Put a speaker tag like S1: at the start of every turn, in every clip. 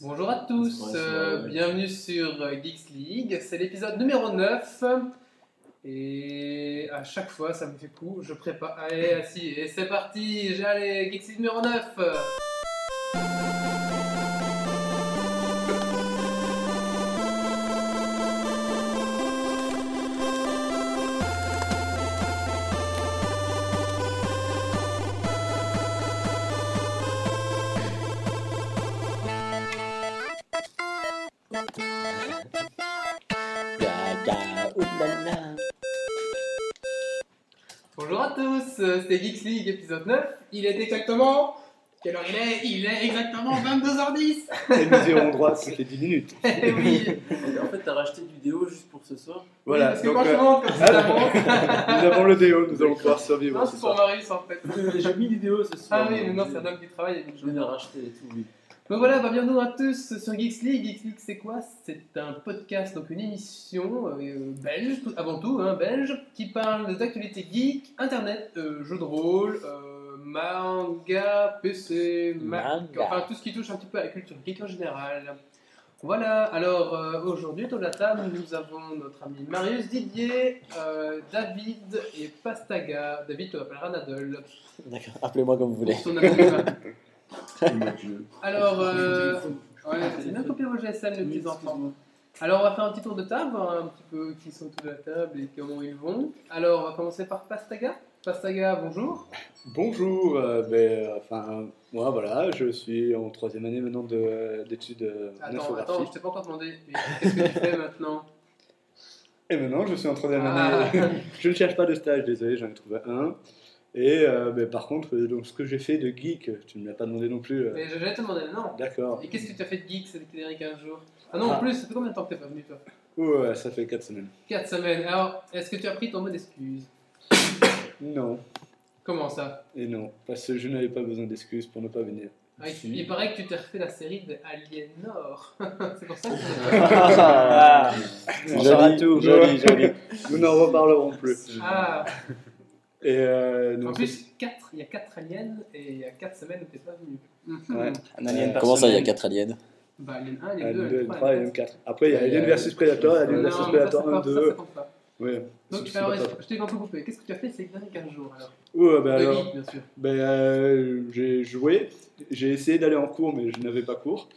S1: Bonjour à tous, euh, bienvenue sur euh, Geeks League, c'est l'épisode numéro 9 et à chaque fois ça me fait coup, je prépare, allez assis et c'est parti, j'allais Geeks League numéro 9
S2: Gaga, oulala.
S1: Bonjour à tous, euh, c'est Geeks League épisode 9, il est exactement... Quelle heure il est Il est exactement 22h10
S3: Et nous irons droit, c'était 10 minutes.
S1: Eh oui
S4: En fait, t'as racheté du déo juste pour ce soir.
S3: Voilà,
S1: Parce que
S3: donc
S1: quand je
S3: euh,
S1: monte, quand je t'avance-
S3: nous avons le déo, nous allons pouvoir survivre.
S1: Ah Non,
S3: ce
S1: c'est pour
S3: soir.
S1: Marius en fait.
S4: J'ai mis du déo ce soir.
S1: Ah oui, mais non, c'est un homme qui travaille.
S4: Je viens de racheter et tout. Oui.
S1: Donc voilà, bah, bienvenue à tous sur Geeks League. Geeks League, c'est quoi C'est un podcast, donc une émission euh, belge, tout- avant tout, hein, belge, qui parle d'actualités geek, internet, euh, jeux de rôle, euh, manga, PC, Mac,
S2: Manga.
S1: enfin tout ce qui touche un petit peu à la culture geek en général. Voilà, alors euh, aujourd'hui, autour de la table, nous avons notre ami Marius, Didier, euh, David et Pastaga. David, tu l'appelleras Nadol.
S2: D'accord, appelez-moi comme vous voulez.
S1: Son anonyme. Alors, euh, ouais, c'est bien copier vos GSM, les petits enfants. Alors, on va faire un petit tour de table, voir un petit peu qui sont autour de la table et comment ils vont. Alors, on va commencer par Pastaga. Pastaga, bonjour.
S3: Bonjour, euh, ben, euh, enfin, moi voilà, je suis en troisième année maintenant de, euh, d'études euh, en
S1: Attends, attends, je
S3: infographie.
S1: t'ai pas encore demandé. Mais Qu'est-ce que tu fais maintenant
S3: Et maintenant, je suis en troisième
S1: Ah.
S3: année. je ne cherche pas de stage, désolé, j'en ai trouvé un. Et euh, ben, par contre, euh, donc, ce que j'ai fait de geek, tu ne me l'as pas demandé non plus. euh,
S1: Mais je vais te demander le nom.
S3: D'accord.
S1: Et qu'est-ce que tu as fait de geek ces derniers 15 jours Ah non, en
S3: Ah.
S1: plus, ça fait combien de temps que t'es pas venu, toi
S3: Ouais, ça fait 4 semaines.
S1: 4 semaines. Alors, est-ce que tu as pris ton mot d'excuse
S3: Non,
S1: Comment ça
S3: et non, parce que je n'avais pas besoin d'excuses pour ne pas venir.
S1: Ah,
S3: Si.
S1: Il paraît que tu t'es refait la série de Aliénor. c'est pour ça que
S2: Ah,
S3: On
S2: joli,
S3: saura tout.
S2: joli, joli.
S3: Nous n'en reparlerons plus.
S1: Ah,
S3: Et euh,
S1: en
S3: donc,
S1: plus, 4, il y a 4 aliens et il y a 4 semaines où t'es pas venu.
S3: Ouais.
S5: Un alien par
S2: Euh, Comment ça, il y a
S5: semaine.
S2: 4 aliens
S1: Bah, Alien 1, Alien 2,
S3: Alien 2,
S1: Alien
S3: Alien
S1: 3,
S3: 3
S1: Alien
S3: Alien 4. Après, il y a
S5: Et,
S3: Alien
S5: euh,
S3: vs Predator, Alien
S1: Non, mais
S3: vs
S1: ça, c'est
S3: Predator
S1: pas-
S3: 1,
S1: ça, ça
S3: 2.
S1: compte pas.
S3: Ouais.
S1: Donc,
S3: C'est
S1: alors,
S3: pas
S1: est-ce- je t'ai complètement coupé. Qu'est-ce que tu as fait ces derniers 15 jours alors
S3: Ouais, bah
S1: De
S3: alors,
S1: geek, bien sûr.
S3: ben, euh, j'ai joué, j'ai essayé d'aller en cours, mais je n'avais pas cours.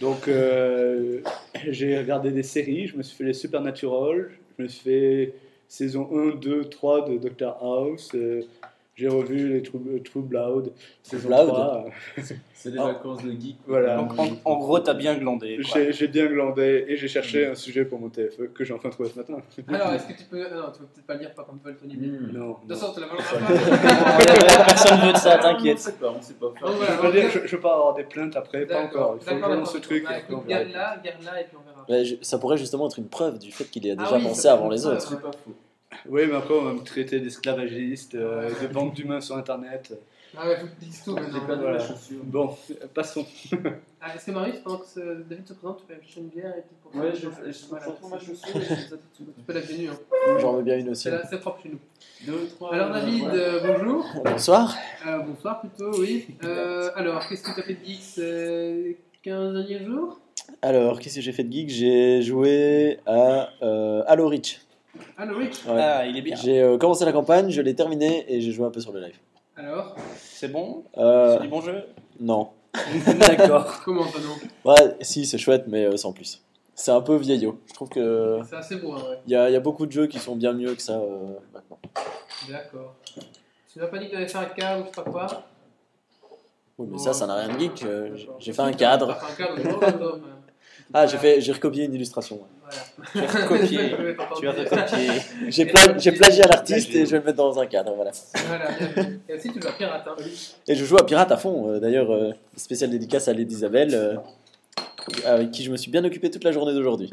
S3: Donc, euh, j'ai regardé des séries, je me suis fait les Supernatural, je me suis fait saison 1, 2, 3 de Doctor House, euh, j'ai revu les True, True Blood, saison
S2: Blood
S3: 3. euh,
S4: C'est les
S5: Ah.
S4: vacances de geek.
S3: Voilà.
S5: Donc, en, en gros, t'as bien glandé. quoi.
S3: J'ai j'ai bien glandé et j'ai cherché un sujet pour mon TFE que j'ai enfin trouvé ce matin.
S1: Alors, est-ce que tu peux. ah Non, tu peux peut-être pas le dire, pas comme toi, le Tony. De
S4: Mmh. Non,
S3: Non.
S1: toute
S3: non.
S1: façon, tu la valorisera pas.
S5: Personne veut de ça,
S4: On
S5: t'inquiète.
S4: sait pas, on sait pas
S1: Donc,
S4: faire.
S1: voilà,
S3: Je veux
S1: donc,
S3: dire, je, je veux pas avoir des plaintes après, pas encore.
S1: D'accord,
S3: Il faut que je
S1: d'accord,
S3: lance ce
S1: d'accord.
S3: truc.
S1: Bah,
S3: et après, on
S1: écoute,
S3: verra.
S1: Garde-la, garde-la et puis on verra.
S2: Ouais, je- Ça pourrait justement être une preuve du fait qu'il y a
S1: Ah
S2: déjà
S1: oui,
S2: pensé
S1: ça
S2: avant
S1: peut
S2: les
S1: être
S2: autres.
S4: C'est pas faux.
S3: Oui, mais après, on va me traiter d'esclavagiste, euh, de bande d'humains sur Internet.
S1: Ah ouais, faut que tu dises tout
S4: J'ai
S1: maintenant.
S4: pas de la chaussure.
S3: Bon, passons.
S1: Ah, Est-ce que Marius, pendant que ce- David se présente, tu peux acheter une bière et puis pour.
S4: Ouais, je je- je
S1: Voilà,
S4: retrouve ma
S1: c'est-
S4: chaussure et je fais ça tout de suite.
S1: Tu peux la venue, hein.
S2: J'en veux bien une aussi.
S1: C'est là, c'est propre chez nous.
S4: Deux, trois.
S1: Alors, David, euh, bonjour.
S2: Bonsoir.
S1: Euh, bonsoir plutôt, oui. Euh, alors, qu'est-ce que tu as fait de geek ces 15 derniers jours
S2: Alors, qu'est-ce que j'ai fait de geek J'ai joué à euh, Halo Reach.
S1: Halo Reach
S2: Ouais.
S5: Ah, il est bien.
S2: J'ai euh, commencé la campagne, je l'ai terminée et j'ai joué un peu sur le live.
S1: Alors,
S5: C'est bon
S2: Euh,
S5: C'est du bon jeu
S2: non.
S5: D'accord.
S1: comment ça non
S2: Ouais, si, c'est chouette, mais euh, sans plus. C'est un peu vieillot. Je trouve que
S1: C'est assez beau, hein, ouais.
S2: il y, a il y a beaucoup de jeux qui sont bien mieux que ça euh, maintenant.
S1: D'accord. Tu n'as pas dit que tu avais fait un cadre ou je sais pas quoi
S2: Oui, mais
S1: Bon,
S2: ça, ça n'a rien de geek. euh, j'ai-
S1: D'accord.
S2: J'ai fait un cadre.
S1: T'as fait un cadre, gros, photo, ouais.
S2: Ah, j'ai fait, j'ai recopié une illustration. ouais.
S1: Voilà.
S5: Tu as recopié.
S1: Je vais pas
S5: tu as
S1: tenter.
S5: recopié.
S2: J'ai pla- j'ai plagié à l'artiste et je vais le mettre dans un cadre. Voilà.
S1: Voilà, bien vu. Et aussi, tu joues à Pirate, hein.
S2: Et je joue à Pirate à fond. euh, D'ailleurs, euh, spéciale dédicace à Lady Isabelle, euh, avec qui je me suis bien occupé toute la journée d'aujourd'hui.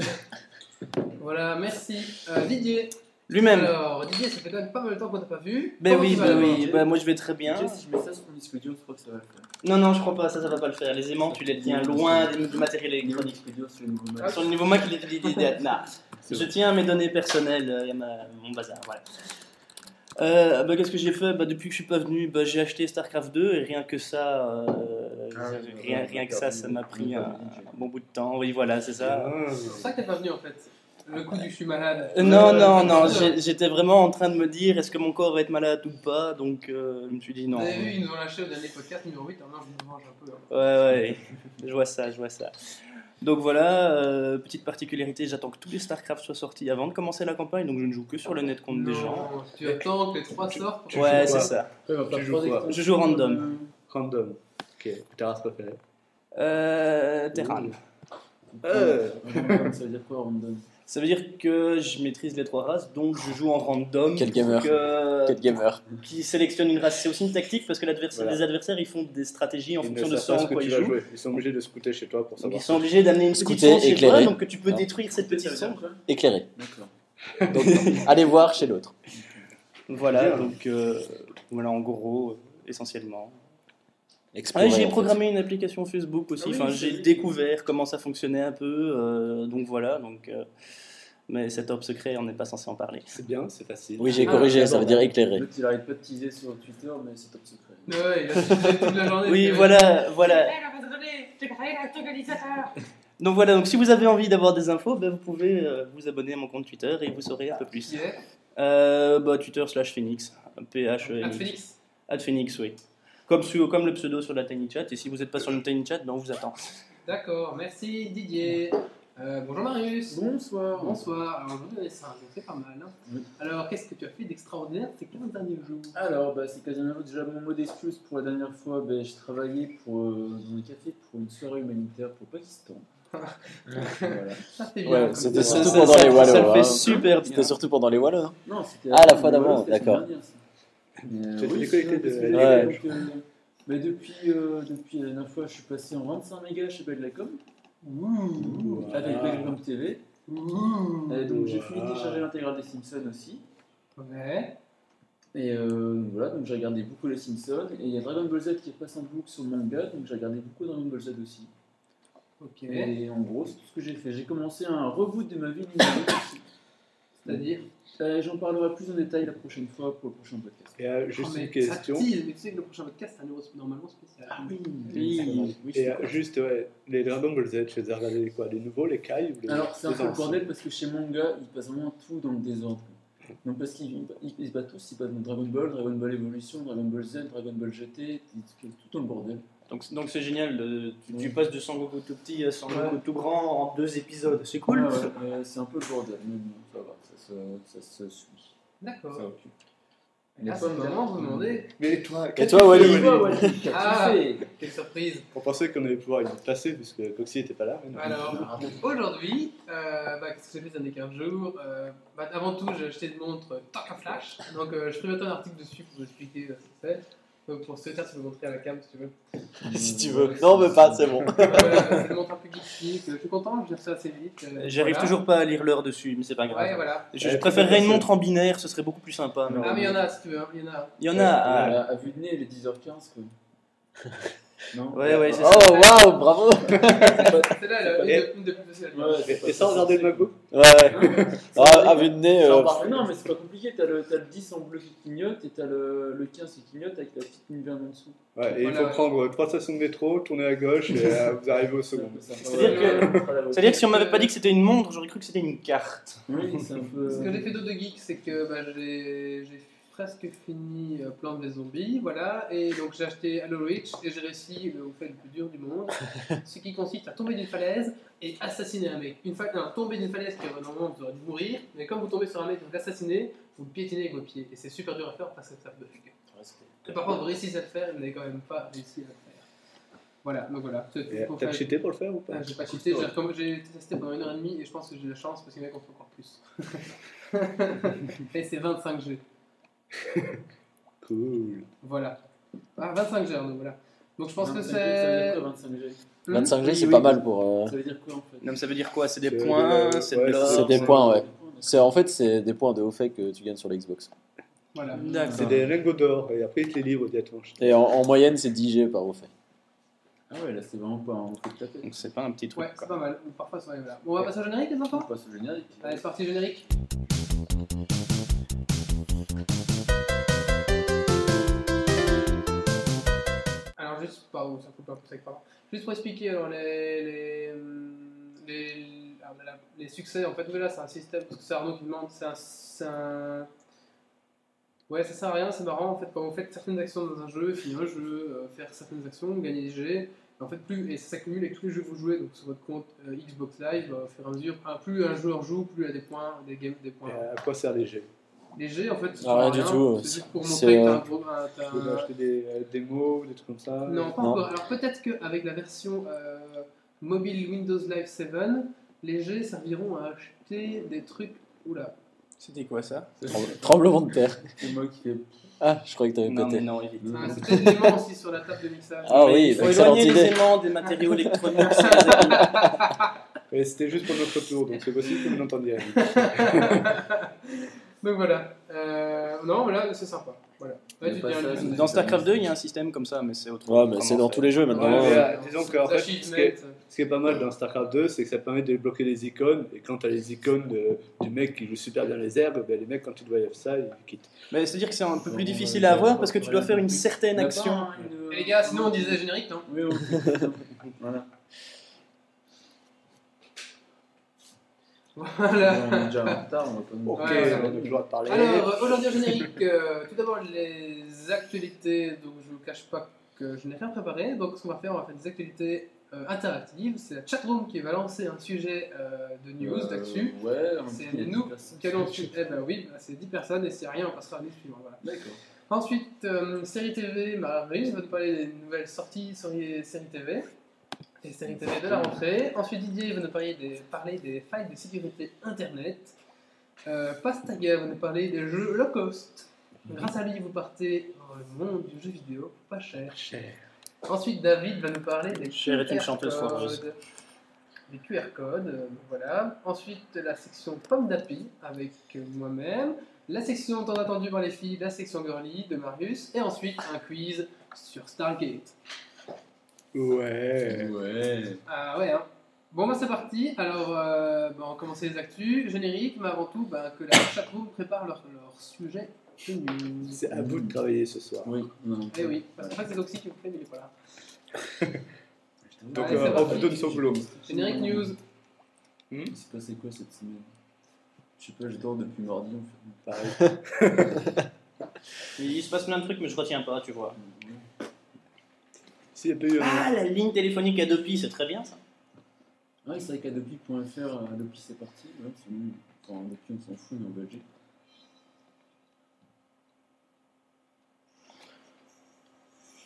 S1: Voilà, merci. Euh, Didier.
S5: Lui-même.
S1: Alors, Didier, ça fait quand même pas mal de temps qu'on t'a pas vu.
S5: Ben
S1: Comment
S5: oui,
S1: Euh, oh, tu vas,
S5: ben
S1: alors
S5: oui. Ben moi, je vais très bien.
S4: Déjà, si je mets ça sur mon disque dur, je crois que ça va le faire.
S5: Non, non, je crois pas. Ça, ça va pas le faire. Les aimants, tu les tiens loin des- du matériel
S4: Et mon
S5: électronique.
S4: disque dur, c'est le nouveau
S1: Ah,
S4: match.
S5: Sur le niveau Mac, il est il est- il est- nah. Je tiens à mes données personnelles euh, et à ma- mon bazar. Voilà. Euh, bah, Qu'est-ce que j'ai fait bah, Depuis que je suis pas venu, bah, j'ai acheté StarCraft 2 et rien que ça, euh,
S3: Ah,
S5: rien-
S3: oui,
S5: rien,
S3: oui,
S5: rien que
S3: oui,
S5: ça,
S3: oui,
S5: ça
S3: oui,
S5: m'a
S3: oui,
S5: pris
S3: oui,
S2: euh,
S5: un,
S3: oui, oui.
S5: un bon bout de temps. Oui, voilà, c'est
S6: Ah.
S1: Euh,
S5: ça.
S1: C'est pour ça que t'es pas venu en fait. Le coup du je suis malade.
S5: Euh,
S1: Euh,
S5: Non, non, non,
S1: c'est-
S5: j'ai- j'étais vraiment en train de me dire est-ce que mon corps va être malade ou pas, donc euh, je me suis dit non.
S1: Vous avez vu, ils nous ont lâché au dernier podcast numéro 8, alors je me mange un peu. hein.
S5: Ouais, ouais, je vois ça, je vois ça. Donc voilà, euh, petite particularité, j'attends que tous les StarCraft soient sortis avant de commencer la campagne, donc je ne joue que sur le net contre des gens.
S1: Non, Tu attends que les trois sortent. pour-
S5: Ouais,
S6: joues quoi
S5: c'est ça.
S6: Tu joues quoi
S5: Je joue random.
S6: Random. Ok, ta race préférée. Mmh.
S5: Euh, Terran.
S6: Euh.
S4: Random, Ça veut dire quoi, random
S5: Ça veut dire que je maîtrise les trois races, donc je joue en random.
S2: Quel gamer.
S5: Que-
S2: Quel gamer.
S5: Qui sélectionne une race. C'est aussi une tactique parce que l'adversaire,
S6: Voilà.
S5: les adversaires, ils font des stratégies en
S6: Ils ne
S5: fonction de
S6: savent pas
S5: ce en
S6: ce que
S5: quoi
S6: tu
S5: ils
S6: vas
S5: jouent.
S6: jouer. Ils sont obligés de scouter chez toi pour
S5: Donc
S6: savoir.
S5: ils sont obligés d'amener une petite
S2: Scouter,
S5: sonde chez toi,
S2: éclairer.
S5: donc que tu peux
S2: Ah.
S5: détruire cette
S4: Petit, ça
S5: petite
S4: veut dire
S5: sonde.
S4: quoi
S2: Éclairé.
S4: D'accord.
S2: Allez voir chez l'autre.
S5: Voilà,
S6: Bien.
S5: donc euh, voilà en gros, euh, essentiellement.
S2: Explorer,
S5: Ah, j'ai
S2: en fait.
S5: programmé une application Facebook aussi.
S4: Ah oui,
S5: enfin,
S4: j'ai
S5: j'ai
S4: vu.
S5: découvert comment ça fonctionnait un peu. euh, donc voilà. Donc, euh, mais cet orbe secret, on n'est pas censé en parler.
S6: C'est bien, c'est facile.
S2: Oui, j'ai
S1: Ah,
S2: corrigé, ça
S6: d'accord.
S2: veut dire éclairé.
S4: L'autre, il arrête pas de teaser sur Twitter, mais c'est top secret.
S1: Euh, Ouais, il a fait toute la journée.
S5: Oui,
S1: c'est-
S5: voilà, voilà.
S1: Eh,
S7: Hey, la patronne, j'ai créé l'autoréalisateur.
S5: Donc voilà. Donc si vous avez envie d'avoir des infos, ben, vous pouvez euh, vous abonner à mon compte Twitter et vous saurez un peu plus.
S1: Yeah.
S5: Euh, bah, Twitter slash Phoenix. P H E
S1: Ah, de
S5: N I X.
S1: Phoenix.
S5: At Phoenix, oui. Comme, sur- comme le pseudo sur la Tiny Chat. Et si vous n'êtes pas sur le Tiny Chat, ben, on vous attend.
S1: D'accord, merci Didier. Euh, bonjour Marius.
S4: Bonsoir.
S1: Bonsoir. Alors aujourd'hui on est cinq, donc c'est pas mal. hein.
S4: Oui.
S1: Alors qu'est-ce que tu as fait d'extraordinaire ces 15 derniers jours
S4: Alors, bah, c'est quasiment déjà mon mot d'excuse pour la dernière fois. Ben, je travaillais pour, euh, dans un café pour une soirée humanitaire pour le Pakistan. Voilà.
S1: Ça c'est bien.
S2: Ouais,
S1: comme
S2: c'était
S1: ça.
S2: surtout
S5: ça-
S2: pendant
S5: ça-
S2: les
S5: ça le
S2: Wallows.
S5: fait
S2: hein.
S5: super bien.
S2: C'était surtout pendant les Wallows. hein.
S4: Non, c'était
S2: Ah, la fois
S4: le-
S2: d'avant,
S4: voilà, c'était
S2: d'accord.
S4: la dernière, ça.
S6: Tu
S4: Mais,
S6: as
S4: euh, oui,
S6: été collecté
S4: c'est-
S6: de-
S4: c'est-
S2: Ouais.
S4: donc, euh, mais depuis, euh, depuis la dernière fois, je suis passé en 25 mégas chez Bedlacom Euh,
S1: Ouh.
S4: avec
S6: Voilà.
S4: Bedlacom TV.
S1: Ouh.
S4: Et donc j'ai
S6: Ouah.
S4: fini de télécharger l'intégrale des Simpsons aussi.
S1: Ouais.
S4: Et euh, donc voilà, donc j'ai regardé beaucoup les Simpsons. Et il y a Dragon Ball Z qui est passé en boucle sur le manga, donc j'ai regardé beaucoup Dragon Ball Z aussi.
S1: Ok.
S4: Et en gros, c'est tout ce que j'ai fait. J'ai commencé un reboot de ma vie numérique aussi.
S1: C'est-à-dire.
S4: Euh, J'en parlerai plus en détail la prochaine fois pour le protease podcast.
S6: Et euh,
S1: Oh,
S6: juste
S1: mais
S6: une question.
S1: Ça tease, mais tu sais que le prochain podcast c'est un numéro normalement spécial.
S4: Ah oui, oui,
S6: Et
S4: c'est
S6: euh, juste, ouais, les Dragon Ball Z, je les ai regardés quoi Les nouveaux, les Kai ou les
S4: Alors, c'est un
S6: les
S4: peu le
S6: anciens
S4: bordel parce que chez manga, ils passent vraiment tout dans le désordre. Donc, parce qu'ils ils- ils se battent tous, ils passent dans Dragon Ball, Dragon Ball Evolution, Dragon Ball Z, Dragon Ball GT, c'est tout dans le bordel.
S5: Donc donc c'est génial, de- tu, tu
S4: Oui.
S5: passes de Sangoku tout petit à Sangoku tout grand en deux épisodes, c'est cool.
S4: Ouais, ouais, euh, c'est un peu le bordel, mais bon, ça va, ça se, ça se suit. Ça
S1: D'accord.
S4: occupe.
S1: Ah, c'est le moment de vous demander
S6: Mais toi,
S2: Et
S6: qu'est-ce
S2: toi,
S6: que
S2: Wally
S6: tu fais,
S1: Ah.
S4: fait
S1: quelle surprise.
S6: On pensait qu'on allait pouvoir y passer puisque Coxy n'était pas là. mais non.
S1: Alors, aujourd'hui, euh, bah, qu'est-ce que j'ai fait ces 15 jours Euh, bah, Avant tout, j'ai acheté une montre Taka Flash. Donc, euh, je ferai bientôt un article dessus pour vous expliquer euh, ce que c'est. Donc, pour ce faire, tu peux montrer à la cam si tu veux.
S2: si tu veux. Non, mais pas, c'est bon.
S1: Voilà, c'est une montre un peu geeky, que Je suis content, j'ai fait ça assez vite. euh,
S5: J'arrive
S1: voilà.
S5: toujours pas à lire l'heure dessus, mais c'est pas grave.
S1: Ouais, voilà.
S5: Je, je
S6: Ouais,
S5: préférerais
S6: c'est-
S5: une montre en binaire, ce serait beaucoup plus sympa. mais-
S1: Ah, mais il y en a si tu veux, hein, il y en a.
S5: Il y en a.
S4: à,
S5: ah.
S4: à vue de nez, il est 10h15 quoi. non
S5: Ouais, ouais, c'est ça.
S2: Oh, waouh, bravo.
S1: Celle-là, elle a une de- une de plus facile.
S5: Ah,
S4: Ouais,
S6: Et sans regarder le MacBook
S2: Ouais, ouais. Ah, à vue de nez. euh,
S4: Ah, non, mais c'est pas compliqué, t'as le, t'as le 10 en bleu qui clignote et t'as le, le 15 qui clignote avec la petite lumière en dessous.
S6: Ouais, et il
S1: Voilà,
S6: faut
S1: ouais.
S6: prendre euh, trois stations de métro, tourner à gauche et euh, vous arrivez au
S4: C'est un
S6: second.
S4: peu ça.
S5: C'est-à-dire
S4: Ouais,
S1: que-
S4: on fera la
S5: C'est-à-dire que si on m'avait pas dit que c'était une montre, j'aurais cru que c'était une carte.
S4: Oui, c'est un peu.
S1: Ce que
S6: Euh,
S1: j'ai fait d'autre de geek, c'est que bah, j'ai j'ai presque fini euh, Plante des zombies, voilà, et donc j'ai acheté Halo Reach et j'ai réussi le fait le plus dur du monde, ce qui consiste à tomber d'une falaise et assassiner un mec. Une fois, non, tomber d'une falaise qui normalement vous aurez dû mourir, mais comme vous tombez sur un mec et vous l'assassinez, vous le piétinez avec vos pieds et c'est super dur à faire parce que ça bug. Et par contre, vous réussissez à le faire, et vous n'avez quand même pas réussi à le faire. Voilà, donc voilà. C'est tout
S6: Et, euh,
S1: pour
S6: T'as
S1: faire-
S6: cheaté pour le faire ou pas
S1: ah, j'ai pas cheaté, j'ai recomm- j'ai testé pendant une heure et demie et je pense que j'ai de la chance parce qu'il y en a qui en font encore plus. et c'est 25 jeux.
S6: Cool.
S1: Voilà. Ah, 25 jeux, donc voilà. Donc je pense que
S4: 25G, Ça veut
S1: c'est.
S4: dire quoi 25G
S1: Hmm
S2: 25G, c'est
S5: Oui,
S2: pas
S5: oui.
S2: mal pour. euh,
S4: Ça veut dire quoi en fait
S5: Non, mais ça veut dire quoi C'est des
S6: C'est
S5: points,
S6: de-
S5: c'est
S6: ouais,
S5: de l'or.
S2: C'est des points, ouais. C'est en fait c'est des points de haut fait que tu gagnes sur l'Xbox.
S1: Voilà.
S5: D'accord.
S6: C'est des lingots d'or et après ils te les livrent directement.
S2: Et en, en moyenne c'est 10 G par haut fait.
S4: Ah ouais, là c'est vraiment pas un coup de taper.
S5: Donc c'est pas un petit truc.
S1: Ouais,
S5: quoi.
S1: c'est pas mal. Ou parfois, c'est vrai, voilà. Bon, on va passer au générique, les
S4: On
S1: enfants
S4: passe au générique.
S1: Allez, c'est parti, générique. juste, pardon, ça coupe un peu sec, pardon. Juste pour expliquer alors, les, les, hum, les, ah, mais là, les succès, en fait, oui, là, c'est un système, parce que c'est Arnaud qui demande, c'est un, c'est un- Ouais, ça sert à rien, c'est marrant, en fait, quand vous faites certaines actions dans un jeu, finir un jeu, euh, faire certaines actions, gagner des jets, en fait, plus, et ça s'accumule avec tous les jeux que vous jouez, donc sur votre compte euh, Xbox Live, euh, au fur et à mesure, un- plus un joueur joue, plus il a des points, des games, des points.
S6: Mais à quoi sert les jets
S1: Les jets, en fait, ça
S2: Ah,
S1: sert à
S2: rien du tout,
S1: c'est juste pour montrer
S2: c'est,
S1: que t'as
S2: euh,
S1: un gros- un-
S6: Je
S1: t'as
S6: peux
S1: un-
S6: acheter des euh, démos, des trucs comme ça
S1: non, pas
S2: Non.
S1: encore. Alors peut-être qu'avec la version euh, mobile Windows Live 7, les jets serviront à acheter des trucs. Oula.
S5: C'était quoi ça
S2: Trem- Tremblement de terre.
S4: C'est moi qui fais.
S2: Ah, je croyais que t'avais
S5: Non, mais
S2: pété.
S5: non, il est-
S1: Ah, c'est peut-être l'aimant aussi sur la table de mixage.
S2: Ah
S5: Mais il
S2: oui,
S5: faut
S2: excellente
S5: éloigner les
S2: idée.
S5: aimants des matériaux électroniques.
S6: Et C'était juste pour notre tour, donc c'est possible que vous l'entendiez.
S1: Donc voilà. Euh, non, là, c'est sympa. Voilà. Là,
S4: Le
S1: tu deviens
S4: passage.
S1: le-
S5: Dans StarCraft 2, il y a un système comme ça, mais c'est autre
S2: Ouais, mais c'est dans tous les jeux maintenant.
S6: Ouais, mais,
S2: hein.
S6: euh, disons que, en fait,
S1: Achievements.
S6: ce qui est- Ce qui est pas mal dans StarCraft 2, c'est que ça permet de débloquer les icônes. Et quand t'as les icônes de- du mec qui joue super bien les herbes, ben les mecs, quand ils voient ça, ils quittent.
S5: Mais c'est-à-dire que c'est un peu plus
S4: Ouais,
S5: difficile
S4: ouais,
S5: à
S4: ouais,
S5: avoir
S4: ouais,
S5: parce que tu
S4: ouais,
S5: dois
S4: ouais.
S5: faire une certaine
S4: T'as
S5: action.
S4: pas une-
S1: Et les gars, sinon on disait générique, non
S4: Oui, oui. Voilà.
S1: Voilà.
S4: On est déjà en retard, on va pas nous.
S6: Ok,
S1: Ouais,
S6: on a le droit de parler.
S1: Alors, euh, aujourd'hui au générique, euh, tout d'abord les actualités. Donc, je ne vous cache pas que je n'ai rien préparé. Donc, ce qu'on va faire, on va faire des actualités euh, interactives. C'est la chatroom qui va lancer un sujet euh, de news,
S4: Euh,
S1: d'actu.
S4: Ouais, on
S1: C'est
S4: dit-
S1: nous qui allons suivre. Eh ben oui, bah, c'est 10 personnes et c'est rien, on passera à l'année suivante. Voilà.
S4: D'accord.
S1: Ensuite, euh, série TV, Marie va nous parler des nouvelles sorties sur les séries TV. Les séries TV de la rentrée. Ensuite, Didier va nous parler des, parler des failles de sécurité Internet. Euh, Pastaga va nous parler des jeux low cost. Grâce à lui, vous partez dans le monde du jeu vidéo pas cher.
S6: Cher.
S1: Ensuite, David va nous parler des
S5: Cher est une
S1: QR
S5: chanteuse
S1: codes,
S5: foireuse.
S1: Des QR codes, euh, voilà. Ensuite, la section pomme d'api avec euh, moi-même. La section tant attendue par les filles, la section girly de Marius. Et ensuite, un quiz sur Stargate.
S6: Ouais.
S4: Ouais.
S1: Ah ouais, hein. Bon, bah c'est parti. Alors, euh, bah, on va commencer les actus, générique, mais avant tout, bah, que la chatroom prépare leur, leur sujet de news.
S6: C'est à vous de travailler ce soir.
S4: Oui, non. Ah,
S1: Eh oui, parce qu'en fait, c'est Toxic qui vous fait, mais il est pas là.
S6: Donc,
S1: Allez,
S6: euh,
S1: c'est
S6: on
S1: parti.
S6: vous donne son boulot.
S1: Générique news.
S4: Il s'est passé quoi cette semaine Je sais pas, je dors depuis mardi. En fait.
S6: Pareil.
S5: Euh, Il se passe plein de trucs, mais je retiens pas, tu vois.
S6: S'il y a pas eu un-
S5: Ah, la ligne téléphonique Adopi, c'est très bien ça.
S4: Ouais, c'est vrai qu'Adopi.fr, euh, Adopi c'est parti. Ouais, c'est bon. Enfin, Adopi, on s'en fout, on est en Belgique.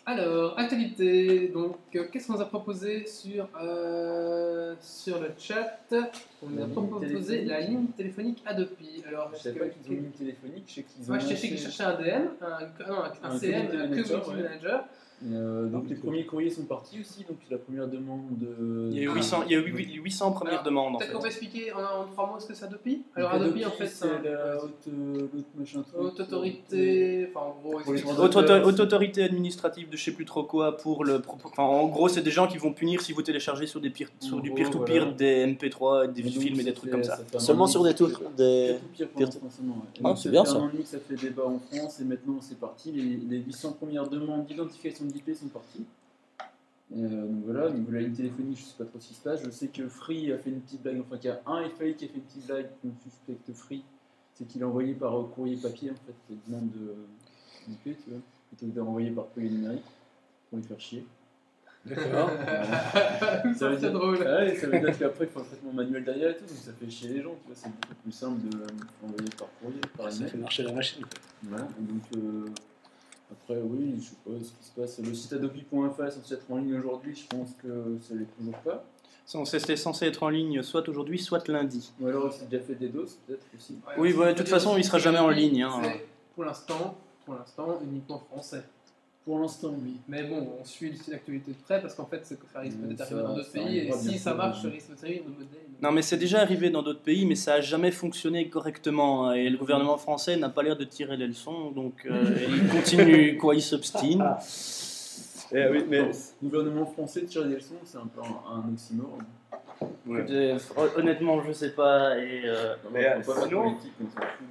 S1: Alors, actualité, donc euh, qu'est-ce qu'on nous a proposé sur, euh, sur le chat On nous
S4: La
S1: a
S4: ligne
S1: proposé
S4: téléphonique.
S1: la ligne téléphonique Adopi. Alors,
S4: Je savais
S1: que-
S4: pas qu'ils ont une ligne téléphonique, je sais qu'ils ont.
S1: Moi, je sais que je cherchais un DM, un, non, un, un
S4: Un
S1: CM,
S4: community
S1: un community
S4: manager, ouais.
S1: manager.
S4: Euh, donc les premiers courriers sont partis aussi, donc la première demande. euh,
S5: Il y a eu
S1: Ah.
S5: 800, il y a eu 800 premières
S1: Alors,
S5: demandes en
S1: Peut-être
S5: fait.
S1: qu'on peut expliquer en, en trois mots ce que c'est Adopi Alors,
S4: Donc,
S1: Adopi, en fait, c'est
S4: c'est la
S1: une
S4: haute, euh, l'autre machin truc.
S1: haute autorité, enfin, en gros,
S4: Pour les
S1: explique-
S5: Haute
S4: auto-
S5: auto- haute autorité administrative de je sais plus trop quoi pour le. pro- Enfin, en gros, c'est des gens qui vont punir si vous téléchargez sur, des peer- sur du
S4: gros,
S5: peer-to-peer
S4: voilà.
S5: des MP3, des
S4: Et donc,
S5: films et
S4: ça
S5: des
S4: fait-
S5: trucs comme ça.
S4: fait un
S2: Seulement
S4: an et
S2: sur
S4: demi
S2: des
S4: que
S2: tours. Des...
S4: Tout pire pour
S2: Pire-
S4: l'instant, seulement, ouais. Et
S2: Ah,
S4: donc,
S2: c'est
S4: ça
S2: bien,
S4: fait
S2: ça.
S4: un an et demi que ça fait débat en France et maintenant c'est parti. Les, les 800 premières demandes d'identification d'IP sont parties. Euh, donc voilà, au niveau de la ligne téléphonique, je sais pas trop ce qui se passe. Je sais que Free a fait une petite blague, enfin qu'il y a un FAI qui a fait une petite blague qu'on suspecte Free, c'est qu'il a envoyé par euh, courrier papier en fait les demandes de- d'IP, tu vois, plutôt que d'envoyer par courrier numérique pour les faire chier.
S6: D'accord.
S1: Ça, c'est drôle.
S4: Ah ouais, ça veut dire qu'après il faut un traitement manuel derrière et tout, donc ça fait chier les gens, tu vois, c'est beaucoup plus simple de d'envoyer par courrier,
S3: Ah,
S4: par
S6: Ça
S4: email.
S6: fait marcher la machine.
S4: Voilà, et donc euh, après, oui, je sais pas ce qui se passe. Le site adopi.fr est censé être en ligne aujourd'hui, je pense que ça l'est toujours pas.
S5: Ça, C'était censé être en ligne soit aujourd'hui, soit lundi.
S4: Ou alors il s'est déjà fait des doses, peut-être aussi.
S1: Ouais,
S5: Oui, ouais, de toute façon, il sera jamais en ligne, hein.
S1: C'est, Pour l'instant, pour l'instant, uniquement français.
S4: Pour l'instant, oui.
S1: Mais bon, on suit l'actualité de près parce qu'en fait, c'est que ça risque
S4: Mm,
S1: d'être
S4: ça-
S1: arrivé dans d'autres
S4: ça
S1: pays et
S4: arrivera
S1: si
S4: bientôt,
S1: ça marche,
S4: oui.
S1: ça risque de servir de modèle.
S5: Non, mais c'est déjà arrivé dans d'autres pays, mais ça a jamais fonctionné correctement. hein, Et le gouvernement français n'a pas l'air de tirer les leçons, donc euh, il continue, quoi, il s'obstine.
S6: Eh oui, mais.
S4: Le gouvernement français tire des leçons, c'est un peu un, un oxymore.
S5: Euh, Honnêtement, je sais pas. Et, euh,
S6: Mais, euh, sinon-
S4: politique,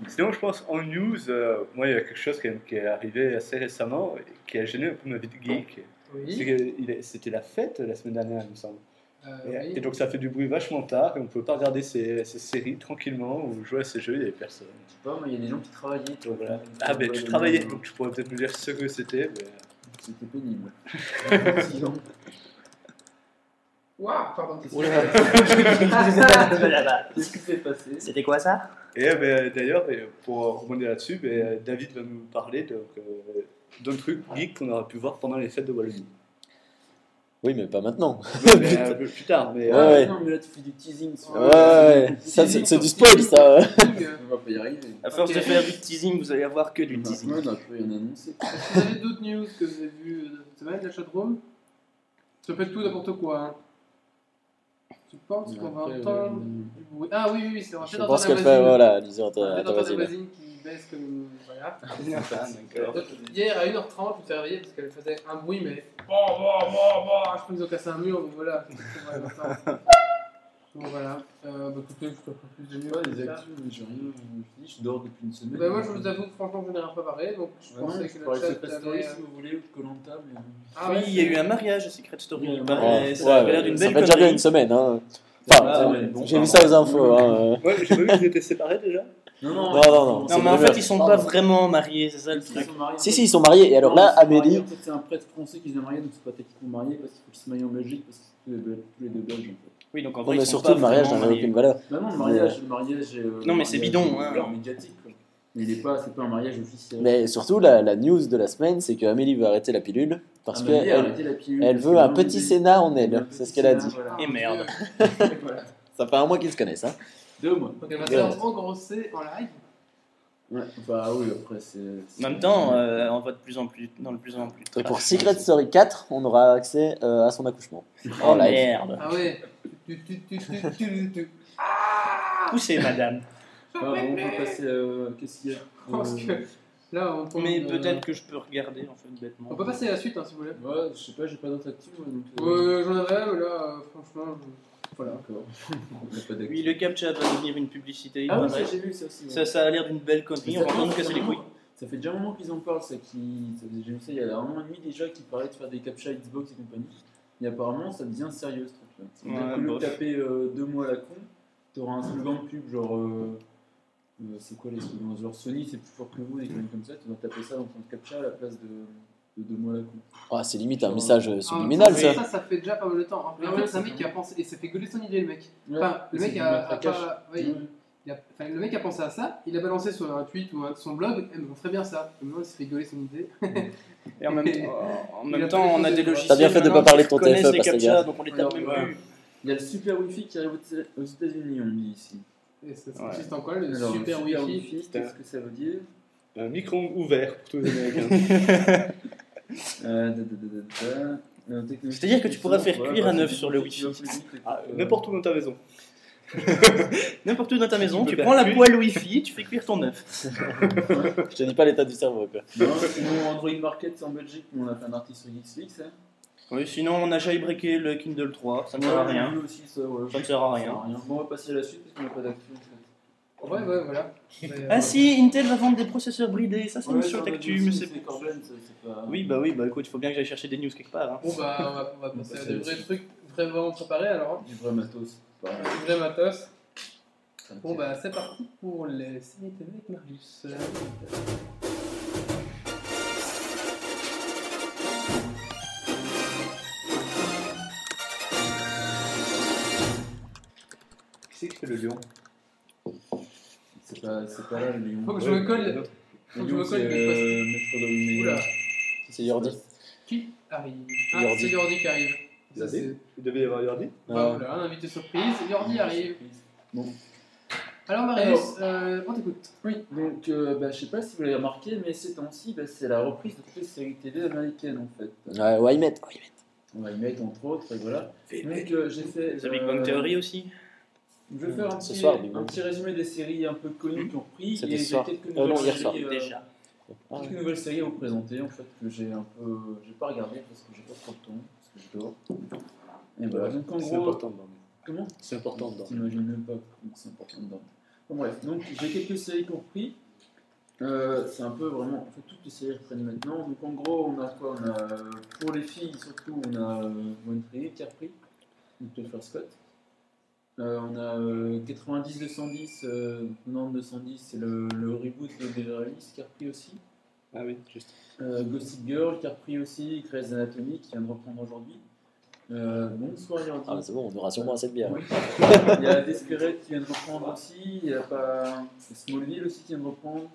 S6: Sinon, je pense en news, euh, moi, il y a quelque chose quand même qui est arrivé assez récemment et qui a gêné un peu ma vie de geek. C'est
S1: Oui.
S6: que il est- C'était la fête la semaine dernière, il me semble.
S1: Euh,
S6: Et,
S1: oui.
S6: et donc ça fait du bruit vachement tard et on peut pas regarder ces, ces séries tranquillement ou jouer à ces jeux, il n'y avait personne.
S4: Je sais pas, moi, il y a des gens qui travaillaient.
S6: Donc voilà. Ah ben tu travaillais, donc tu pourrais peut-être nous dire ce que c'était. mais-
S4: C'était pénible. Six ans.
S1: Waouh, pardon. qu'est-ce que-
S4: Qu'est-ce qui s'est passé
S5: C'était quoi ça
S6: Et euh, ben, d'ailleurs, et pour rebondir là-dessus, ben, euh, David va nous parler de- euh, d'un truc geek qu'on aurait pu voir pendant les fêtes de Wallonie.
S2: Oui, mais pas maintenant.
S6: Ouais, mais, euh, plus tard, mais...
S2: Ouais,
S4: Ah,
S2: ouais.
S4: Non, mais là, tu fais du teasing. sur-
S2: Ouais, ouais. Ça, c'est c'est du spoil, ça.
S1: euh,
S4: On va pas y arriver.
S5: À force
S1: Ok.
S5: de faire du teasing, vous allez avoir que du teasing.
S4: Maintenant, on a pu en annoncer.
S1: Est-ce que vous avez d'autres news que vous avez vues euh, cette semaine, la chatroom Ça peut être tout n'importe quoi. hein. Tu penses qu'on va
S4: Après,
S1: entendre
S4: euh,
S1: du bruit Ah oui, oui, oui, c'est on va
S2: Je
S1: peut-être
S2: pense qu'elle
S1: entendre
S2: fait,
S1: la voisine.
S2: voilà, disons,
S1: On va
S2: à
S1: peut-être
S2: ta
S1: entendre la
S2: voisine.
S1: voisine qui baisse comme. Voilà.
S6: Ah, d'accord.
S1: Hier à 1h30, je me suis réveillé parce qu'elle faisait un bruit, mais. Bon, bon, bon, bon Je crois qu'ils ont cassé un mur, donc voilà. Donc voilà. Euh, bah écoutez, je peux pas plus de news.
S4: Ouais,
S1: que
S4: les
S1: ça.
S4: actus, j'ai rien, je dis, je dors depuis une semaine.
S1: Bah, moi, je vous avoue que franchement, je n'ai rien préparé, donc je
S4: Ouais,
S1: pensais
S4: je
S1: que
S4: parlais
S1: le
S4: de
S1: chat
S4: Secret Story
S1: allait- euh,
S4: si vous voulez, ou de Colanta, mais.
S1: Ah
S5: oui,
S1: ouais,
S5: il y a eu un mariage à Secret Story.
S4: Ouais,
S5: il paraît.
S2: Ouais,
S5: ça
S2: ouais,
S5: avait l'air d'une
S2: Ça
S5: belle
S2: fait déjà bien
S5: connerie. bah,
S2: une semaine. Hein.
S4: Ah,
S2: Enfin,
S4: ouais, bon,
S2: j'ai vu
S4: pardon.
S2: ça aux infos. Hein.
S6: Ouais, j'ai pas vu qu'ils étaient séparés déjà
S4: Non,
S2: Non, non, non.
S5: Non, mais en
S2: Pardon.
S5: fait, ils sont pas vraiment mariés, c'est ça le truc.
S2: Si, si, ils sont mariés. Et alors là, Amélie.
S4: C'est un prêtre français qui les a mariés, donc c'est pas techniquement marié parce qu'il faut qu'ils se marient en Belgique parce que c'est tous les- tous les deux belges en
S5: Oui, donc en
S2: Non,
S5: vrai,
S2: mais
S5: ils sont
S2: surtout,
S5: pas
S2: le mariage
S5: vraiment
S2: n'en a
S5: mariés.
S2: aucune valeur.
S4: fait. Bah non, le mariage, le mariage. euh,
S5: Non, mais c'est
S4: le
S5: bidon,
S4: mariage,
S5: hein.
S4: euh, médiatique, quoi. Mais il est pas, c'est pas un mariage officiel.
S2: Mais surtout, la, la news de la semaine, c'est que Amélie veut arrêter la pilule parce
S4: Amélie a
S2: qu'elle
S4: arrêté la pilule,
S2: elle
S4: parce
S2: veut
S4: que
S2: un
S4: non,
S2: petit
S4: mais-
S2: Sénat en
S4: un
S2: elle. hein,
S4: petit
S2: C'est ce qu'elle a
S4: Sénat,
S2: dit.
S1: Ah,
S4: voilà.
S5: Et merde.
S1: voilà.
S2: Ça fait un mois qu'ils se connaissent. Hein.
S4: Deux mois.
S1: Donc elle va se faire engrosser en live.
S4: Ouais, bah oui, après c'est.
S5: En même temps, euh, on va de plus en plus dans le plus en plus.
S2: Et pour Secret Story 4, on aura accès euh, à son accouchement.
S5: Oh
S2: en live.
S5: merde.
S1: Ah ouais. Tu, tu, tu, tu, tu, tu, tu.
S5: Poussez, madame.
S4: Bah, bon, on peut passer. euh, Qu'est-ce qu'il y a Euh,
S1: Je pense que là, on peut.
S5: Mais peut-être que je peux regarder en fait bêtement.
S1: On peut passer à la suite, hein, si vous voulez.
S4: Ouais, je sais pas, j'ai pas d'autres actus. moi, donc, euh,
S1: Euh, J'en avais, mais là, euh, franchement. je-
S4: Voilà, d'accord. On a pas d'actu.
S5: Oui, le CAPTCHA va devenir une publicité. il
S4: Ah oui, ça
S5: paraît.
S4: j'ai vu ça aussi. ouais.
S5: ça, ça a l'air d'une belle connerie.
S4: Mais
S5: On va
S4: ça
S5: vraiment nous
S4: fait
S5: casser les
S4: un moment-
S5: couilles.
S4: Ça fait déjà un moment qu'ils en parlent, ça qui. ça faisait- J'ai vu ça il y a un an et demi déjà qu'ils parlaient de faire des captcha Xbox et compagnie. Et apparemment ça devient sérieux ce truc-là.
S5: Ouais,
S4: C'est-à-dire que lieu
S5: bof.
S4: de taper euh, deux mois à la con, t'auras un slogan de pub genre. euh, euh, c'est quoi les slogans Genre Sony c'est plus fort que vous, des conneries comme ça, tu dois taper ça dans ton captcha à la place de, de deux mois à la con.
S2: Ah, c'est limite un message euh,
S1: Ah,
S2: subliminal,
S1: mais
S2: ça.
S1: Ça, ça fait déjà pas mal de temps. hein. Mais en
S4: Ouais,
S1: fait, c'est un
S4: c'est
S1: mec
S4: ça.
S1: qui a pensé. Et ça fait gueuler son idée, le mec.
S4: Ouais,
S1: Enfin, le
S4: c'est
S1: mèque
S4: du
S1: a, a
S4: matraquage.
S1: pas. ouais, il- il a- enfin, le mec a pensé à ça, il a balancé sur un tweet ou un- son blog, eh, mais on ferait bien ça. Et maintenant, il s'est fait gueuler son idée.
S5: Et en même, en même
S1: Il a
S5: temps,
S1: pas
S5: on a
S1: fait
S5: des
S1: de-
S5: logiciels.
S2: T'as bien fait de
S5: maintenant
S2: pas parler de
S5: qui
S2: ton
S5: connaissent
S2: TFE,
S5: les
S2: parce que
S5: CAPTCHA,
S2: gars-
S5: donc on les tape
S4: Ouais,
S5: même
S4: ouais.
S5: plus.
S4: Il y a le super wifi qui arrive aux- aux États-Unis, on me dit ici.
S1: Et ça ça
S5: Ouais.
S1: consiste en quoi, le
S4: Alors,
S1: super wifi
S4: qu'est-ce que ça veut dire
S6: Un micro ouvert pour tous les Américains.
S4: Euh, da, da, da, da, da. Euh, technologie
S5: C'est-à-dire que tu pourrais faire
S4: ouais,
S5: cuire
S4: bah,
S5: un
S4: c'est
S5: œuf sur le
S4: technologie
S5: wifi.
S4: qui va plus vite,
S6: Ah,
S4: euh,
S6: N'importe où dans ta maison.
S5: N'importe où dans ta maison,
S6: peux
S5: tu
S6: faire
S5: prends la
S6: cuire.
S5: poêle Wi-Fi, tu fais cuire ton œuf.
S2: Je te dis pas l'état du cerveau, quoi.
S4: Non, sinon, Android Market c'est en Belgique, nous, on a fait un article sur Xflix. Hein.
S5: Oui, sinon, on a jailbreaké le Kindle 3, ça ne sert à
S4: Ouais,
S5: rien.
S4: nous aussi, ça, ouais.
S5: Ça ne sert à
S4: Ça sert
S5: rien.
S4: à rien. Bon, on va passer à la suite parce qu'on n'a pas d'actu en fait.
S1: Ouais, ouais, voilà. Mais,
S5: Ah
S1: euh,
S5: si, Intel va vendre des processeurs bridés, ça c'est
S4: Ouais,
S5: une
S4: ça, on
S5: chouette
S4: a
S5: actu,
S4: dit
S5: mais
S4: aussi,
S5: c'est...
S4: c'est Corben, ça, c'est pas.
S5: Oui, bah oui, bah écoute, il faut bien que j'aille chercher des news quelque part. hein.
S1: Bon, bah, on va, on va passer à des vrais
S4: Merci.
S1: trucs vraiment préparés alors.
S4: Du vrai matos. c'est pas-
S1: Du vrai matos.
S4: ça,
S1: Bon,
S4: c'est-
S1: bah, c'est parti pour les séries TV avec Marius.
S6: Qui c'est que c'est le lion
S4: C'est pas, c'est pas là le lion.
S1: Faut que je
S6: Ouais,
S1: me colle.
S6: non.
S1: Faut que
S4: Le
S1: je me
S4: lion,
S1: colle
S4: c'est
S1: des post-it.
S4: euh, Metro Dominé.
S1: Oula,
S2: C'est Yordi.
S1: qui arrive Ah,
S2: Jordi.
S1: c'est Jordi qui arrive. Ça,
S6: Jordi.
S1: c'est...
S6: Il devait y avoir Jordi
S1: Bah, voilà, un invité surprise. Jordi arrive.
S4: Bon.
S1: Alors, Marius, euh, on t'écoute.
S4: Oui, donc euh, bah, je sais pas si vous l'avez remarqué, mais ces temps-ci, bah, c'est la reprise de toutes les séries télé américaines en fait.
S2: Ouais, ouais, Met. ouais, Met.
S4: On va y mettre entre autres, et voilà. Donc euh, j'ai fait.
S5: The
S4: euh,
S5: Big Bang Theory aussi.
S4: Je vais faire un
S2: Ce
S4: petit,
S2: soir, Big
S4: un
S2: Bang.
S4: petit résumé des séries un peu connues qui ont pris.
S2: C'était
S4: et
S2: ce
S4: j'ai
S2: soir.
S4: quelques
S2: Euh, non,
S4: nouvelles
S2: hier soir.
S4: séries, euh,
S5: Déjà.
S2: Ah,
S4: Quelques nouvelles séries à vous présenter en fait que j'ai un peu. J'ai pas regardé parce que j'ai pas trop le temps, parce que je dors. Et voilà, donc en
S6: C'est
S4: gros.
S6: important de dormir.
S4: Comment
S6: C'est important de dormir.
S4: T'imagines même pas comment c'est important de dormir. Bon, bref, donc j'ai quelques séries compris. Euh, c'est un peu vraiment. En fait, toutes les séries reprennent maintenant. Donc, en gros, on a quoi On a. euh, Pour les filles, surtout, on a euh, One Tree qui a repris, donc Topher Scott. Euh, on a euh, 90 210, euh, 90 210, c'est le, le reboot de Beverly Hills qui a repris aussi.
S5: Ah oui, juste.
S4: Euh, Gossip Girl qui a repris aussi, Grey's Anatomy qui vient de reprendre aujourd'hui. Euh, bonsoir Yordi.
S2: Ah, bah, c'est bon, on aura sûrement assez de bière.
S4: Oui. Il y a Desperate qui vient de reprendre aussi, il y a pas... Smallville aussi qui vient de reprendre.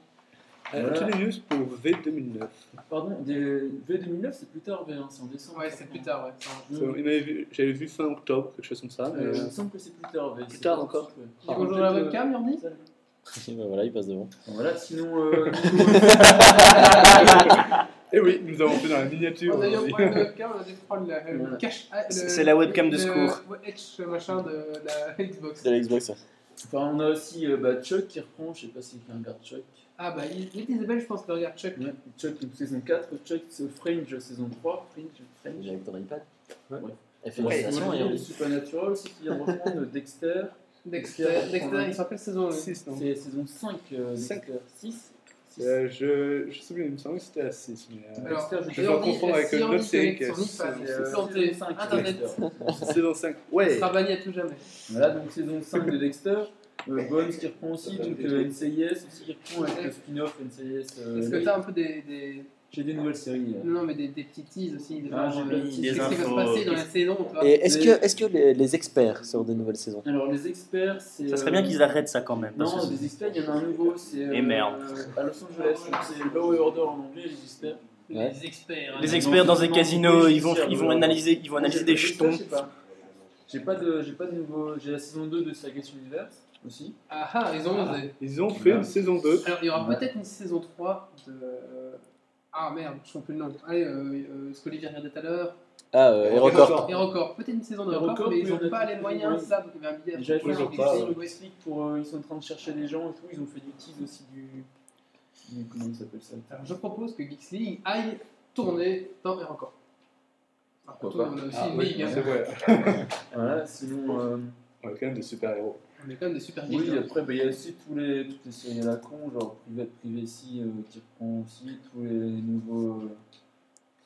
S4: Voilà.
S6: Toutes les news pour V2009.
S4: Pardon, des... V2009 c'est plus tard, V1, c'est en décembre.
S1: Ouais, c'est plus tard, ouais. Enfin,
S4: Mm.
S6: Ça, il m'avait vu- J'avais vu fin octobre, quelque chose comme ça. mais-
S4: Euh, il me semble que c'est plus tard, V.
S6: Plus
S4: c'est
S6: tard
S4: pas
S6: encore.
S4: possible, ouais.
S1: Tu rejoins la webcam, Yordi
S4: Bon,
S2: Bah, voilà, il passe devant.
S4: Voilà, sinon. euh,
S6: Eh oui, nous avons fait dans la miniature.
S1: On a eu un
S6: aussi.
S1: problème de webcam, on a dû prendre la, euh,
S4: Voilà.
S1: cache- ah, le-
S5: C'est la webcam de
S1: le-
S5: secours.
S1: ouais, Edge, machin de la Xbox.
S2: C'est la Xbox. hein.
S4: enfin, on a aussi euh, bah, Chuck qui reprend, je sais pas si quelqu'un regarde Chuck.
S1: Ah bah, il il est Isabelle, je pense, que regarde Chuck.
S4: Ouais, Chuck donc, saison 4, Chuck c'est Fringe saison 3, Fringe, Fringe.
S2: Déjà avec ton iPad.
S6: Ouais.
S2: Elle fait une
S4: Ouais,
S2: sensation,
S4: le
S2: Yordi.
S4: Supernatural aussi qui vient de reprendre Dexter.
S1: Dexter, Dexter, il s'en rappelle saison. euh,
S6: Six, non
S4: C'est saison 5, euh, Dexter 6.
S6: Euh, je, je me souviens, il me semblait que c'était à 6. Mais, euh,
S1: Alors,
S4: Dexter, je
S6: vais pas
S1: Yordi,
S6: confondre avec
S1: si
S6: une
S1: Yordi
S6: autre série
S1: connecte
S6: qui est-
S1: son iPad,
S6: c'est-
S1: euh,
S6: c'est-
S1: planté, Internet,
S6: saison 5.
S1: il
S6: Ouais
S1: sera banni à tout jamais.
S4: Voilà, donc saison 5 de Dexter. Euh, Bones qui reprend aussi, donc euh, NCIS aussi qui reprend avec le spin-off NCIS. euh,
S1: Est-ce que t'as un peu des, des...
S4: J'ai des nouvelles séries. euh.
S1: Non, mais des, des petits teases aussi, des
S4: Ah, j'ai
S1: gens,
S4: des
S1: euh,
S4: petits
S1: Qu'est-ce qui va se
S5: infos.
S1: passer dans la saison, tu vois
S2: Et est-ce que, est que les, les experts sortent des nouvelles saisons
S4: Alors les experts, c'est.
S5: Ça serait
S4: euh,
S5: bien qu'ils arrêtent ça quand même. parce
S4: Non,
S5: que-
S4: des experts, il y en a un nouveau, c'est. euh,
S5: Et merde.
S4: À Los Angeles, donc c'est Law and Order en anglais, les experts.
S2: Ouais.
S1: Les experts. hein.
S5: Les
S4: Non,
S5: experts dans des
S4: non,
S5: casinos,
S4: non,
S5: ils vont,
S4: c'est sûr,
S5: ils vont
S4: ouais.
S5: analyser, ils vont analyser des
S4: J'ai pas-
S5: jetons.
S4: je sais pas. J'ai pas de, j'ai pas de nouveau. J'ai la saison 2 de Saga Universe aussi.
S1: Ah ah, ils ont osé.
S6: Ils ont fait une saison 2.
S1: Alors, il y aura
S4: Ouais.
S1: peut-être une saison 3 de. euh, Ah merde, je ne plus le nom. Allez, euh, euh, ce que Olivier regardait tout à l'heure.
S2: Ah, euh, Hérocorp.
S1: Et record, peut-être une saison de
S4: Et
S1: record,
S4: record,
S1: mais ils
S4: oui,
S1: n'ont
S4: on a
S1: pas
S4: tout
S1: les
S4: fait,
S1: moyens,
S4: oui.
S1: ça, parce qu'il y avait un
S4: Et
S1: billet.
S4: J'avais fait
S1: Ouais,
S4: un
S1: mais
S4: petit
S1: c'est-
S4: sur Netflix pour. euh, ils sont en train de chercher des gens et tout. Ils ont fait du tease aussi du. du- Comment ça s'appelle ça
S1: Alors, je propose que Geeks League aille tourner dans et record. Alors,
S4: Pourquoi
S1: tout, on a aussi
S6: Ah,
S1: une
S6: oui,
S1: ligue, hein.
S6: c'est vrai.
S4: Voilà, sinon. euh,
S6: On a quand même des super-héros.
S1: On est quand même des super geeks.
S4: oui,
S1: hein.
S4: après, bah, il y a aussi tous les, toutes les séries à la con, genre Private Privacy euh, qui reprend aussi, tous les nouveaux. euh,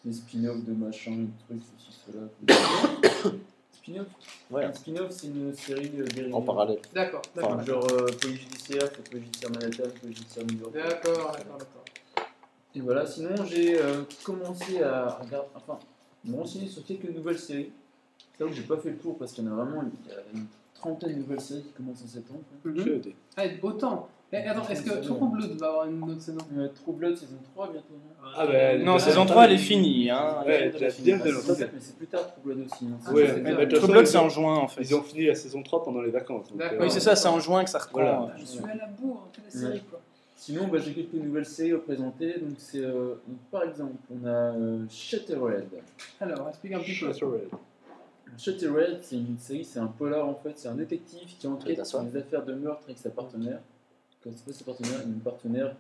S4: les spin-offs de machin, de trucs, ceci, cela. spin-off
S2: Ouais,
S4: Un spin-off, c'est une série euh, dérivée.
S2: en parallèle.
S1: D'accord, d'accord.
S2: Enfin,
S4: Genre euh, police judiciaire, c'est police judiciaire Manhattan, police judiciaire New York.
S1: D'accord, d'accord, d'accord.
S4: Et voilà, sinon j'ai euh, commencé à regarder, enfin, me renseigner sur quelques nouvelles séries. C'est là que j'ai pas fait le tour parce qu'il y en a vraiment une, il y a une trentaine de nouvelles séries qui commencent en septembre.
S1: Mhm.
S6: Je dis.
S1: Ah, et autant. Eh, attends, est-ce que True Blood va avoir une autre saison
S4: Euh, True Blood saison 3 bientôt, hein. non
S6: Ah ben,
S5: bah, Non,
S6: euh,
S5: saison 3, elle est finie. Hein.
S6: Ouais,
S5: Elle est
S6: la
S5: finie.
S6: bien
S4: Ah,
S6: de
S4: c'est ça, mais c'est plus tard True Blood aussi.
S6: Ah,
S4: non, c'est-
S1: Ouais,
S4: c'est
S1: mais
S4: bien.
S1: bah,
S5: True Blood, c'est en juin en fait.
S6: Ils ont fini la saison 3 pendant les vacances. donc, euh,
S1: D'accord.
S5: Oui, c'est ça, c'est en juin que ça reprend.
S6: Voilà.
S1: Je suis à la bourre, toute la série, quoi.
S4: Sinon, bah, j'ai quelques nouvelles séries à présenter. Donc, c'est, euh, donc, par exemple, on a euh, Shattered.
S1: Alors, explique un petit peu.
S6: Shattered.
S4: Shattered, c'est une série, c'est un polar en fait, c'est un détective qui enquête sur des affaires de meurtre avec sa partenaire. Quand c'est pas sa partenaire, une partenaire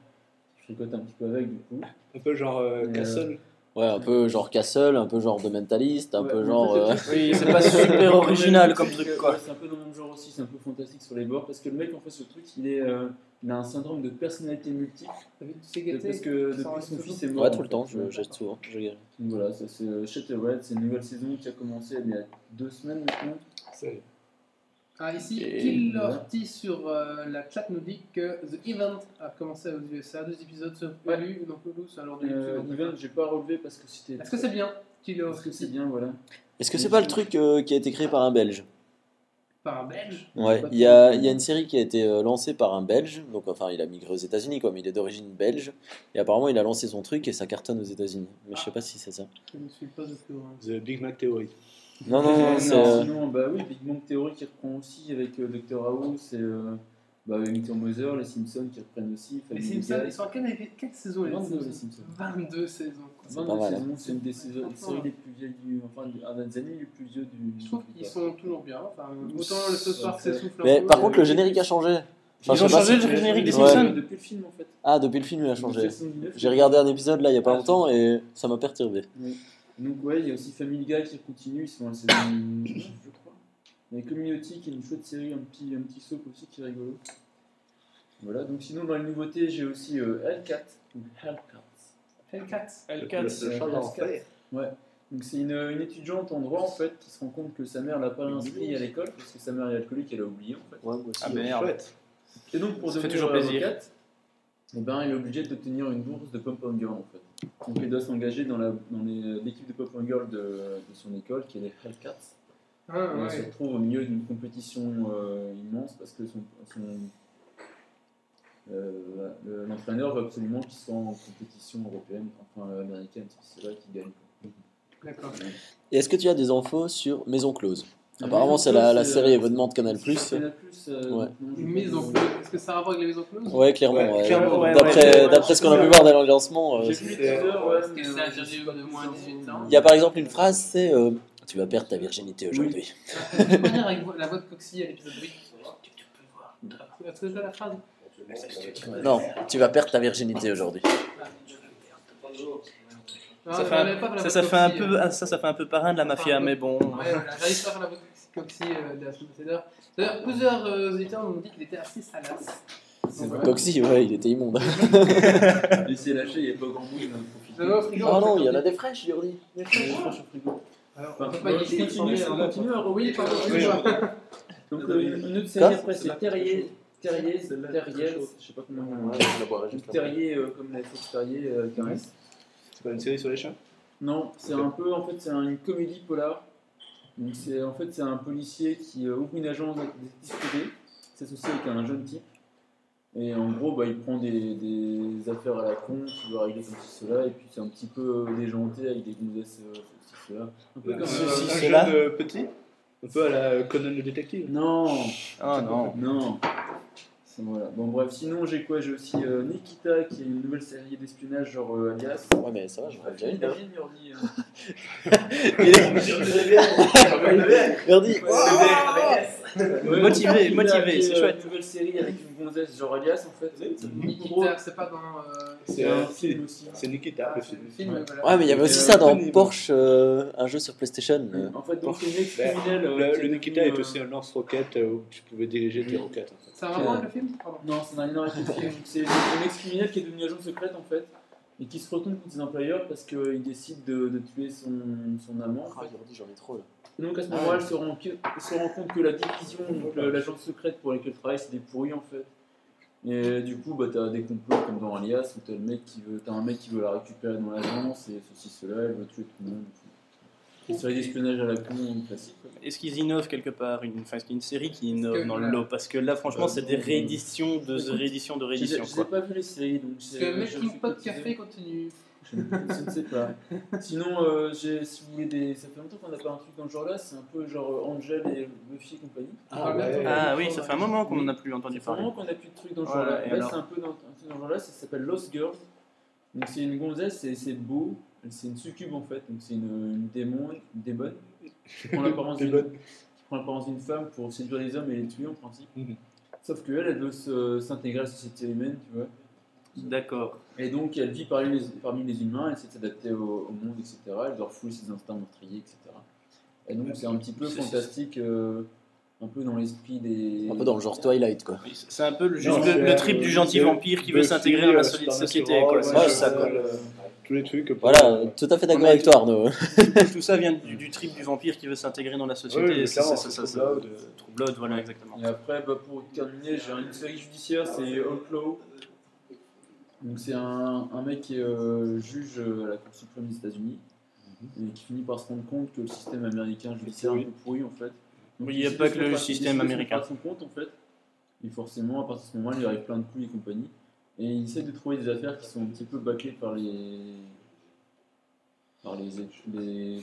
S4: qui fricote un petit peu avec du coup.
S6: Un peu genre euh,
S4: Euh,
S6: Castle.
S2: Ouais, un peu genre Castle, un peu genre de Mentalist, un
S4: Ouais,
S2: peu
S4: mais
S2: genre.
S4: peut-être
S2: euh,
S4: aussi-
S5: Oui, c'est pas super original comme truc quoi.
S4: euh, Ouais, C'est un peu dans le même genre aussi, c'est un peu fantastique sur les bords parce que le mec en fait ce truc, il est, euh, il a un syndrome de personnalité multiple
S1: T'as vu, tu sais gâter.
S4: parce que
S1: ça
S4: depuis que
S1: reste
S4: son
S1: toujours.
S4: fils est mort.
S2: Ouais, tout le
S4: en
S2: temps,
S4: fait.
S2: je jette souvent. Je gagne.
S4: Donc Voilà, ça c'est euh, Shattered, c'est une nouvelle saison qui a commencé il y a deux semaines maintenant.
S6: C'est-
S1: Ah, ici,
S2: Et-
S1: Kill Horty sur euh, la chat nous dit que The Event a commencé aux USA. Deux épisodes sont prévus, donc nous, c'est alors de
S4: Euh,
S1: YouTube.
S4: Event, j'ai pas relevé parce que c'était.
S1: Est-ce que c'est bien Kill
S4: Est-ce que c'est
S1: Horty
S4: bien, voilà.
S2: Est-ce que c'est pas le truc euh, qui a été créé par un Belge
S1: par un Belge
S2: Ouais, il y a, il y a une série qui a été euh, lancée par un Belge, donc enfin il a migré aux États-Unis quoi, mais il est d'origine belge, et apparemment il a lancé son truc et ça cartonne aux États-Unis. Mais je sais pas si c'est ça.
S1: Je ne suis pas hein. au courant.
S6: The Big Mac Theory.
S2: Non, non, non,
S4: Non,
S2: c'est. euh,
S4: Sinon, bah oui, Big Bang Theory qui reprend aussi avec euh, Dr. House et euh, bah, Meteor Mother, les Simpsons qui reprennent aussi.
S1: Les
S4: Family
S1: Simpsons,
S4: Guy.
S1: ils sont à quelle, quelle saison les
S4: 22,
S1: Simpsons
S4: les Simpsons.
S1: 22 saisons. quoi.
S2: C'est
S4: 22
S2: pas mal, hein.
S4: saisons, c'est une des saisons- des séries les plus vieilles du. Enfin, du- un des années les plus vieux du.
S1: Je trouve qu'ils sont toujours bien. Enfin, autant le ce
S4: Ouais,
S1: soir que
S4: c'est-
S1: c'est souffle.
S2: Mais
S1: un peu,
S2: par
S1: euh,
S2: contre le générique a changé. Enfin, je
S5: Ils ont
S2: sais pas
S5: changé
S2: si-
S5: le générique des
S2: Ouais.
S5: Simpsons
S4: Depuis le film en fait.
S2: Ah, depuis le film il a
S4: Depuis
S2: changé.
S4: 79.
S2: J'ai regardé un épisode là il y a pas
S4: Ah,
S2: longtemps et ça m'a perturbé.
S4: Donc, ouais, il y a aussi Family Guy qui continue, ils sont à la saison 9, je crois. Il y a Community qui est une chouette série, un petit, un petit soap aussi qui est rigolo. Voilà, donc sinon dans les nouveautés, j'ai aussi euh, Hellcat. Donc, Hellcat.
S6: Le,
S1: Hellcat.
S6: le, le chat d'enfer.
S4: Ouais. Donc c'est une, une étudiante en droit en fait qui se rend compte que sa mère l'a pas inscrit à l'école parce que sa mère est alcoolique, elle a oublié en fait.
S2: Ouais, moi aussi.
S5: Ah merde.
S6: Chouette.
S4: Et donc pour
S5: Ça fait
S4: devenir
S5: toujours plaisir.
S4: avocate, eh ben, elle est obligée d'obtenir une bourse de pop Pom Girl en fait. Donc elle doit s'engager dans la- dans les- l'équipe de pop Pom Girl de, de son école qui est les Hellcats.
S1: Ah,
S4: Et Elle se
S1: ouais.
S4: retrouve au milieu d'une compétition euh, immense parce que son, son- euh, le- l'entraîneur veut absolument qu'il soit en compétition européenne, enfin euh, américaine, parce que c'est là qu'il gagne.
S1: D'accord.
S2: Et est-ce que tu as des infos sur Maison Close
S4: Maison
S2: Ah, Apparemment, c'est la,
S4: Close,
S2: la
S4: c'est,
S2: série
S4: euh,
S2: événement de Canal+.
S4: Canal Plus. euh,
S2: Ouais.
S1: Une maison close. Est-ce que ça a rapport avec les maisons closes
S2: Ouais, clairement.
S6: Ouais,
S2: ouais.
S5: clairement, ouais,
S2: D'après
S5: ouais.
S2: d'après ce qu'on a pu voir dans le lancement, euh,
S4: J'ai
S2: c'est-
S4: vu les
S6: c'est-
S4: teasers, ouais.
S1: Est-ce que
S4: mais,
S1: c'est un
S4: euh,
S1: virgule de moins 18 ans
S2: il y a par exemple une phrase, c'est euh, Tu vas perdre ta virginité aujourd'hui.
S1: La première avec vo- la voix de Coxy à l'épisode 8. Tu tu peux voir. Est-ce que je dois la phrase
S2: Non, tu vas perdre ta virginité aujourd'hui.
S1: Non,
S5: Ça
S1: elle
S5: fait un-
S1: l'avait pas, Ah, la
S5: Ça,
S1: voix
S5: ça
S1: de
S5: fait un
S1: Coxy.
S5: peu, ah, ça, ça fait un peu parrain de la mafia, mais bon.
S1: Ouais, voilà, j'arrive pas à faire la voix de Coxy euh, de la semaine précédente. D'ailleurs, plusieurs euh, auditeurs m'ont dit qu'il était assez salace.
S4: C'est
S1: Donc,
S4: vrai.
S2: Coxy, ouais, il était immonde.
S4: Laissez lâcher, il n'y a pas grand monde, il en profite.
S1: Donnez au frigo,
S2: Ah non,
S1: on
S2: il y en
S1: fait
S2: a des fraîches, Jordi.
S4: Je pense au frigo.
S1: Alors,
S4: Enfin,
S1: on peut pas
S4: je
S1: guider,
S4: continue,
S1: on
S4: on continue, alors,
S1: Oui, pardon,
S6: Oui,
S1: excuse-moi.
S4: Donc, euh, une autre série
S2: Quoi
S4: après, c'est Terrier. Terrier, Terrier, je sais pas comment on
S6: Ouais,
S4: dit.
S6: je la boirai juste après.
S4: Terrier, euh, comme la fox Terrier, euh, Clarisse.
S6: C'est pas une série sur les chats
S4: Non, c'est un peu, en fait, c'est un- une comédie polar. Donc, c'est, en fait, c'est un policier qui euh, ouvre une agence avec des discothèques, s'associe avec un jeune type. Et en gros, bah, il prend des, des affaires à la con, qui doit régler comme ci, cela, et puis c'est un petit peu euh, déjanté avec des gonzesses, euh, comme ci, cela. Un peu
S6: Un
S4: comme,
S5: Ceci,
S4: euh,
S6: un
S5: cela.
S6: jeune euh, petit Un peu à la Conan le détective.
S4: Non,
S5: Ah non.
S4: non. C'est- Voilà. Bon, bref, sinon, j'ai quoi J'ai aussi euh, Nikita, qui est une nouvelle série d'espionnage, genre euh, Alias.
S2: Ouais, mais ça va, j'aurais déjà eu.
S4: Fini, David, Murdy, euh.
S2: Jordi,
S4: Ah,
S1: Ah,
S4: Ouais,
S5: Motivé,
S4: donc,
S5: motivé,
S4: il a
S5: c'est
S4: fait,
S5: chouette.
S4: euh, Une nouvelle série avec une gonzesse, genre Elias en fait.
S1: Nikita, c'est pas dans euh,
S4: C'est un film aussi.
S6: C'est Nikita, le
S1: le
S6: film.
S1: film. voilà.
S2: Ouais, mais il y avait
S4: Et,
S2: aussi
S4: euh,
S2: ça dans
S6: disponible.
S2: Porsche, euh, un jeu sur PlayStation. euh.
S4: hein. En fait, donc c'est une
S3: Bah,
S6: Ben,
S4: ex-criminelle. euh,
S6: Le,
S4: qui
S6: le
S4: est
S6: Nikita
S4: devenue,
S6: est
S4: euh,
S6: aussi un lance-roquette euh, où tu pouvais diriger tes roquettes. en fait.
S1: Ça a rapport avec le film Pardon.
S4: Non, c'est un énorme film. Donc, C'est une ex-criminelle qui est devenue agent secrète en fait. Et qui se retourne contre ses employeurs parce qu'il décide de, de tuer son, son amant. en
S2: Ah,
S4: fait.
S2: Jordi, j'en ai trop là.
S4: Et donc à
S1: Ah.
S4: ce moment-là, elle se rend, que- elle se rend compte que la division, donc le- l'agence secrète pour laquelle elle travaille, c'est des pourris en fait. Et du coup, bah, t'as des complots comme dans Alias où t'as le mec qui veut, t'as un mec qui veut la récupérer dans l'agence et ceci cela, elle veut tuer tout le monde. C'est série d'espionnage à la con classique. quoi.
S5: Est-ce qu'ils innovent quelque part une, enfin, est-ce qu'il y a une série qui innove
S1: que-
S5: dans le lot Parce que Euh, là, franchement, c'est des rééditions de
S4: Écoute,
S5: rééditions de
S4: Je
S5: rééditions.
S4: n'ai
S5: Quoi.
S4: pas vu les séries donc.
S1: Parce
S4: c'est-
S1: que
S4: Euh, je
S1: Making
S4: suis
S1: Pot
S4: cotisé.
S1: Café continue.
S4: Je je ne sais pas. Sinon, euh, j'ai- si vous voulez des, ça fait longtemps qu'on n'a pas un truc dans le genre là. C'est un peu genre euh, Angel et Buffy et compagnie.
S6: Ah ouais.
S1: bientôt,
S5: Ah
S1: bientôt,
S5: oui, ça fait un moment qu'on n'en a plus entendu
S4: C'est pas
S5: parler.
S4: vraiment qu'on a plus de trucs dans le
S5: Ouais,
S4: genre là.
S5: et
S4: Là,
S5: alors
S4: c'est un peu dans, un truc dans le genre là, ça s'appelle Lost Girl. Donc c'est une gonzesse, c'est, c'est beau, c'est une succube en fait, donc c'est une, une démon, une démon, qui prend l'apparence d'une,
S6: Démon.
S4: qui prend l'apparence d'une femme pour séduire les hommes et les tuer en principe.
S6: Mhm.
S4: Sauf qu'elle, elle veut se- s'intégrer à la société humaine, tu vois.
S5: D'accord.
S4: Et donc elle vit parmi les, parmi les humains, elle s'est adaptée au, au monde, etc. Elle doit refouler ses instincts meurtriers, etc. Et donc c'est un petit peu
S5: C'est- c'est-
S4: fantastique, euh, un peu dans l'esprit des...
S2: Un peu dans le genre Twilight quoi.
S5: Oui, C'est un peu le, juste
S6: Non,
S5: le,
S6: c'est,
S5: le trip
S6: euh,
S5: du gentil
S6: c'est
S5: vampire qui veut
S6: Buffy,
S5: s'intégrer dans la
S6: euh,
S5: solide
S6: Supernatural,
S5: société. Quoi. C'est
S6: ouais,
S5: juste ça, quoi.
S6: euh, Tous les trucs. pour-
S2: Voilà, euh, tout à fait d'accord
S5: On a
S2: avec
S5: été-
S2: toi Arnaud.
S5: Tout ça vient du, du trip du vampire qui veut s'intégrer dans la
S6: Ouais,
S5: société.
S6: mais
S5: c'est ça,
S6: clairement,
S5: ça, ça,
S6: c'est
S5: ça.
S6: Troubled.
S5: Troubled, voilà, exactement.
S4: Et après, bah, pour terminer, j'ai une série judiciaire, c'est Outlaw. Donc c'est un, un mec qui est euh, juge euh, à la Cour suprême des États-Unis
S5: Mhm.
S4: et qui finit par se rendre compte que le système américain judiciaire est un peu pourri en fait. Donc,
S5: Oui, il y a
S4: décide
S5: pas
S4: de
S5: que
S4: se
S5: le
S4: mettre à-
S5: système
S4: décide de se
S5: américain.
S4: mettre à son compte en fait. Et forcément, à partir de ce moment, il lui arrive plein de coups et compagnie. Et il essaie de trouver des affaires qui sont un petit peu bâclées par les par les, les-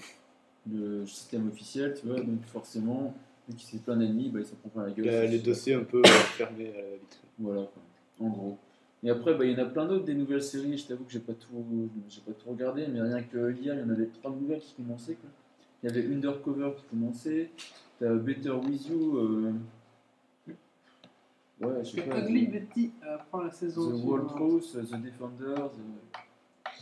S4: le système officiel, tu vois. Donc forcément, vu qu'il s'est plein d'ennemis, bah, il s'en prend plein la gueule.
S6: La-
S4: C'est-
S6: les
S4: c'est-
S6: dossiers un peu euh, fermés à la vitre.
S4: Voilà, quoi. en gros. Et après, bah, il y en a plein d'autres des nouvelles séries. Je t'avoue que j'ai pas tout, j'ai pas tout regardé, mais rien que hier, il y en avait trois nouvelles qui commençaient. Quoi. Il y avait Undercover qui commençait. T'as Better With You. euh, Ouais, je sais
S1: Que
S4: pas.
S1: Ugly Betty euh, prend la
S4: The
S1: saison.
S4: Wall
S1: suivante.
S4: Cross, The Defenders, euh,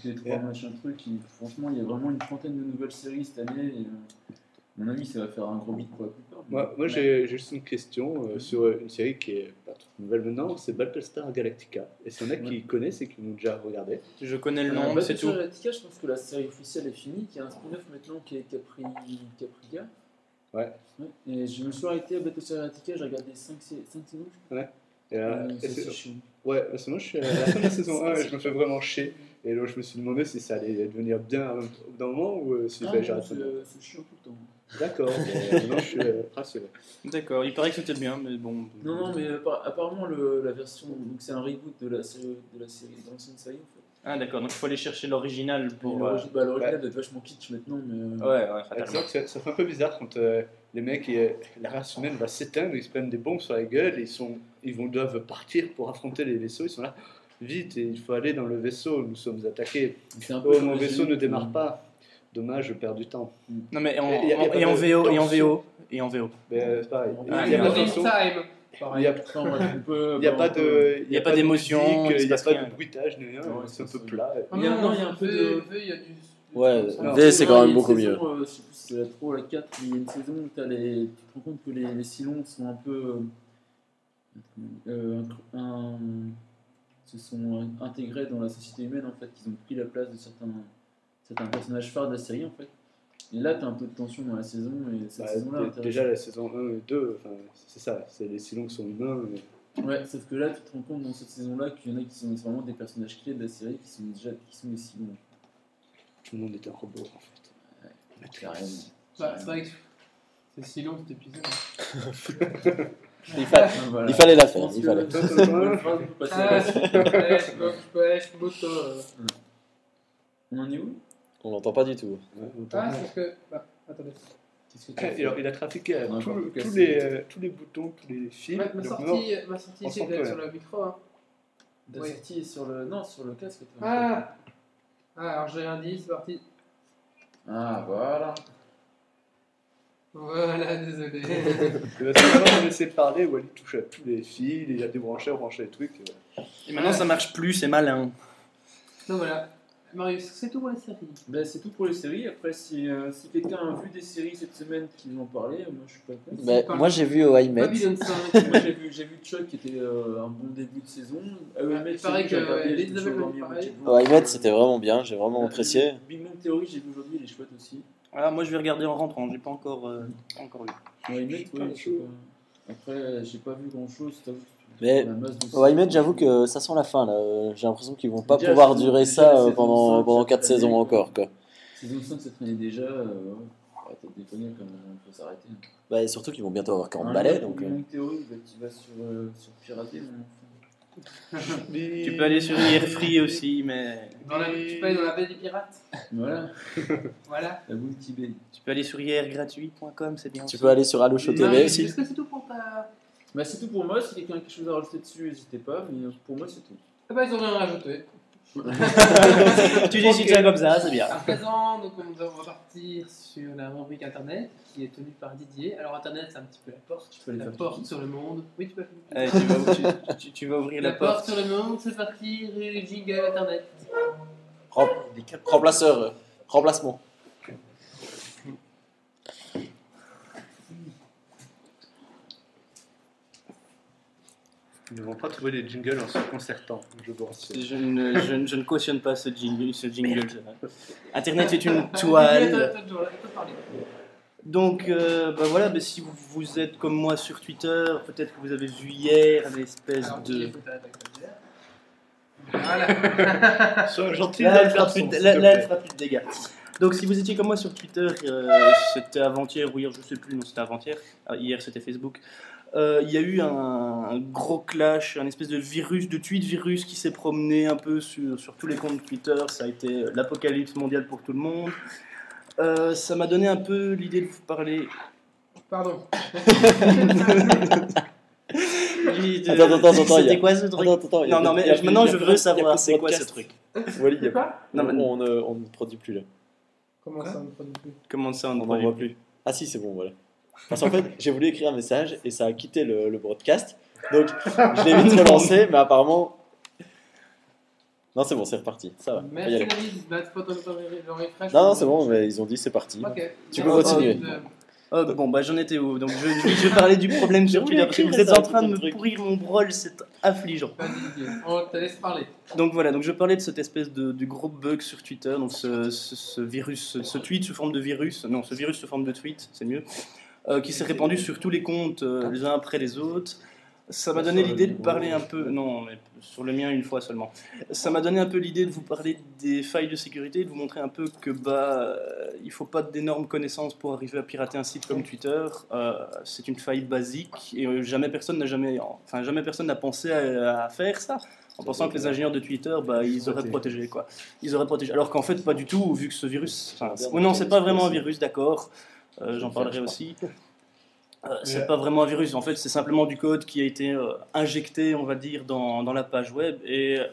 S4: des trois
S6: Yeah.
S4: machins trucs. qui- franchement, il y a vraiment une trentaine de nouvelles séries cette année. et, euh, À mon avis, ça va faire un gros bide pour la plupart. mais-
S3: Moi, moi, j'ai j'ai juste une question euh, sur euh, une série qui est pas trop nouvelle maintenant, c'est Battlestar Galactica. Et s'il y en a qui connaissent et qui l'ont déjà regardé.
S5: Je connais le
S4: Euh,
S5: nom,
S4: bah,
S5: c'est
S4: sur
S5: tout.
S4: Galactica, je pense que la série officielle est finie, qu'il y a un spin-off maintenant qui est Capri... Caprica.
S3: Ouais.
S4: Et je me suis arrêté à Battlestar Galactica, j'ai regardé 5 saisons, je crois.
S3: Et, euh,
S4: Euh,
S3: et
S4: ça,
S3: c'est-
S4: c'est chiant.
S3: ouais, parce que moi, je suis à la fin de la saison 1 et je me fais vraiment chier. Et donc, je me suis demandé si ça allait devenir bien euh, au bout d'un moment ou euh, si
S4: Ah,
S3: ben,
S4: non,
S3: j'arrête.
S4: c'est- c'est chiant tout le temps.
S3: D'accord, mais maintenant, je suis euh, rassuré.
S5: D'accord, il paraît que c'était bien, mais bon.
S4: Non, non, mais appara- apparemment, le- la version. Donc, c'est un reboot de la, sé- de la série, de l'ancienne série, en fait.
S5: Ah, d'accord, donc il faut aller chercher l'original
S4: Puis
S5: pour. euh,
S4: l'origi- bah, L'original doit être vachement kitsch maintenant, mais. euh,
S5: Ouais, ouais,
S3: Ouais, c'est
S5: fatalement.
S3: vrai que ça, ça fait un peu bizarre quand euh, les mecs, et, la race humaine va s'éteindre, ils se prennent des bombes sur la gueule, et ils, sont, ils vont, doivent partir pour affronter les vaisseaux, ils sont là, vite, et il faut aller dans le vaisseau, nous sommes attaqués.
S4: C'est un peu
S3: Oh,
S4: comme hein.
S3: mon
S4: les
S3: vaisseau ne
S4: génies,
S3: démarre
S5: euh.
S4: mais-
S3: pas. Dommage, je perds du temps.
S5: Non, mais en,
S3: Et y a- y a
S5: en-
S3: pas
S5: et en
S3: de
S5: VO, et en
S3: tension.
S5: VO, et en VO.
S3: Mais euh, c'est pareil.
S4: Ah,
S3: il n'y a,
S5: il y
S3: pas
S5: a
S3: de
S1: Game
S3: vaisseau,
S1: Time.
S3: il y a-
S4: Enfin, bref, on peut-
S3: il n'y a
S4: bah,
S3: pas
S4: on peut-
S1: euh,
S3: de.
S5: y a pas
S3: de
S5: d'émotion,
S3: musique,
S5: il se
S3: Il n'y a
S5: passe
S3: pas
S5: rien.
S3: de bruitage, ni rien,
S4: Ouais,
S3: c'est un
S4: c'est-
S3: peu plat.
S4: Ah, Il y a- non, il y a un peu de-
S1: V, il y a du.
S2: Ouais,
S3: Non.
S2: V, c'est quand
S4: Non, il y a
S2: même
S4: une
S2: beaucoup mieux.
S4: saison, euh, je sais plus si c'est la 3 ou la 4, mais il y a une saison où t'as les... tu te rends compte que les, les Silons sont un peu. euh, euh, un- un- se sont euh, intégrés dans la société humaine en fait, ils ont pris la place de certains, certains personnages phares de la série en fait. Et là, t'as un peu de tension dans la saison, et cette
S3: Bah,
S4: saison-là.
S3: dé-
S4: intéresse-
S3: déjà, la saison 1 et 2, enfin, c'est ça, c'est les silons qui sont humains. mais-
S4: Ouais, sauf que là, tu te rends compte dans cette saison-là qu'il y en a qui sont vraiment des personnages clés de la série qui sont déjà qui sont les Silons.
S3: Tout le monde est un robot, en fait.
S4: Carrément.
S1: Bah, c'est vrai que c'est si long cet épisode.
S2: Il, fa-
S4: Enfin, voilà.
S2: il fallait la
S4: Je
S2: faire.
S4: pense
S2: Il
S4: que
S2: fallait.
S4: ça, c'est une bonne phrase pour passer à la
S1: Ah,
S4: suite.
S1: je peux, je peux, je peux, je peux, je peux, euh.
S4: On en est où
S2: On l'entend pas du tout.
S3: Ouais,
S1: Ah, c'est parce que. Bah, attendez.
S4: Qu'est-ce que
S3: Ah,
S4: tu
S3: il a- il a trafiqué euh,
S4: On a
S3: tout-
S4: encore tout
S3: tous,
S4: cassé.
S3: les, euh, tous les boutons, tous les fils.
S1: Ma, ma
S3: Donc,
S1: sortie, ma
S3: on
S1: sortie c'est
S3: s'en
S1: d'être
S3: peut,
S1: sur le micro. Hein.
S4: La
S1: Oui.
S4: sortie est sur le. Non, sur le casque. t'as-
S1: Ah, Ah, Alors j'ai rien dit, c'est parti.
S4: Ah, voilà.
S1: Voilà, désolé.
S3: Il va savoir me laisser parler où elle touche à tous les fils, il y a des brancheurs, brancher les trucs. euh.
S5: Et maintenant ça marche plus, c'est malin.
S1: Donc voilà. Marius, c'est tout pour la série.
S4: Ben, c'est tout pour les séries. Après, si, euh, si quelqu'un a vu des séries cette semaine qui nous en parlait, moi je suis pas con.
S2: Bah, moi, j'ai vu au iMed.
S1: Babylon 5.
S4: Moi j'ai vu, j'ai vu Chuck qui était euh, un bon début de saison. Ah, ouais,
S1: Ah,
S4: mais
S1: il paraît
S4: c'est- j'ai
S1: que,
S4: regardé,
S1: euh,
S4: j'ai
S1: Elizabeth
S4: toujours dormi
S1: Moon,
S4: au
S1: pareil.
S4: petit bout.
S2: Au iMed, c'était vraiment bien. J'ai vraiment apprécié.
S4: Euh, Big Bang Theory, j'ai vu aujourd'hui, il est chouette aussi.
S5: Voilà, Ah, moi je vais regarder en rentrant, j'ai pas encore, euh, pas encore eu.
S4: Ouais, mais, ouais, je sais pas. Après, euh, j'ai pas vu grand chose.
S2: Mais Au iMed, Bah, j'avoue que ça sent la fin. là. J'ai l'impression qu'ils vont pas
S4: Déjà,
S2: pouvoir
S4: c'est-
S2: durer
S4: déjà,
S2: ça
S4: la
S2: euh,
S4: saison
S2: pendant
S5: hein,
S4: cinq,
S2: pendant
S4: ça
S2: quatre
S4: traîne,
S2: saisons
S4: quoi.
S2: encore. Quoi.
S4: Saison 5 cette année déjà, euh, ouais, t'as déconné quand même, faut s'arrêter. hein.
S2: Bah, et surtout qu'ils vont bientôt avoir 40
S4: Un
S2: balais.
S4: autre
S2: Donc, euh.
S4: Big Bang Theory, bah, tu vas sur, euh, sur Pirater, mon enfant.
S5: Tu peux aller sur Airfree aussi, mais.
S1: Dans la, tu peux aller dans la baie des pirates.
S4: Voilà,
S1: Voilà.
S4: la boule qui baie.
S5: Tu peux aller sur irgratuit.com, c'est bien.
S2: Tu
S5: aussi.
S2: peux aller sur Allocho TV
S1: Marius,
S2: aussi.
S1: Est-ce que c'est tout pour ta.
S4: Bah, c'est tout pour moi, si quelqu'un a quelque chose à rajouter dessus, n'hésitez pas, mais euh, pour moi c'est tout.
S1: Ah bah, ils ont rien rajouté.
S5: tu décides ça comme ça, c'est bien.
S1: À présent, donc, on va partir sur la rubrique internet qui est tenue par Didier. Alors, internet, c'est un petit peu la porte.
S4: Tu peux aller
S1: La
S4: faire
S1: porte
S4: pipi.
S1: sur le monde. Oui, tu peux faire pipi.
S5: Allez, tu, vas, tu- tu- tu vas ouvrir la,
S1: La
S5: porte.
S1: porte sur le monde, c'est parti. euh, Jingle internet.
S2: Rem- Remplaceur. euh, Remplacement.
S3: Ils ne vont pas trouver les jingles en se concertant, je pense.
S5: Je ne, je ne- je ne cautionne pas ce jingle. ce jingle. Internet est une
S1: Didier,
S5: toile.
S1: attends, attends, attends, attends, parler.
S5: Donc euh, bah voilà, bah, si vous, vous êtes comme moi sur Twitter, peut-être que vous avez vu hier une espèce
S1: Alors,
S5: de...
S1: Didier, faut t'arrêter avec ta bière. Voilà.
S6: Ah,
S3: Sois gentil,
S5: Là, elle
S3: Alphonse,
S5: fera
S3: s'il
S5: plus
S3: te
S5: de- là- là, elle
S3: plaît.
S5: fera plus de dégâts. Donc, si vous étiez comme moi sur Twitter, euh, c'était avant-hier ou hier, je sais plus, non, c'était avant-hier. Ah, Hier, c'était Facebook. Euh, Il y a eu un, un gros clash, un espèce de virus, de tweet virus qui s'est promené un peu sur, sur tous les comptes Twitter. Ça a été euh, l'apocalypse mondiale pour tout le monde. Euh, ça m'a donné un peu l'idée de vous parler.
S1: Pardon.
S5: l'idée-
S2: Attends, attends, attends, il y a-
S5: C'était quoi ce truc
S2: Attends, attends, il y a
S5: Non, non,
S2: plus-
S5: mais
S2: il y a plus-
S5: maintenant,
S2: il y a
S5: je
S2: plus- il
S5: veux
S2: y a
S5: savoir,
S2: plus de
S5: c'est quoi
S2: podcast.
S5: ce truc
S2: Wally, il y a-
S1: Quoi
S5: Non, mais-
S2: on, euh, on ne produit plus là.
S1: Comment ça, on ne produit plus
S5: Comment ça, on
S2: On n'en voit plus. Ah si, c'est bon, voilà. Parce qu'en fait, j'ai voulu écrire un message et ça a quitté le, le broadcast. Donc, je l'ai vite relancé, mais apparemment... Non, c'est bon, c'est reparti. Ça va. on peut Ah, y
S1: Merci
S2: aller.
S1: David, bah, faut t'en- t'en- t'en refresh.
S2: Non, non, c'est bon, mais ils ont dit c'est parti.
S1: Ok. Merci,
S2: Tu peux continuer.
S1: David.
S5: Oh, bon, bah j'en étais où Donc je, je, je parlais du problème sur
S2: voulu
S5: Twitter parce que
S2: écrire
S5: vous êtes
S2: ça,
S5: en train de
S2: le
S5: me
S2: truc.
S5: pourrir mon rôle, c'est affligeant.
S1: Vas-y, Didier, on te laisse parler.
S5: Donc voilà, donc je parlais de cette espèce de, du gros bug sur Twitter, donc ce, ce- ce virus, ce, ce tweet sous forme de virus, non, ce virus sous forme de tweet, c'est mieux, euh, qui s'est répandu sur tous les comptes euh, les uns après les autres. Ça m'a donné l'idée de parler un peu, non, mais sur le mien une fois seulement. Ça m'a donné un peu l'idée de vous parler des failles de sécurité, de vous montrer un peu que bah euh, il faut pas d'énormes connaissances pour arriver à pirater un site comme Twitter. Euh, c'est une faille basique et euh, jamais personne n'a jamais, enfin jamais personne n'a pensé à- à faire ça en pensant que les ingénieurs de Twitter, bah, ils auraient protégé quoi. Ils auraient protégé. Alors qu'en fait, pas du tout, vu que ce virus. enfin, c'est- oh non, c'est pas vraiment un virus, d'accord. euh, J'en parlerai aussi. Euh, c'est pas vraiment un virus. En fait, c'est simplement du code qui a été euh, injecté, on va dire, dans, dans la page web et. euh,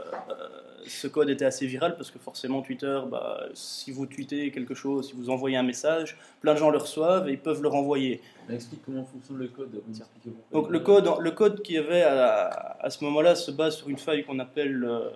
S5: ce code était assez viral parce que forcément Twitter, bah, si vous tweetez quelque chose, si vous envoyez un message, plein de gens le reçoivent et ils peuvent le renvoyer.
S4: Mais Bah, Explique comment fonctionne le code. on explique comment-
S5: Donc le code, le code qu'il y avait à, à ce moment-là se base sur une faille qu'on appelle euh,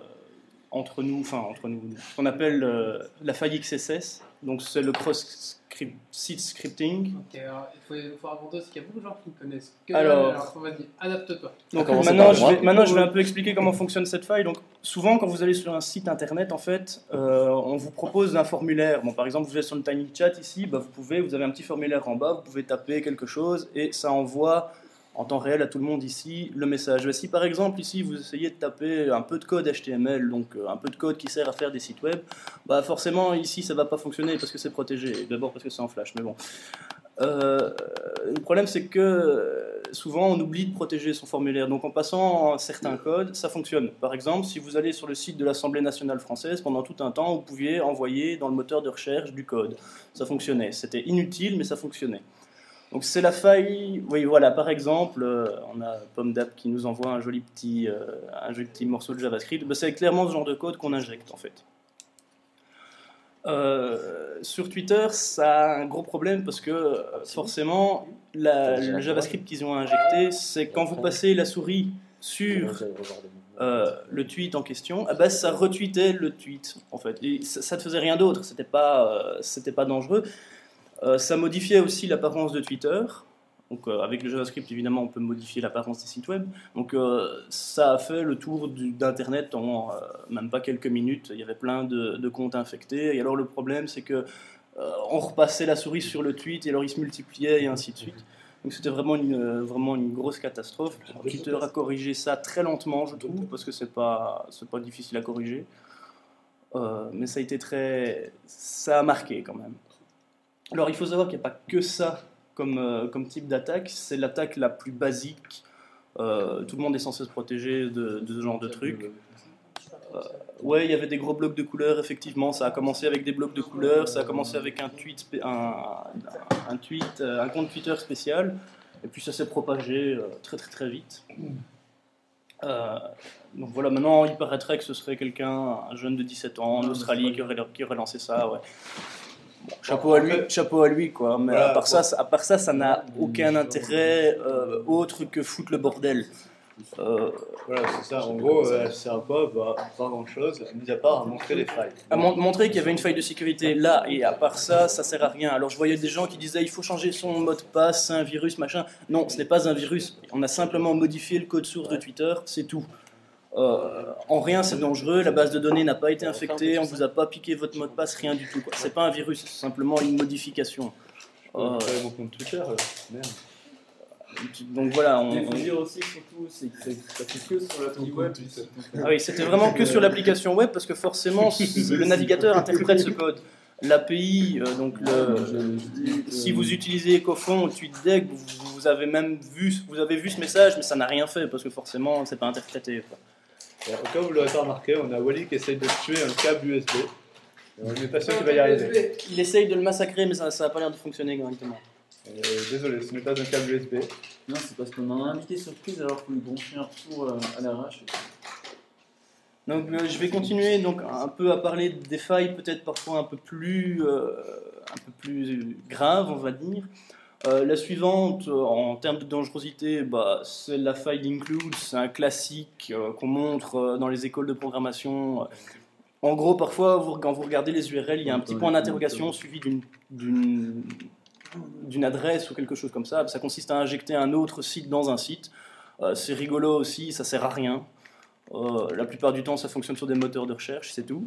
S5: entre nous, enfin entre nous, qu'on appelle euh, la faille XSS. Donc c'est le cross script, site scripting.
S1: Ok, alors il faut, il faut raconter aussi qu'il y a beaucoup de gens qui ne connaissent que
S5: Alors-
S1: alors vas-y, adapte-toi.
S5: Donc
S2: commencer
S5: maintenant,
S2: par
S5: je
S2: moi.
S5: vais, maintenant, je vais un peu expliquer comment fonctionne cette faille. Donc souvent, quand vous allez sur un site internet, en fait, euh, on vous propose un formulaire. Bon, par exemple, vous êtes sur le Tiny Chat ici, bah, vous pouvez, vous avez un petit formulaire en bas, vous pouvez taper quelque chose et ça envoie en temps réel à tout le monde ici le message. Mais si par exemple ici vous essayez de taper un peu de code HTML, donc euh, un peu de code qui sert à faire des sites web, bah forcément ici ça va pas fonctionner parce que c'est protégé. D'abord parce que c'est en flash, mais bon. Euh, le problème, c'est que euh, souvent, on oublie de protéger son formulaire. Donc, en passant certains codes, ça fonctionne. Par exemple, si vous allez sur le site de l'Assemblée nationale française, pendant tout un temps, vous pouviez envoyer dans le moteur de recherche du code. Ça fonctionnait. C'était inutile, mais ça fonctionnait. Donc, c'est la faille. Oui, voilà. Par exemple, euh, on a Pomme d'App qui nous envoie un joli petit, euh, un joli petit morceau de JavaScript. Ben, c'est clairement ce genre de code qu'on injecte, en fait. Euh, sur Twitter, ça a un gros problème parce que euh, forcément, la- le JavaScript qu'ils ont injecté, c'est quand vous passez la souris sur euh, le tweet en question, ah bah, ça retweetait le tweet en fait. Et ça, ça ne faisait rien d'autre, c'était pas, euh, c'était pas dangereux. Euh, ça modifiait aussi l'apparence de Twitter. Donc, euh, avec le JavaScript, évidemment, on peut modifier l'apparence des sites web. Donc, euh, ça a fait le tour du- d'Internet en euh, même pas quelques minutes. Il y avait plein de, de comptes infectés. Et alors, le problème, c'est que euh, on repassait la souris sur le tweet et alors il se multipliait et ainsi de suite. Donc, c'était vraiment une, euh, vraiment une grosse catastrophe. Alors, Twitter a corrigé ça très lentement, je trouve, parce que c'est pas, c'est pas difficile à corriger. Euh, mais ça a été très. Ça a marqué quand même. Alors, il faut savoir qu'il n'y a pas que ça comme, euh, comme type d'attaque. C'est l'attaque la plus basique. Euh, tout le monde est censé se protéger de, de ce genre de trucs. Euh, ouais, il y avait des gros blocs de couleurs, effectivement. Ça a commencé avec des blocs de couleurs, ça a commencé avec un tweet, spé- un, un tweet, euh, un compte Twitter spécial. Et puis ça s'est propagé euh, très très très vite. Euh, donc voilà, maintenant il paraîtrait que ce serait quelqu'un, un jeune de 17 ans en Australie qui aurait, qui aurait lancé ça. Ouais. Bon, chapeau à lui, chapeau à lui quoi. Mais à part ça, ça- à part ça, ça n'a aucun intérêt euh, autre que foutre le bordel. Euh,
S6: Voilà, c'est ça. En gros, euh, elle sert à quoi bah, Pas grand chose, mis à part à montrer les failles.
S5: à mon- montrer qu'il y avait une faille de sécurité là et à part ça, ça sert à rien. Alors je voyais des gens qui disaient il faut changer son mot de passe, c'est un virus, machin. Non, ce n'est pas un virus. On a simplement modifié le code source de Twitter, c'est tout. Euh, en rien, c'est dangereux. La base de données n'a pas été infectée, on vous a pas piqué votre mot de passe, rien du tout. quoi. C'est pas un virus, c'est simplement une modification. Euh,
S6: mon compte Twitter, là. Merde.
S5: donc voilà, on-
S4: Il faut
S5: on,
S4: dire aussi que surtout, c'est que c'est- ça fait que sur la petite web.
S5: Ah oui, c'était vraiment que sur l'application web parce que forcément, le navigateur interprète ce code. L'API, euh, donc le, si vous utilisez Ecofond ou TweetDeck, vous, vous avez même vu, vous avez vu ce message, mais ça n'a rien fait parce que forcément, c'est pas interprété. quoi.
S6: Alors, Comme vous l'aurez pas remarqué, on a Wally qui essaye de tuer un câble USB. Et Euh, on n'est pas sûr qu'il va y arriver.
S5: Il essaye de le massacrer, mais ça n'a pas l'air de fonctionner correctement.
S6: Euh, désolé, ce n'est pas un câble USB.
S4: Non, c'est parce qu'on en a invité surprise alors qu'on lui bronchait un retour euh, à l'arrache.
S5: Donc euh, je vais continuer donc un peu à parler des failles peut-être parfois un peu plus euh, un peu plus graves on va dire. Euh, la suivante euh, en termes de dangerosité, bah, c'est la faille d'include, c'est un classique euh, qu'on montre euh, dans les écoles de programmation. En gros, parfois, vous- quand vous regardez les URL, il y a un petit point d'interrogation suivi d'une- d'une d'une adresse ou quelque chose comme ça. Ça consiste à injecter un autre site dans un site. Euh, c'est rigolo aussi, ça sert à rien. Euh, la plupart du temps, ça fonctionne sur des moteurs de recherche, c'est tout.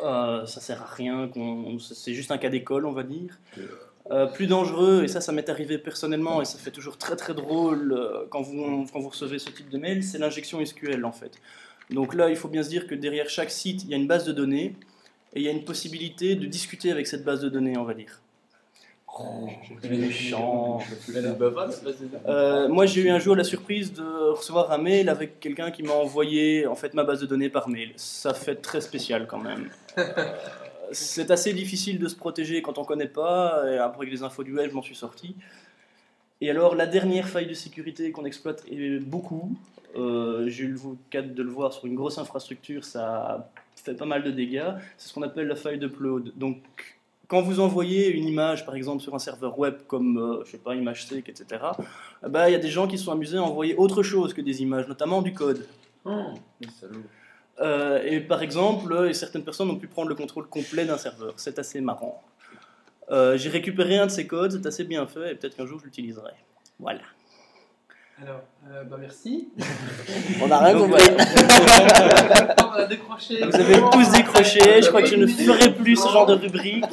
S5: Euh, ça sert à rien, qu'on- c'est juste un cas d'école, on va dire. Euh, plus dangereux, et ça, ça m'est arrivé personnellement, et ça fait toujours très très drôle euh, quand vous, quand vous recevez ce type de mail, c'est l'injection SQL en fait. Donc là, il faut bien se dire que derrière chaque site, il y a une base de données, et il y a une possibilité de discuter avec cette base de données, on va dire. Oh, méchant.
S4: Elle est bavarde, c'est pas c'est-
S5: Euh, moi, j'ai eu un jour la surprise de recevoir un mail avec quelqu'un qui m'a envoyé en fait ma base de données par mail. Ça fait très spécial quand même. Euh, c'est assez difficile de se protéger quand on connaît pas. Et après avec les infos du web, je m'en suis sorti. Et alors, la dernière faille de sécurité qu'on exploite est beaucoup. Euh, j'ai eu le cas de le voir sur une grosse infrastructure, ça fait pas mal de dégâts. C'est ce qu'on appelle la faille d'upload. Donc, quand vous envoyez une image, par exemple, sur un serveur web comme, euh, je sais pas, ImageSec, etc., ah bah, il y a des gens qui se sont amusés à envoyer autre chose que des images, notamment du code.
S4: Oh, le salaud.
S5: Euh, et par exemple, euh, certaines personnes ont pu prendre le contrôle complet d'un serveur. C'est assez marrant. Euh, J'ai récupéré un de ces codes, c'est assez bien fait, et peut-être qu'un jour je l'utiliserai. Voilà.
S1: Alors, euh, bah merci.
S2: On a rien
S5: Donc,
S2: compris.
S5: voilà.
S1: On a décroché.
S5: Vous avez tous décroché, je crois que je ne ferai plus ce genre de rubrique.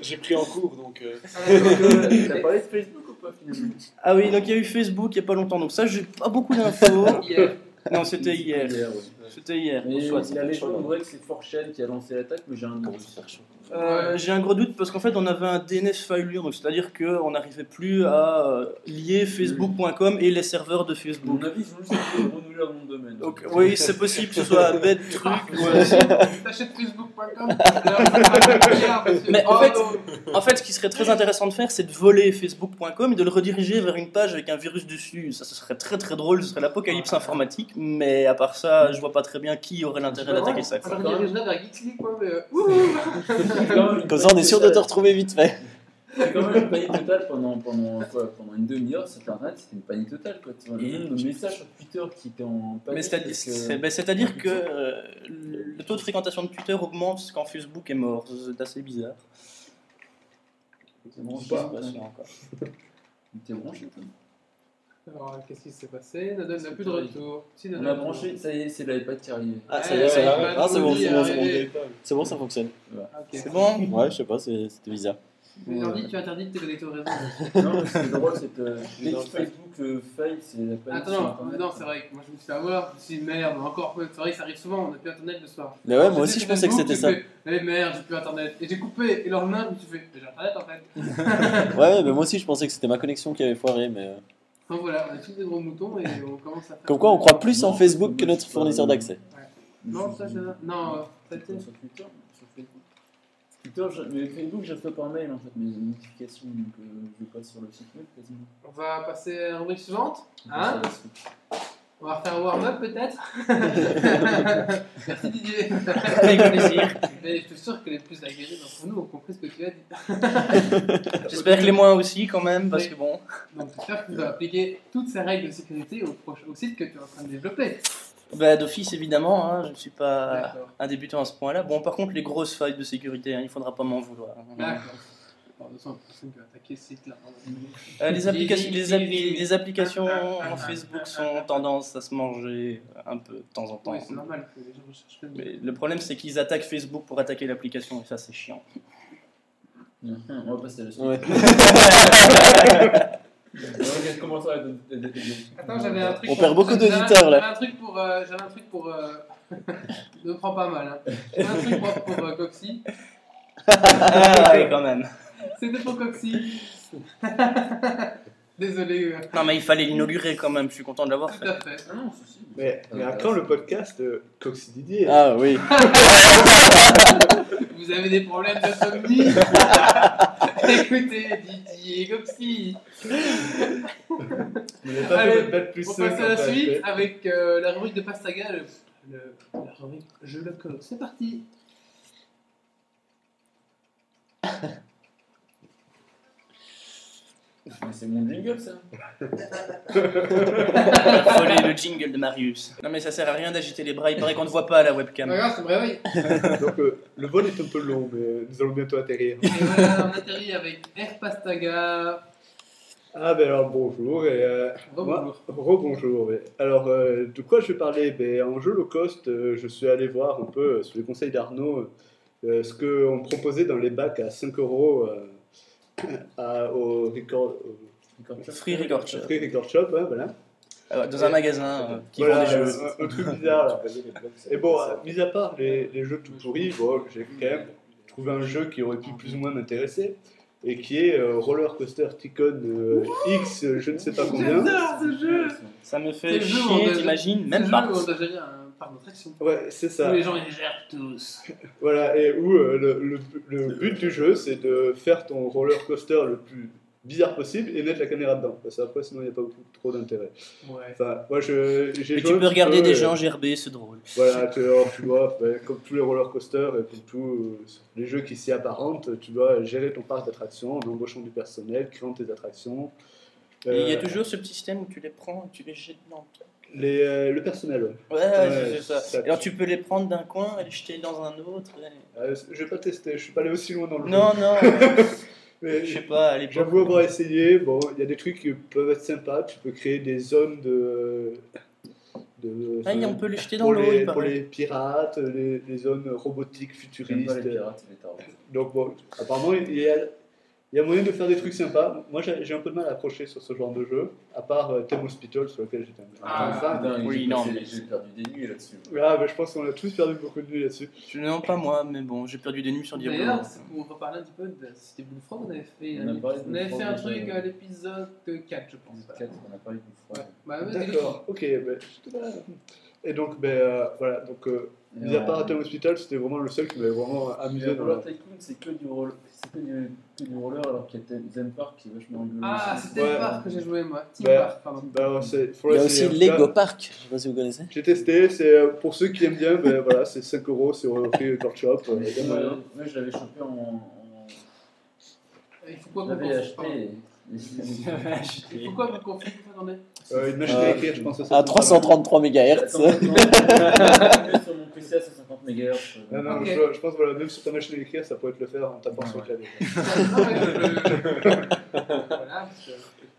S3: J'ai pris en cours, donc. euh,
S1: euh,
S4: T'as parlé de Facebook ou pas finalement
S5: Ah oui, donc il y a eu Facebook il n'y a pas longtemps, donc ça, j'ai pas beaucoup d'infos.
S1: Hier.
S5: Non, c'était hier.
S4: ouais.
S5: C'était hier.
S4: Mais
S2: Soit, ça
S4: la
S2: fait chaud,
S4: légende
S2: hein.
S4: vrai que c'est Fortune qui a lancé l'attaque, mais j'ai un doute.
S5: Euh, J'ai un gros doute parce qu'en fait on avait un DNS failure, donc c'est-à-dire qu'on n'arrivait plus à euh, lier facebook.com et les serveurs de
S4: À mon
S5: Facebook.
S4: avis, ils ont juste essayé de renouveler mon domaine.
S5: Donc oui, c'est possible que ce soit un bête truc. ouais.
S1: T'achètes facebook.com. Mais
S5: Mais en fait-
S1: Oh,
S5: En fait, ce qui serait très intéressant de faire, c'est de voler facebook.com et de le rediriger vers une page avec un virus dessus. Ça, ce serait très très drôle, ce serait l'apocalypse informatique, mais à part ça, je vois pas très bien qui aurait l'intérêt d'attaquer ça.
S1: On redirigera vers Geeksly, quoi, mais, euh, ouh.
S2: Comme ça, on est sûr de te retrouver vite fait.
S4: C'est quand même une panique totale pendant, pendant, quoi, pendant une demi-heure, cette internet, c'était une panique totale. Quoi. Tu vois, le nombre de messages sur Twitter qui étaient en panique.
S5: Mais c'est-à-
S4: parce que-
S5: c'est- ben, c'est-à-dire que euh, le taux de fréquentation de Twitter augmente quand Facebook est mort. C'est assez bizarre.
S4: T'es branché,
S5: Je suis
S4: toi
S5: pas sûr encore.
S4: T'es branché, toi
S1: Alors, qu'est-ce qui s'est passé Nadal n'a plus de retour. Si,
S4: On
S1: Nadal-
S4: l'a branché, ça y est, c'est l'iPad qui arrive.
S2: Ah, ça
S1: Ouais,
S2: y est, ça y est.
S1: ouais,
S2: Ah, c'est bon, c'est bon, c'est
S1: ouais.
S2: bon.
S3: des tables.
S2: C'est bon, ça fonctionne.
S1: Ah, ok.
S5: C'est bon
S2: Ouais, je sais pas, c'est- c'était bizarre.
S1: Mais Jordi, tu interdis de te connecter au réseau.
S4: non, mais c'est drôle, cette. euh, Dès
S3: Dans
S4: que
S3: le
S4: Facebook euh, faille, c'est la panique.
S1: Attends,
S4: sur
S1: non,
S4: Internet.
S1: non, c'est vrai que moi je me suis fait avoir, je me suis dit merde, encore peu. C'est vrai que ça arrive souvent, on n'a plus internet le soir.
S2: Mais ouais, moi aussi, je
S1: J'étais
S2: pensais que
S1: Facebook,
S2: c'était ça.
S1: j'ai fait, Eh merde, j'ai plus internet. Et j'ai coupé, et le lendemain, je me suis fait, mais j'ai internet en fait.
S2: Ouais, mais moi aussi, je pensais que c'était ma connexion qui avait foiré. Mais... euh,
S1: Enfin voilà, on est tous des gros moutons et on commence à faire.
S2: Comme quoi, on croit plus en Facebook que notre fournisseur d'accès.
S1: Non, ça, ça.
S2: Mm.
S1: Non, euh, ça
S4: Sur
S1: tient.
S4: Twitter, sur Facebook. Twitter, je- mais Facebook, je fais par mail en fait mes notifications, donc euh, je passe sur le site web quasiment.
S1: On va passer à la rubrique suivante. Hein
S4: Sur le site.
S1: On va refaire un warm-up peut-être Merci Didier
S5: Avec plaisir.
S1: Mais je suis sûr que les plus aguerris d'entre nous ont compris ce que tu as dit.
S5: J'espère que les moins aussi quand même, parce que bon.
S1: Donc j'espère que tu vas appliquer toutes ces règles de sécurité au, proche- au site que tu es en train de développer.
S5: Bah, d'office évidemment, hein, je ne suis
S2: Ah.
S5: pas
S1: D'accord.
S5: un débutant à ce point-là. Bon, par contre, les grosses failles de sécurité, hein, il faudra pas m'en vouloir.
S1: D'accord. Bon, de toute façon, il y a personne qui va attaquer ce site-là.
S5: Euh, les, applications, les, appli- les Ah, applications en Facebook sont tendance à se manger un peu de temps en temps.
S1: Oui, c'est normal que les gens recherchent Facebook.
S5: Mais le problème, c'est qu'ils attaquent Facebook pour attaquer l'application, et ça, c'est chiant.
S4: Hum, hum, On va passer à la suite.
S2: Ouais.
S4: Regarde comment ça va être- être- être- être-
S1: Attends, j'avais un truc.
S2: On perd beaucoup
S1: j'avais un-
S2: d'auditeurs, là.
S1: J'avais un truc pour. euh, j'avais un truc pour. euh, ne prends pas mal. Hein. J'avais un truc pour, pour euh, Coxy.
S5: Ah, oui, quand même.
S1: C'était pour Coxy. Désolé. euh,
S5: Non, mais il fallait l'inaugurer quand même, je suis content de l'avoir
S1: tout
S5: fait.
S1: à fait.
S4: Ah non, ceci.
S3: Mais, mais à quand le podcast euh, Cox Didier
S2: Ah oui.
S1: Vous avez des problèmes d'insomnie Écoutez, Didier Coxy.
S3: On n'a pas
S1: Allez,
S3: fait notre balle plus
S1: On
S3: cinq
S1: passe à la
S3: en fait.
S1: suite avec euh, la rubrique de Pastaga. Le, le- la rubrique Je le code. C'est parti.
S4: Mais c'est mon jingle ça.
S5: Affolé le jingle de Marius. Non mais ça sert à rien d'agiter les bras, il paraît qu'on ne voit pas la webcam.
S1: Regarde, ça me réveille.
S3: Donc euh, le vol est un peu long, mais nous allons bientôt atterrir.
S1: Et voilà, on atterrit avec Air Pastaga.
S3: Ah ben alors bonjour et euh,
S1: Rebonjour.
S3: moi- Rebonjour. oui. Alors euh, de quoi je vais parler ben, En jeu low cost, euh, je suis allé voir un peu, euh, sous les conseils d'Arnaud, euh, ce qu'on proposait dans les bacs à 5 euros euh, à- au record, au
S5: Free Record Shop.
S3: Free Record Shop, hein, voilà.
S5: Euh, Dans un magasin euh, qui
S3: Voilà,
S5: vend des jeux.
S3: un- Un, truc bizarre. là. Et bon, euh, mis à part les, les jeux tout pourris, bon, j'ai quand même trouvé un jeu qui aurait pu plus ou moins m'intéresser et qui est euh, Roller Coaster Tycoon euh, X, euh, je ne sais pas combien.
S1: J'adore ce jeu
S5: Ça me
S1: C'est
S5: fait
S1: le jeu où on
S5: chier,
S1: a-
S5: t'imagines,
S1: Ce
S5: même
S1: jeu
S5: pas.
S1: où On doit gérer un par notre action.
S3: Ouais, c'est
S1: Tous
S3: ça.
S1: les gens ils gèrent tous.
S3: Voilà, et où euh, le, le- le but du jeu, c'est de faire ton roller coaster le plus bizarre possible et mettre la caméra dedans. Parce que après, sinon, il n'y a pas beaucoup trop d'intérêt.
S1: Ouais.
S3: Enfin, moi, je, j'ai
S5: Mais
S3: joué un
S5: tu peux
S3: petit
S5: regarder
S3: peu, euh,
S5: des
S3: et-
S5: gens gerber, c'est drôle.
S3: Voilà, tu, alors, tu dois, ben, comme tous les roller coasters et comme tous euh, les jeux qui s'y apparentent, tu dois gérer ton parc d'attractions en embauchant du personnel, créant tes attractions.
S5: Et Il y a
S3: Euh,
S5: toujours ce petit système où tu les prends et tu les jettes dans le
S3: les, euh, le personnel, ouais.
S5: Ouais, ouais,
S3: Ouais,
S5: c'est ça.
S3: ça-
S5: Alors tu peux les prendre d'un coin et les jeter dans un autre. et-
S3: Euh, je vais pas tester, je suis pas allé aussi loin dans le jeu.
S5: Non, non,
S3: Mais
S5: je sais pas, à l'époque.
S3: J'avoue avoir essayé, bon, il y a des trucs qui peuvent être sympas, tu peux créer des zones de... de euh,
S5: Ah, on peut les jeter dans
S3: pour,
S5: l'eau,
S3: les,
S5: il
S3: pour
S5: paraît.
S3: les pirates, les, les zones robotiques
S4: J'aime
S3: futuristes.
S4: pas les pirates et les tarots.
S3: Donc bon, apparemment, il y, a, il y a moyen de faire des trucs sympas. Moi, j'ai j'ai un peu de mal à approcher sur ce genre de jeu, à part euh, Theme Hospital, sur lequel j'étais un peu
S1: Ah,
S3: un fan.
S4: putain,
S5: oui,
S4: j'ai
S5: non,
S4: passé-
S5: mais-
S4: J'ai perdu des nuits là-dessus.
S3: Ah, bah, je pense qu'on a tous perdu beaucoup de nuit là-dessus.
S5: Non, pas moi, mais bon, j'ai perdu des nuits sur Diablo. euh,
S1: D'ailleurs, c'est pour reparler un petit peu de c'était Blue Frog, on avait fait,
S4: On a
S1: un,
S4: parlé de
S1: on avait
S4: Blue
S1: fait un
S4: Frog,
S1: truc
S4: euh,
S1: à l'épisode 4, je pense.
S4: Quatre, On a parlé du froid.
S1: Ouais.
S3: Ah,
S1: Bah, ouais, c'est
S3: D'accord, ok. ben, je te- Et donc, ben, euh, voilà, donc, euh,
S4: Et
S3: mis à
S4: on-
S3: part Theme Hospital, c'était vraiment le seul qui m'avait vraiment amusé.
S4: Le
S3: Dans la...
S4: roller tycoon, c'est que du roller, c'est que du, que du roller, alors qu'il y a Zen Park qui est vachement rigolo.
S1: Ah,
S4: aussi.
S1: c'était
S3: Ouais.
S1: le parc que j'ai joué moi. Team
S3: Bah,
S1: Park, pardon.
S3: Ben, alors, c'est- faut
S2: Il y a
S3: essayer,
S2: aussi
S3: en tout cas.
S2: Lego Park, je sais pas si vous connaissez.
S3: J'ai testé, c'est euh, pour ceux qui aiment bien, ben, voilà, c'est 5 euros sur euh, Free Record Shop. euh,
S4: Mais
S3: il y a
S4: moi,
S3: moyen.
S4: moi, je l'avais chopé en. en...
S1: Il faut
S4: Je
S1: quoi qu'on
S4: l'avais
S1: confie
S4: acheté. et-
S1: Il faut quoi qu'on confie Vous attendez
S3: Euh, une machine
S2: Euh,
S3: à écrire, je pense. ça, ça
S2: À
S3: peut-
S2: 333 MHz.
S4: Attends, attends, sur mon PC à euh, 150 MHz.
S3: Non, non,
S1: Ok.
S3: je, je pense voilà, même sur ta machine à écrire, ça pourrait te le faire en tapant sur le clavier.
S1: Non, mais je- Voilà, parce que-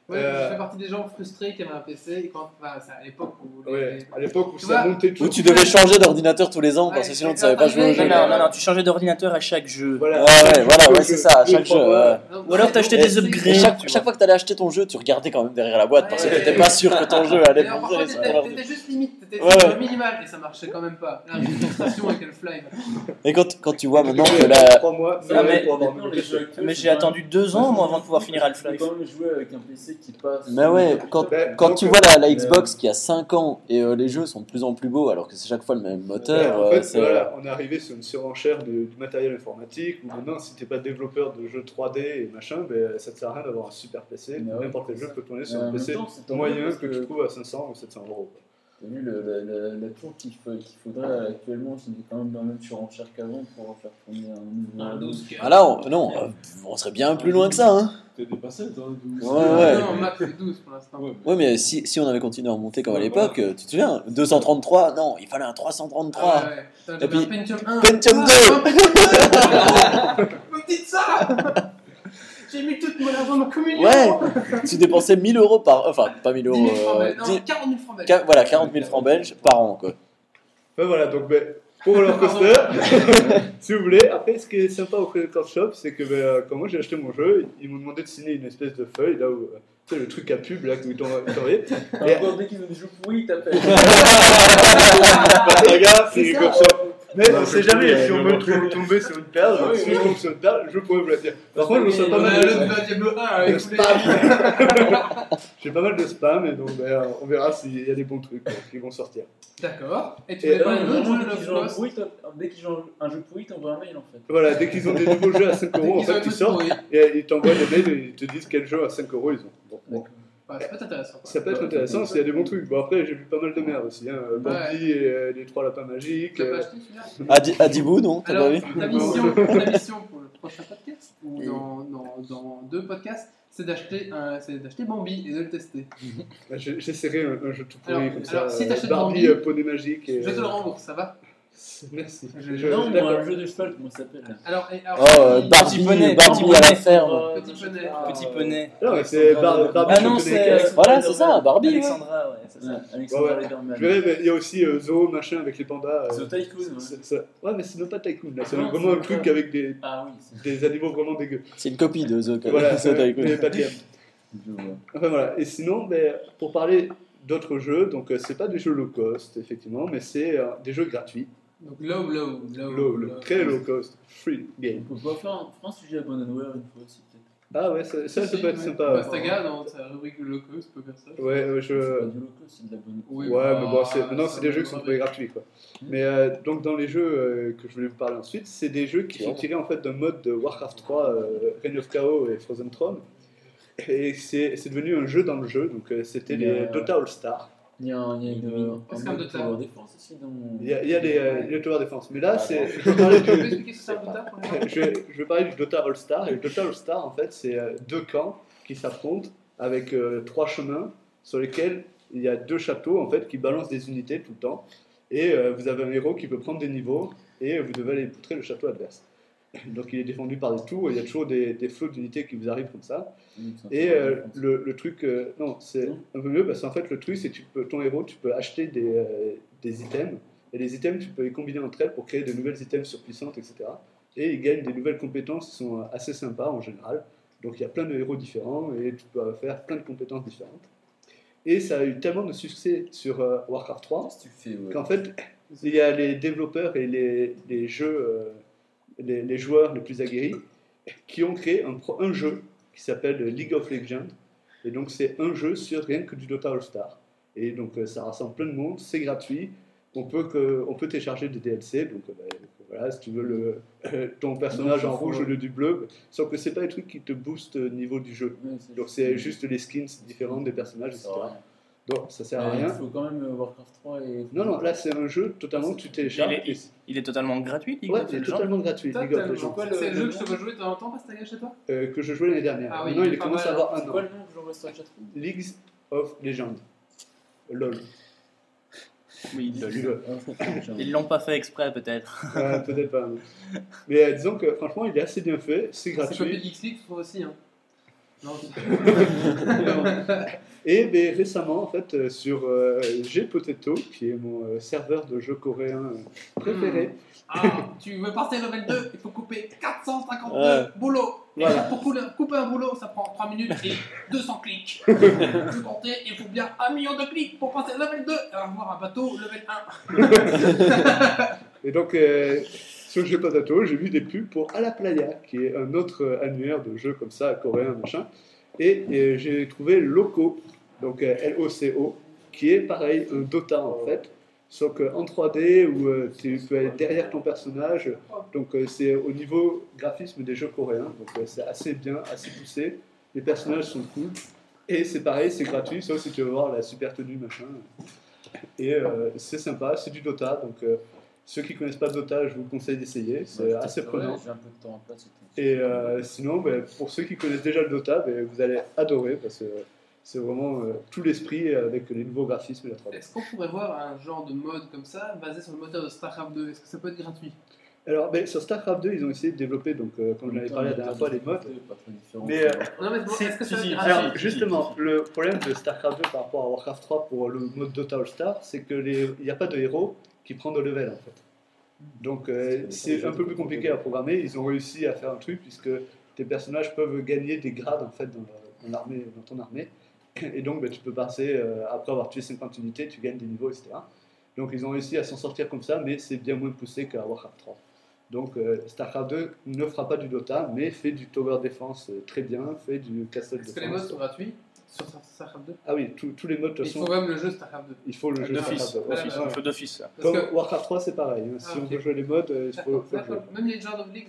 S1: Ouais,
S3: Euh,
S1: je fais partie des gens frustrés qui avaient un PC et quand, enfin, c'est à l'époque où les-
S3: Ouais, à l'époque où
S1: Tu
S3: ça
S1: vois,
S3: montait tout.
S2: Où tu devais changer d'ordinateur tous les ans parce que
S1: Ouais,
S2: sinon tu
S1: c'est
S2: savais pas jouer au
S1: ça,
S2: jeu.
S5: Non,
S1: j'ai-
S5: non, non, non, tu changeais d'ordinateur à chaque jeu.
S2: Ouais,
S3: Voilà,
S2: Ah
S3: euh,
S2: ouais, voilà, ouais,
S3: Je-
S2: c'est ça, à
S3: je-
S2: chaque
S3: je-
S2: jeu. ouais.
S1: Donc,
S5: Ou alors, t'as acheté
S1: c'est-
S5: des
S1: c'est-
S5: upgrades.
S2: Et
S5: Ouais,
S2: chaque,
S5: tu
S2: chaque fois que t'allais acheter ton jeu, tu regardais quand même derrière la boîte parce que
S1: Ouais.
S2: t'étais pas sûr que ton jeu allait
S1: Alors,
S2: fonctionner
S1: parfois,
S2: sur
S1: t'étais-
S2: ton ordi.
S1: T'étais juste limite, t'étais
S2: Ouais,
S1: sur le
S2: ouais.
S1: minimal et ça marchait quand même pas. Là, j'ai une frustration avec le fly.
S2: Et quand, quand tu vois maintenant
S3: je-
S2: que la.
S3: 3 mois,
S5: Non,
S3: Noël
S5: mais-
S3: pour avoir
S4: Maintenant,
S3: une
S4: les
S3: question.
S4: jeux actuels,
S5: Mais
S4: c'est
S5: j'ai
S4: quand même-
S5: attendu deux ans, moi, avant de pouvoir finir
S4: J'ai
S5: Half-Life.
S4: quand même joué avec un PC qui passe.
S2: Mais ouais, quand-
S3: Ben,
S2: Quand
S3: donc,
S2: tu vois la, la
S4: euh,
S2: Xbox qui a 5 ans et euh, les jeux sont de plus en plus beaux alors que c'est chaque fois le même moteur,
S3: en
S2: euh,
S3: fait,
S2: c'est-
S3: voilà, on est arrivé sur une surenchère du, du matériel informatique. Où maintenant, si t'es pas développeur de jeux 3D et machin, ben, ça te sert à rien d'avoir un super PC.
S4: Mais ouais,
S3: N'importe quel
S4: c'est
S3: jeu
S4: ça.
S3: peut tourner
S4: Euh, Mais
S3: sur
S4: en
S3: un
S4: même
S3: PC
S4: temps, c'est tant mieux
S3: moyen
S4: parce
S3: que tu trouves à 500 ou 700 euros. quoi.
S4: T'as vu le- la, la, la tour qu'il faut- qu'il faudrait actuellement, c'est quand même dans la même surenchère qu'avant pour faire tourner un nouveau.
S1: Un
S4: Windows.
S1: 12
S2: Ah là, on, non, euh, on serait bien plus loin que ça. Hein.
S8: T'es dépassé, toi, d'où-
S2: Ouais, ouais.
S1: Non, max c'est 12 pour l'instant.
S8: Ouais,
S2: Ouais, mais si, si on avait continué à remonter comme à l'époque, euh, tu te souviens 233, non, il fallait un 333.
S1: Ah ouais, ouais. Putain,
S2: Et
S1: j'avais un
S2: puis,
S1: Pentium 1.
S2: Pentium
S1: Ah,
S2: 2.
S1: j'ai un Pentium 2. Vous me dites ça J'ai mis toute mon argent dans ma communion
S2: Ouais, tu dépensais 1000 euros par. Enfin, pas 1000 euros.
S1: 10 000 francs
S2: euh,
S1: belges. Non,
S2: dix-
S1: 40 000 francs belges.
S2: qua- voilà, 40 000 francs belges par an, quoi.
S3: Enfin voilà, donc ben, pour Roller Coaster, si vous voulez. Après, ce qui est sympa au Credit Card Shop, c'est que ben, euh, quand moi j'ai acheté mon jeu, ils m'ont demandé de signer une espèce de feuille, là où, euh, tu sais, le truc à pub, là, où ils t'ont ils t'ont envoyé.
S4: Ah, Encore dès qu'ils ont des jeux pourris, ils t'appellent.
S3: Bah, les gars,
S1: Ah, C'est ça.
S3: c'est Credit Card Shop. Bah, Mais
S8: Non,
S3: on
S8: je
S3: sait
S8: peux,
S3: jamais,
S8: euh,
S3: si on
S8: le
S3: me trouve tomber sur une perle,
S4: Ah oui,
S3: si
S4: oui.
S3: je tombe sur une perle, je pourrais vous la dire. Par contre, je reçois pas
S1: Ouais,
S3: mal de...
S1: le Diablo 1 avec tous les.
S3: J'ai pas mal de spam, et donc ben, euh, on verra s'il y a des bons trucs quoi, qui vont sortir.
S1: D'accord. Et tu voulais
S3: Et
S4: Non,
S1: pas
S4: mais
S1: un autre
S4: vraiment,
S1: jeu
S4: dès qu'ils
S1: Love
S4: jouent un
S1: Lost
S4: pourri, t'as- Dès qu'ils jouent un jeu pourri, t'envoies un mail en fait.
S3: Voilà, dès qu'ils ont des nouveaux jeux à 5 euros, en
S1: Ils ont
S3: fait,
S1: un
S3: ils
S1: truc
S3: sortent,
S1: pourri.
S3: et ils t'envoient des mails, et ils te disent quel jeu à 5 euros ils ont. Bon, bon.
S1: Ouais, ça peut être intéressant. quoi.
S3: Ça peut être intéressant s'il y a des bons trucs. Bon, après, j'ai vu pas mal de merde aussi. Hein. Bambi et euh, les trois lapins magiques.
S1: Tu l'as pas
S3: euh,
S1: acheté celui-là
S2: À, Di- à Dibou, non T'as pas
S1: Alors,
S2: vu
S1: ta mission, ta mission pour le prochain podcast, ou dans, dans- dans deux podcasts, c'est d'acheter un- c'est d'acheter Bambi et de le tester.
S3: Je- J'essaierai un, un jeu tout pourri
S1: Alors-
S3: comme ça.
S1: alors, si
S3: euh,
S1: t'achètes Bambi-
S3: Barbie, euh, poney magique. Et,
S1: Je te le rembourse, ça va
S3: Merci.
S1: Je-
S3: Je-
S4: Non,
S3: je-
S4: moi, un jeu de cheval, comment ça s'appelle là
S1: Alors, et- alors,
S2: Oh, euh,
S1: Barbie-
S2: Barbie,
S5: poney,
S2: Barbie
S5: petit
S2: à la
S5: poney.
S2: ferme.
S1: Ah, Petit poney.
S5: Euh, Petit poney.
S3: Non, mais c'est Bar- Barbie.
S5: Ah
S3: je
S5: non,
S3: connais
S5: c'est.
S3: que-
S2: Voilà, c'est ça, Barbie, ouais.
S5: Alexandra, ouais, c'est ça.
S4: Ouais, Alexandre
S3: Ouais, ouais.
S4: Lederman.
S3: Je verrai, mais il y a aussi euh, Zorro machin avec les pandas. euh,
S4: The Tycoon. ouais.
S3: c'est- c'est- Ouais, mais c'est pas Tycoon. là,
S1: Ah,
S3: C'est
S4: Non,
S3: vraiment
S4: c'est
S3: un truc
S4: pas-
S3: avec des,
S4: Ah oui, c'est
S3: des animaux vraiment dégueux.
S2: C'est une copie de The
S3: Voilà,
S2: Saut à
S3: euh,
S2: écoute.
S3: mais pas de gamme.
S4: je vois.
S3: Enfin voilà, et sinon, ben, pour parler d'autres jeux, donc euh, c'est pas des jeux low cost, effectivement, mais c'est euh, des jeux gratuits,
S1: donc, low, low, low,
S3: low, low, très low cost, free
S4: On
S3: game.
S4: peut pas faire un, faire un sujet Abandonware une fois aussi, peut-être.
S3: Ah ouais, ça, ça, ça
S1: Si,
S3: peut être
S1: ouais. Bah,
S3: sympa.
S1: Saga, dans sa rubrique low cost, peut faire ça.
S3: Ouais, euh,
S4: C'est pas
S3: je...
S4: du loco, c'est de l'abonnement.
S1: Oui,
S3: Ouais, mais bon,
S1: bah,
S3: c'est- maintenant c'est
S1: ça
S3: des
S1: va
S3: jeux qui sont
S1: demander.
S3: trouvés gratuits, quoi. Mais euh, donc dans les jeux euh, que je voulais vous parler ensuite, c'est des jeux qui sont
S2: Clairement.
S3: tirés en fait d'un mode de Warcraft 3, euh, Reign of Chaos et Frozen Throne. Et c'est c'est devenu un jeu dans le jeu, donc euh, c'était les
S4: Mais, euh,
S3: Dota All-Star.
S4: Il y a un, il y a une, euh,
S1: Parce
S4: un
S1: qu'un
S4: mode
S1: de
S4: de
S1: table.
S4: tower défense aussi dans.
S3: Il y a, il y a les, euh, les tower défense. Mais
S1: Bah,
S3: là,
S2: Ah,
S3: c'est.
S2: bon.
S3: Je, vais parler
S1: Tu peux
S3: du-
S1: expliquer ce que c'est un Dota pour les gens
S3: je, vais- je vais parler du Dota All-Star. Et le Dota All-Star, en fait, c'est euh, deux camps qui s'affrontent avec euh, trois chemins sur lesquels il y a deux châteaux, en fait, qui balancent des unités tout le temps. Et euh, vous avez un héros qui peut prendre des niveaux et vous devez aller poutrer le château adverse. Donc il est défendu par des tours, il y a toujours des, des flots d'unités qui vous arrivent comme ça. Et euh, le, le truc, euh, non, c'est
S4: Non.
S3: un peu mieux parce qu'en fait, le truc, c'est que tu peux- ton héros, tu peux acheter des, euh, des items. Et les items, tu peux les combiner entre elles pour créer de nouvelles items surpuissantes, etc. Et ils gagnent des nouvelles compétences qui sont euh, assez sympas en général. Donc il y a plein de héros différents et tu peux faire plein de compétences différentes. Et ça a eu tellement de succès sur euh, Warcraft 3
S4: Qu'est-ce que tu fais ouais.
S3: qu'en fait, il y a les développeurs et les, les jeux, euh, les, les joueurs les plus aguerris qui ont créé un, pro- un jeu qui s'appelle League of Legends. Et donc, c'est un jeu sur rien que du Dota All-Star. Et donc, euh, ça rassemble plein de monde, c'est gratuit. On peut, que, on peut télécharger des DLC. Donc, euh, bah, voilà, si tu veux le, euh, ton personnage en rouge au lieu du bleu. Sauf que c'est pas les trucs qui te boostent au niveau du jeu.
S4: Ouais,
S3: Donc,
S4: Mm.
S3: c'est juste ah, les skins différentes des personnages,
S4: Ça
S3: etc.
S4: sert à rien.
S3: Donc, ça sert à
S4: Euh, Il
S3: rien.
S4: faut quand même euh, Warcraft 3 et.
S3: Non, non, là, c'est un jeu totalement que tu télécharges.
S5: Il est-
S3: et-
S5: Il est totalement gratuit, League
S3: Ouais,
S5: of
S3: c'est
S5: Legends.
S3: totalement gratuit, League of
S1: Totalement.
S3: Legends,
S4: Pourquoi
S1: C'est le jeu que je
S4: nom
S1: te vois jouer de temps en temps, Pastaga, chez toi
S3: euh, que je jouais l'année dernière.
S1: Ah oui,
S3: Maintenant,
S1: il
S3: il,
S1: est pas
S3: commence à
S1: mal,
S3: avoir
S4: C'est
S3: un
S4: quoi
S3: an.
S4: le nom que j'envoie sur la chatroom
S3: Leagues of Legends. LOL.
S5: Oui,
S3: Lol.
S5: Ils l'ont pas fait exprès, peut-être.
S3: Ouais, Ah, Peut-être pas. mais- Mais euh, disons que franchement, il est assez bien fait, c'est
S1: C'est copié
S3: gratuit.
S1: de X-League, je trouve aussi. Hein. Non,
S3: Et ben, récemment, en fait, euh, sur euh, Gpotato, qui est mon euh, serveur de jeux coréen euh, préféré,
S1: ah, tu veux passer level 2, il faut couper 452
S2: Ouais.
S1: boulots. Et
S3: Voilà.
S1: pour couler- couper un boulot, ça prend 3 minutes et 200 clics. Tu comptais, il faut bien 1 million de clics pour passer level 2 et avoir un bateau level 1.
S3: Et donc, euh, sur Jeux Potato, j'ai vu des pubs pour À la Playa, qui est un autre euh, annuaire de jeux comme ça, coréen, machin. Et, euh, j'ai trouvé Loco, donc euh, L-O-C-O, qui est pareil, un Dota en fait, sauf qu'en 3D, où euh, tu peux aller derrière ton personnage. Donc, euh, c'est au niveau graphisme des jeux coréens, donc euh, c'est assez bien, assez poussé. Les personnages sont cool. Et c'est pareil, c'est gratuit, sauf si tu veux voir la super tenue, machin. Et euh, c'est sympa, c'est du Dota, donc euh, ceux qui connaissent pas Dota, je vous conseille d'essayer, c'est assez prenant.
S4: J'ai un peu de temps en place. tout.
S3: Et euh, sinon, ben, pour ceux qui connaissent déjà le Dota, ben, vous allez adorer parce que c'est vraiment euh, tout l'esprit avec les nouveaux graphismes et la 3D.
S1: Est-ce qu'on pourrait voir un genre de mode comme ça, basé sur le moteur de StarCraft 2 Est-ce que ça peut être gratuit
S3: Alors, ben, sur StarCraft 2, ils ont essayé de développer, donc, euh, comme j'en avais parlé la dernière fois, les modes.
S4: Pas très différents.
S3: Mais, euh,
S1: Non, mais bon,
S5: Si,
S1: est-ce que ça
S5: si,
S1: peut
S5: Ah, si.
S1: être gratuit
S3: Alors, justement, le problème de StarCraft 2 par rapport à Warcraft 3 pour le mode Dota All-Star, c'est qu'il n'y a pas de héros qui prend de level en fait. Donc, euh, c'est un peu plus compliqué à programmer. Ils ont réussi à faire un truc puisque tes personnages peuvent gagner des grades en fait dans, la- dans l'armée, dans ton armée. Et donc, bah, tu peux passer, euh, après avoir tué 50 unités, tu gagnes des niveaux, etc. Donc, ils ont réussi à s'en sortir comme ça, mais c'est bien moins poussé qu'à Warcraft 3. Donc euh, StarCraft 2 ne fera pas du Dota, mais fait du Tower Defense euh, très bien, fait du Castle
S1: Est-ce que les modes
S3: Defense.
S1: sont gratuits sur StarCraft 2
S3: Ah oui, tous tous les modes, de toute
S1: Il
S3: façon,
S1: faut Ah, même le jeu StarCraft 2.
S3: il faut le jeu
S5: D'office,
S3: StarCraft.
S1: Voilà,
S5: d'office,
S1: voilà.
S5: un jeu d'office. ça.
S1: Parce
S3: Comme
S1: que,
S3: Warcraft 3, c'est pareil. hein. Si
S1: Ah,
S3: on
S1: ok.
S3: veut jouer les modes, euh, il faut,
S1: d'accord,
S3: faut le jouer.
S1: d'accord. même les Legends of Leagues.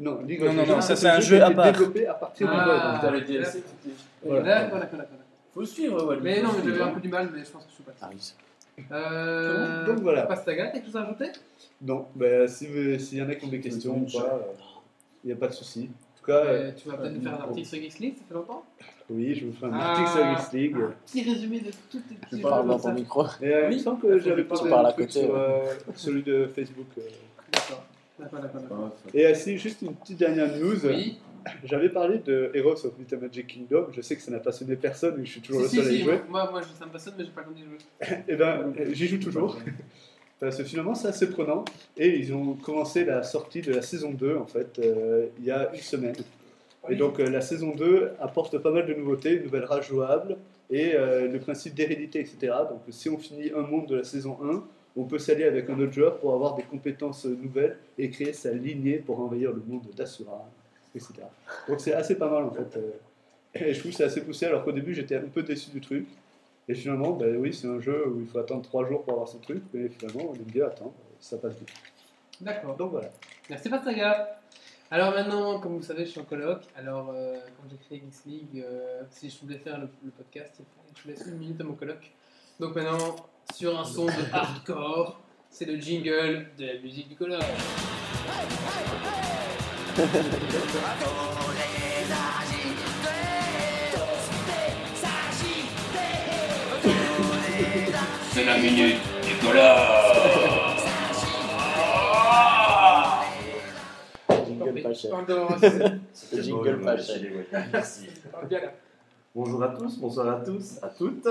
S3: Non, League
S5: Non,
S3: of
S5: non,
S3: Legends,
S5: non, ça,
S3: le
S5: c'est un jeu
S3: qui a
S5: à
S3: été
S5: part.
S3: développé à partir du mode.
S1: Ah.
S4: T'as le DLC, tout est-
S3: Voilà.
S1: D'accord, d'accord, d'accord.
S4: Faut suivre, ouais.
S1: Mais non, mais j'avais un
S4: un
S1: peu du mal, mais je pense que je suis pas.
S2: Ah oui.
S1: Euh,
S3: Donc voilà.
S1: Pastaga, t'as quelque chose à ajouter
S3: ben, Non, bah, si vous- s'il y en a qui ont des questions, ou
S4: Donc,
S3: pas, euh, Il n'y a pas de souci. En tout cas, euh,
S1: Euh, tu vas peut-être nous faire un article sur Geeks League, ça fait longtemps
S3: oui, je vous fais un
S1: Ah.
S3: article sur Geeks League.
S1: Un petit résumé de toutes les petits
S2: Tu parles dans ton
S1: comme ça.
S2: micro.
S3: Et, euh, il
S1: Oui.
S3: me semble que j'avais pas
S2: Tu parles à côté,
S3: sur euh, celui de Facebook. euh.
S1: D'accord. D'accord, d'accord, d'accord.
S4: Enfin,
S3: Et euh, si, juste une petite dernière news.
S1: Oui,
S3: J'avais parlé de Heroes of Little Magic Kingdom. Je sais que ça n'a passionné personne, mais je suis toujours
S1: si,
S3: le
S1: si,
S3: seul à y
S1: si,
S3: jouer.
S1: moi, moi je- ça me passionne, mais j'ai pas compris le jeu.
S3: Et ben, euh, j'y joue toujours. Parce que finalement, c'est assez prenant. Et ils ont commencé la sortie de la saison 2, en fait, euh, il y a une semaine. Et donc, euh, la saison 2 apporte pas mal de nouveautés, une nouvelle rage jouable, et euh, le principe d'hérédité, etc. Donc, si on finit un monde de la saison 1, on peut s'allier avec un autre joueur pour avoir des compétences nouvelles et créer sa lignée pour envahir le monde d'Asura, etc. Donc, c'est assez pas mal, en fait. euh. Et je trouve que c'est assez poussé, alors qu'au début, j'étais un peu déçu du truc. Et finalement, ben oui, c'est un jeu où il faut attendre 3 jours pour avoir son truc, mais finalement, on aime bien attendre, ça passe vite.
S1: D'accord.
S3: Donc voilà.
S1: Merci Pastaga. Alors maintenant, comme vous savez, je suis en coloc. Alors, euh, quand j'ai créé Geeks League, euh, si je voulais faire le, le podcast, il fallait que je laisse une minute à mon coloc. Donc maintenant, sur un son de hardcore, c'est le jingle de la musique du coloc.
S8: C'est la minute du colère.
S2: Jingle pas cher.
S1: Pardon,
S2: Le jingle pas cher.
S9: Merci.
S1: c'est bien là.
S9: Bonjour à tous, bonsoir à tous, à toutes.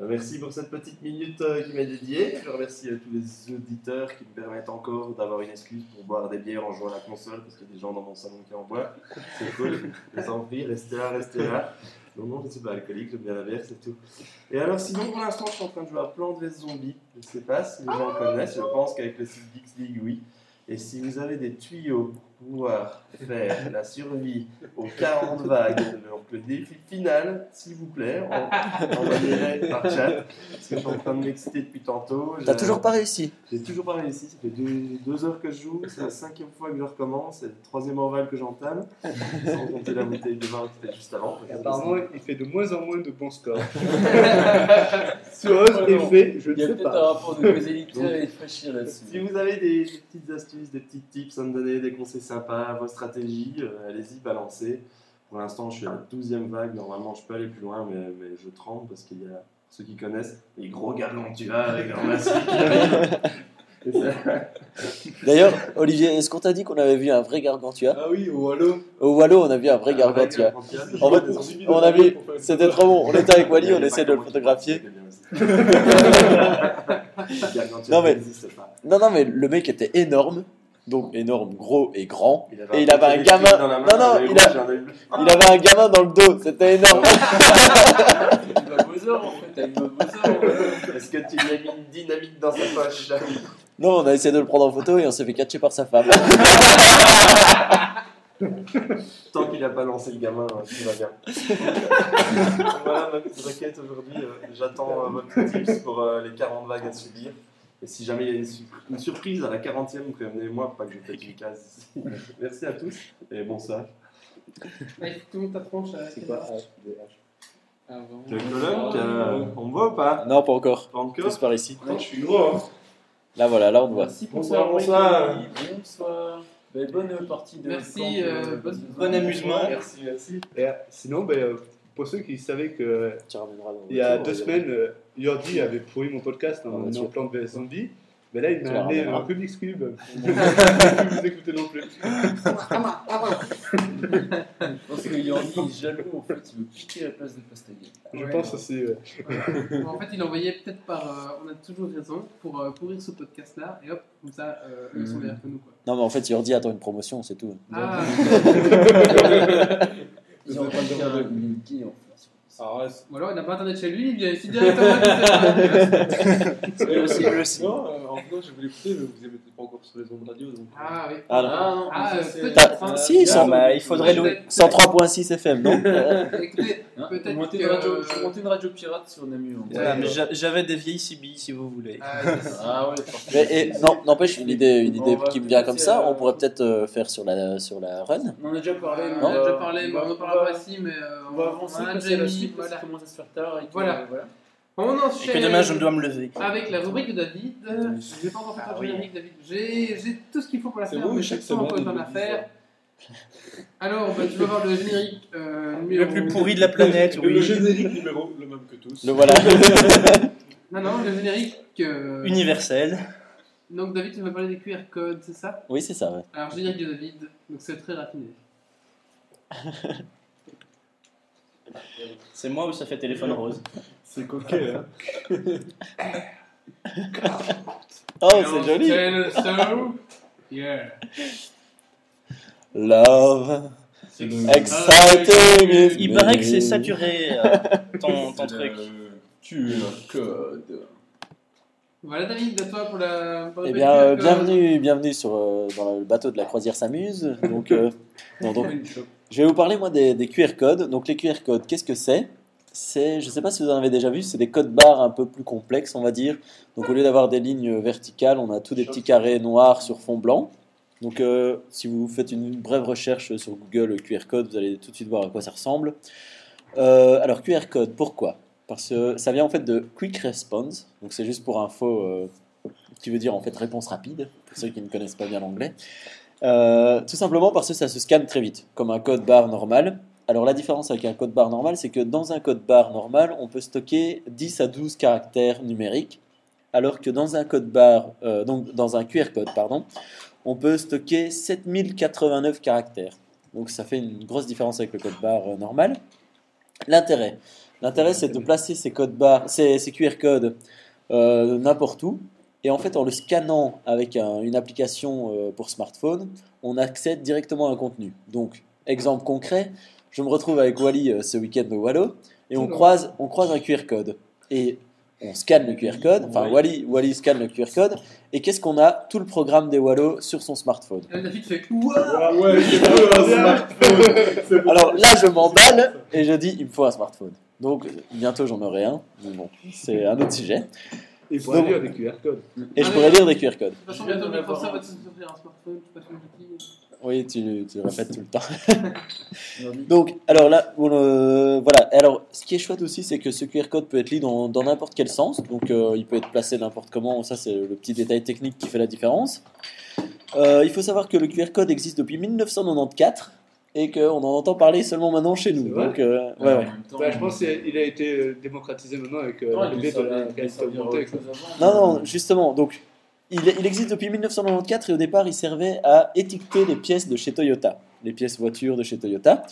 S9: Euh, merci pour cette petite minute euh, qui m'est dédiée. Je remercie euh, tous les auditeurs qui me permettent encore d'avoir une excuse pour boire des bières en jouant à la console parce qu'il y a des gens dans mon salon qui en boivent. C'est cool. Les envies, restez là, restez là. Non, non, je ne suis pas alcoolique, j'aime bien la bière, c'est tout. Et alors, sinon, pour l'instant, je suis en train de jouer à Plants vs Zombies. Je ne sais pas si les gens
S2: Ah.
S9: connaissent, je pense qu'avec le site Geeks League, oui. Et si vous avez des tuyaux pour pouvoir faire la survie aux 40 vagues, donc le défi final, s'il vous plaît, on envoyez par chat, parce que je suis en train de m'exciter depuis tantôt.
S2: T'as
S9: J'ai-
S2: toujours pas réussi.
S9: J'ai toujours pas réussi, ça fait deux, deux heures que je joue, c'est la cinquième fois que je recommence, c'est le troisième orval que j'entame, sans compter la bouteille de vin que c'était juste avant.
S3: Et apparemment, il fait de moins en moins de bons scores. Sur eux, effet, je
S4: Il y a
S3: ne sais
S4: peut-être un
S3: pas.
S4: rapport de causalité à réfléchir
S9: Si
S4: là-dessus.
S9: vous avez des, des petites astuces, des petits tips à me donner, des conseils sympas, vos stratégies, euh, allez-y, balancez. Pour l'instant, je suis à la 12e vague. Normalement, je peux aller plus loin, mais, mais je tremble parce qu'il y a ceux qui connaissent les gros galons, tu vas avec leur masque qui arrive. Et ça-
S2: D'ailleurs, Olivier, est-ce qu'on t'a dit qu'on avait vu un vrai gargantua
S6: Ah oui, ou allô
S2: Au Wallo, on a vu un vrai gargantua. En fait, on a vu, c'était trop bon. On était avec Wally, on essayait de le photographier.
S9: non,
S2: Non,
S9: mais.
S2: mais- Non, non, mais le mec était énorme. Donc énorme, gros et grand. Et il avait un gamin-
S9: dans la main,
S2: non, non,
S9: un œil
S2: il a-
S9: rouge, un œil bleu.
S2: Il avait un gamin dans le dos, c'était énorme.
S4: T'as une Babozor en fait, t'as une Babozor.
S9: Est-ce que tu lui as mis une dynamite dans sa poche
S2: Non, on a essayé de le prendre en photo et on s'est fait catcher par sa femme.
S9: Tant qu'il a pas lancé le gamin, hein, tout va bien. voilà ma petite requête aujourd'hui. euh, J'attends euh, vos petits tips pour euh, les 40 vagues à subir. Et si jamais il y a une, su- une surprise à la 40e, prévenez-moi pour pas que je pète une case ici. Merci à tous et bonsoir.
S1: Allez, tout le monde t'approche.
S4: euh,
S1: à- Ah, vraiment.
S9: Le colloque, euh, on me voit ou pas
S2: Non, pas encore.
S9: Pas encore
S2: Plus par ici.
S9: Je suis gros. hein.
S2: Là, voilà, là, on te voit.
S4: Merci pour
S9: Bonsoir,
S4: ça,
S9: bonsoir.
S4: Ricky. Bonsoir. Ben, bonne partie de. camp
S1: Merci,
S4: de-
S1: euh, bonne-
S5: Bon amusement.
S9: Merci, merci.
S3: Et, euh, sinon, ben, euh, pour ceux qui savaient que euh,
S2: Tu ramèneras dans le
S3: il y a
S2: retour,
S3: deux
S2: euh,
S3: semaines, euh, Yordi avait pourri mon podcast en
S2: Ouais,
S3: en
S2: sûr.
S3: plan de zombie. Mais là, il
S2: Tu
S3: m'a
S2: la
S3: amené un
S2: ramèneras.
S3: Rubik's Cube. Je ne vous écouter non plus.
S4: Ah, bah, Je pense que Yanni est jaloux en fait, il veut piquer la place de Pastaga.
S3: Je
S1: Ouais,
S3: pense
S1: non.
S3: aussi. ouais.
S1: Voilà. en fait, il envoyait peut-être par euh, On a toujours raison pour euh, pourrir ce podcast-là. Et hop, comme ça, euh, eux, ils
S2: Hmm.
S1: sont
S4: Mm.
S1: meilleurs que nous. Quoi.
S2: Non, mais en fait, Jordi attend une promotion, c'est tout.
S1: Ah,
S4: Ils ont envie de faire une gay en fait.
S6: Alors, ouais, c'est-
S1: ou alors il n'a pas internet chez lui, il vient ici directement.
S6: Non, euh, en fait, je voulais écouter, mais vous n'étiez pas encore sur les ondes radio. Donc, euh,
S1: ah oui.
S2: Ah non.
S4: non,
S1: Ah,
S4: mais
S1: euh,
S4: ça, c'est-
S1: peut-être.
S2: T'as-
S1: hein.
S2: si, ils sont-
S5: bah, il faudrait louer.
S2: 103.6 FM, non
S1: bah, Écoutez,
S4: Hein,
S1: peut-être
S4: monter
S1: que-
S4: une radio- Je montais une radio pirate sur hein. Namur. en fait.
S5: Voilà, mais j'a- J'avais des vieilles CB si vous voulez.
S1: euh,
S4: Ah ouais, parce que-
S2: Mais, et, non, n'empêche, une idée, une
S4: On
S2: idée
S4: va
S2: qui me vient comme
S4: passer
S2: ça,
S4: à-
S2: on pourrait peut-être euh, faire sur la, sur la run.
S4: On en a déjà parlé.
S1: on
S4: mais
S1: en a
S4: on
S1: déjà
S4: va-
S1: parlé, mais euh,
S4: va-
S1: on en parlera pas ici, mais euh,
S4: On va avancer,
S1: a
S4: passer
S1: déjà
S4: à la
S1: mis,
S4: suite, parce
S1: voilà.
S4: que commence à se faire tard. et que,
S1: Voilà.
S4: euh, voilà.
S1: On
S5: Et
S1: enchaîne
S5: que demain, je dois me lever.
S1: avec la rubrique de David.
S4: Oui.
S1: Je n'ai pas encore fait
S5: Ah
S1: ton
S5: oui.
S1: générique, David. J'ai j'ai tout ce qu'il faut pour la
S6: C'est
S1: faire,
S6: bon,
S1: mais
S6: je sais
S1: chaque
S6: que c'est
S1: fois on
S6: bon,
S1: peut
S6: de
S1: en
S6: nous
S1: la faire. Alors, bah, tu vas voir le générique. euh,
S5: Le
S1: numéro-
S5: plus pourri de la planète,
S10: Le
S5: oui.
S10: générique numéro, le même que tous.
S2: Le voilà.
S1: Non, non, le générique. euh,
S5: Universel.
S1: Donc, David, tu vas parler des QR codes, c'est ça
S2: Oui, c'est ça, ouais.
S1: Alors, générique de David, donc c'est très raffiné.
S5: C'est moi ou ça fait téléphone rose
S6: C'est coquet, hein
S1: Ah
S2: Oh, c'est joli.
S1: Tell us so. Yeah.
S2: Love.
S10: C'est le-
S2: Exciting. is
S5: Il paraît que c'est
S2: me.
S5: saturé, euh, ton, ton
S10: c'est
S5: truc.
S10: le QR code.
S1: Voilà, David, à toi pour la. pour la
S2: Eh
S1: petite
S2: bien,
S1: QR
S2: euh,
S1: code.
S2: bienvenue, bienvenue sur, euh, dans le bateau de la croisière s'amuse. Donc, euh, non, donc, je vais vous parler moi des, des QR codes. Donc les QR codes, qu'est-ce que c'est C'est, je ne sais pas si vous en avez déjà vu, c'est des codes barres un peu plus complexes, on va dire. Donc au lieu d'avoir des lignes verticales, on a tous des petits carrés noirs sur fond blanc. Donc euh, si vous faites une, brève recherche sur Google QR code, vous allez tout de suite voir à quoi ça ressemble. Euh, alors QR code, pourquoi Parce que ça vient en fait de Quick Response. Donc c'est juste pour info. euh, qui veut dire en fait réponse rapide, pour ceux qui ne connaissent pas bien l'anglais. Euh, tout simplement parce que ça se scanne très vite, comme un code barre normal. Alors la différence avec un code barre normal, c'est que dans un code barre normal, on peut stocker 10 à 12 caractères numériques, alors que dans un code barre, euh, donc dans un QR code, pardon, on peut stocker 7089 caractères. Donc ça fait une grosse différence avec le code barre euh, normal. L'intérêt, l'intérêt c'est de placer ces codes barres, ces, ces QR codes euh, n'importe où. Et en fait, en le scannant avec un- une application euh, pour smartphone, on accède directement à un contenu. Donc, exemple concret, je me retrouve avec Wally euh, ce week-end au Wallo et on
S1: Oula.
S2: croise, on croise un QR code. Et on scanne le QR code, enfin Wally, Wally scanne le QR code, et qu'est-ce qu'on a Tout le programme des Wallo sur son smartphone.
S1: Et Euh, David fait Ouah
S3: Ah ouais, j'ai pas eu un smartphone. C'est bon.
S2: Alors là, je m'emballe et je dis, il me faut un smartphone. Donc, bientôt j'en aurai un, mais bon, c'est un autre sujet.
S6: Il faut
S2: Donc-
S6: aller avec QR code.
S2: Et je pourrais lire des QR codes.
S1: De toute façon, bientôt Microsoft va te sortir un smartphone, tu passes une petite.
S2: Oui, tu, tu le répètes tout le temps.
S4: Aujourd'hui,
S2: Donc, alors là, on, euh, voilà. Alors, ce qui est chouette aussi, c'est que ce QR code peut être lu dans dans n'importe quel sens. Donc, euh, il peut être placé n'importe comment. Ça, c'est le petit détail technique qui fait la différence. Euh, il faut savoir que le QR code existe depuis 1994 et qu'on en entend parler seulement maintenant chez nous.
S6: C'est vrai
S2: Donc, euh, ouais,
S4: euh, en
S2: ouais.
S4: même temps,
S6: Bah, je pense qu'il a été euh, démocratisé maintenant avec euh,
S4: Non, il
S6: l'arrivée
S4: devait
S6: de la
S4: servir- il devait
S6: réalité
S4: servir à
S6: augmentée.
S4: autre
S6: quoi.
S4: chose avant.
S2: Non, non, justement. Donc, il, il existe depuis 1994 et au départ, il servait à étiqueter les pièces de chez Toyota, les pièces voitures de chez Toyota.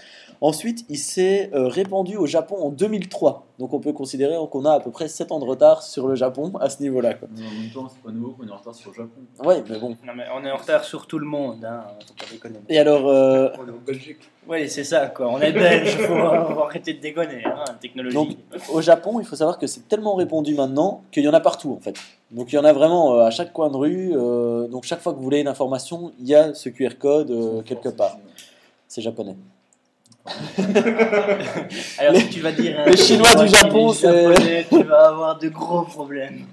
S2: Ensuite, il s'est euh, répandu au Japon en 2003. Donc, on peut considérer qu'on a à peu près 7 ans de retard sur le Japon à ce niveau-là. quoi.
S4: Mais en même temps, c'est pas nouveau qu'on est en retard sur le Japon.
S2: Ouais, mais bon.
S5: Non, mais on est en retard sur tout le monde, hein. Faut pas déconner.
S2: Et alors, euh,
S6: On est en Belgique.
S5: Ouais, c'est ça, quoi. On est belge, faut, faut arrêter de déconner, hein, technologie.
S2: Donc, au Japon, il faut savoir que c'est tellement répandu maintenant qu'il y en a partout en fait. Donc il y en a vraiment euh, à chaque coin de rue. euh, donc chaque fois que vous voulez une information, il y a ce QR code euh, quelque part. C'est japonais.
S5: Alors, si tu vas dire. hein, un
S2: les Chinois du
S5: Chinois qui
S2: Japon,
S5: dit japonais, Tu vas avoir de gros problèmes.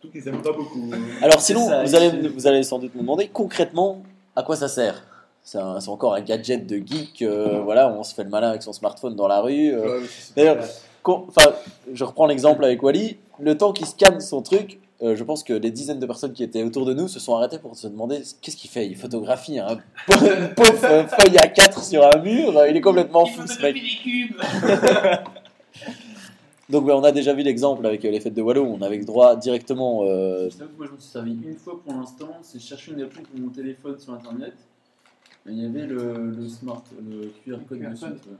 S9: Surtout qu'ils aiment pas beaucoup.
S2: Alors sinon,
S5: C'est ça,
S2: vous, allez,
S5: c'est-
S2: vous allez sans doute me demander concrètement à quoi ça sert. C'est un- c'est encore un gadget de geek. euh, voilà, on se fait le malin avec son smartphone dans la rue. euh,
S3: Ouais, mais c'est-
S2: D'ailleurs, quand- enfin, je reprends l'exemple avec Wally. Le temps qu'il scanne son truc, euh, je pense que les dizaines de personnes qui étaient autour de nous se sont arrêtées pour se demander qu'est-ce qu'il fait. Il photographie un pauvre pauvre, euh, feuille à 4 sur un mur. euh, Il est complètement fou ce mec.
S7: des cubes.
S2: Donc ouais, on a déjà vu l'exemple avec euh, les fêtes de Wallo. où On avait droit directement. euh,
S4: Je t'avoue que moi je m'en suis servi une fois pour l'instant, c'est chercher une appli pour mon téléphone sur internet. Et il y avait le, le smart, le QR code
S1: Le QR
S4: dessus.
S1: code.
S4: tu vois.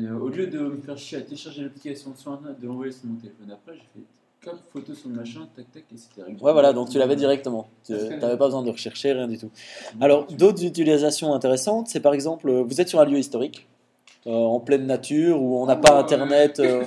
S4: Et euh, au lieu de me faire chier à télécharger l'application sur internet, de l'envoyer sur mon téléphone après, j'ai fait comme photo sur le machin, tac tac, et c'était réglé.
S2: Ouais, voilà, donc tu l'avais directement. Tu n'avais pas besoin de rechercher, rien du tout. Alors, d'autres utilisations intéressantes, c'est par exemple, euh, vous êtes sur un lieu historique, euh, en pleine nature, où on n'a
S1: Oh,
S2: pas internet. euh,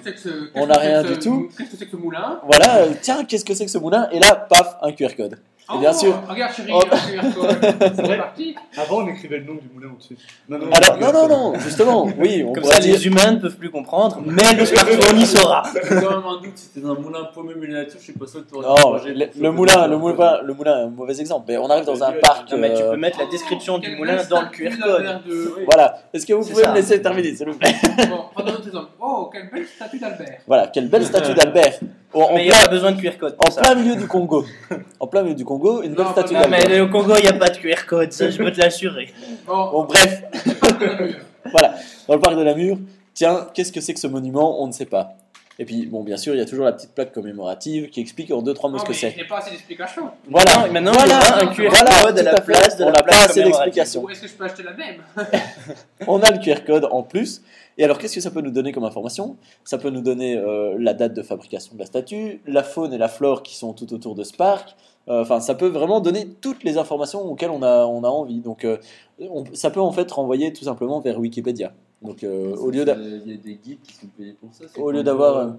S2: on n'a rien du tout.
S1: Qu'est-ce que c'est que ce moulin
S2: Voilà, euh, tiens, qu'est-ce que c'est que ce moulin Et là, paf, un QR code. Et bien sûr.
S1: Regarde, chérie,
S2: Oh.
S1: regarde, c'est
S3: vrai.
S1: parti.
S3: Avant, on écrivait le nom du moulin au-dessus. Maintenant,
S2: Alors,
S3: on-
S2: non, non, non, justement, oui, on
S5: Comme
S2: pourrait
S5: ça,
S2: dire.
S5: les humains ne peuvent plus comprendre, mais le smartphone y saura.
S4: J'ai quand même un doute, c'était dans un moulin paumé mais la nature, je suis pas sûr que tu aurais
S2: Non, le, le moulin, le moulin, le moulin est un mauvais exemple, mais on arrive dans un parc.
S5: Non, mais tu
S2: euh,
S5: peux mettre la description du moulin dans le QR code.
S2: Voilà, est-ce que vous
S5: C'est
S2: pouvez
S5: ça.
S2: me laisser terminer, s'il vous plaît
S1: Bon, prenons notre exemple. Oh, quelle belle statue d'Albert.
S2: Voilà, quelle belle statue d'Albert. En- en
S5: Mais il n'y a
S2: plein-
S5: pas besoin de QR code
S2: En
S5: pour ça.
S2: plein milieu du Congo. En plein milieu du Congo une bonne
S1: Non,
S2: statue
S1: pas-
S5: Non,
S2: d'Albert.
S5: mais au Congo, il n'y a pas de QR code, ça, je peux te l'assurer.
S1: Bon,
S2: Bon, bref. voilà, dans le parc de la Mure, tiens, qu'est-ce que c'est que ce monument On ne sait pas. Et puis, bon, bien sûr, il y a toujours la petite plaque commémorative qui explique en deux, trois mots
S1: non,
S2: ce que
S1: mais je
S2: c'est.
S1: n'ai pas assez d'explications.
S2: Voilà,
S5: Non, Ah maintenant,
S2: voilà,
S5: il y aura un QR
S2: voilà,
S5: code à
S2: tout
S5: la
S2: à fait.
S5: place de
S2: On
S5: la
S2: n'a
S5: plaque
S2: pas assez
S5: commémorative.
S2: d'explications.
S1: Ou est-ce que je peux acheter la même
S2: On a le QR code en plus. Et alors, qu'est-ce que ça peut nous donner comme information Ça peut nous donner euh, la date de fabrication de la statue, la faune et la flore qui sont tout autour de ce parc. Euh, Enfin, ça peut vraiment donner toutes les informations auxquelles on a, on a envie. Donc, euh, on- ça peut en fait renvoyer tout simplement vers Wikipédia. Donc,
S3: Ah,
S2: euh, au lieu d'a-
S4: Il y a des guides qui sont payés pour ça. c'est
S2: au lieu
S4: pour,
S2: d'avoir,
S4: euh,
S2: euh,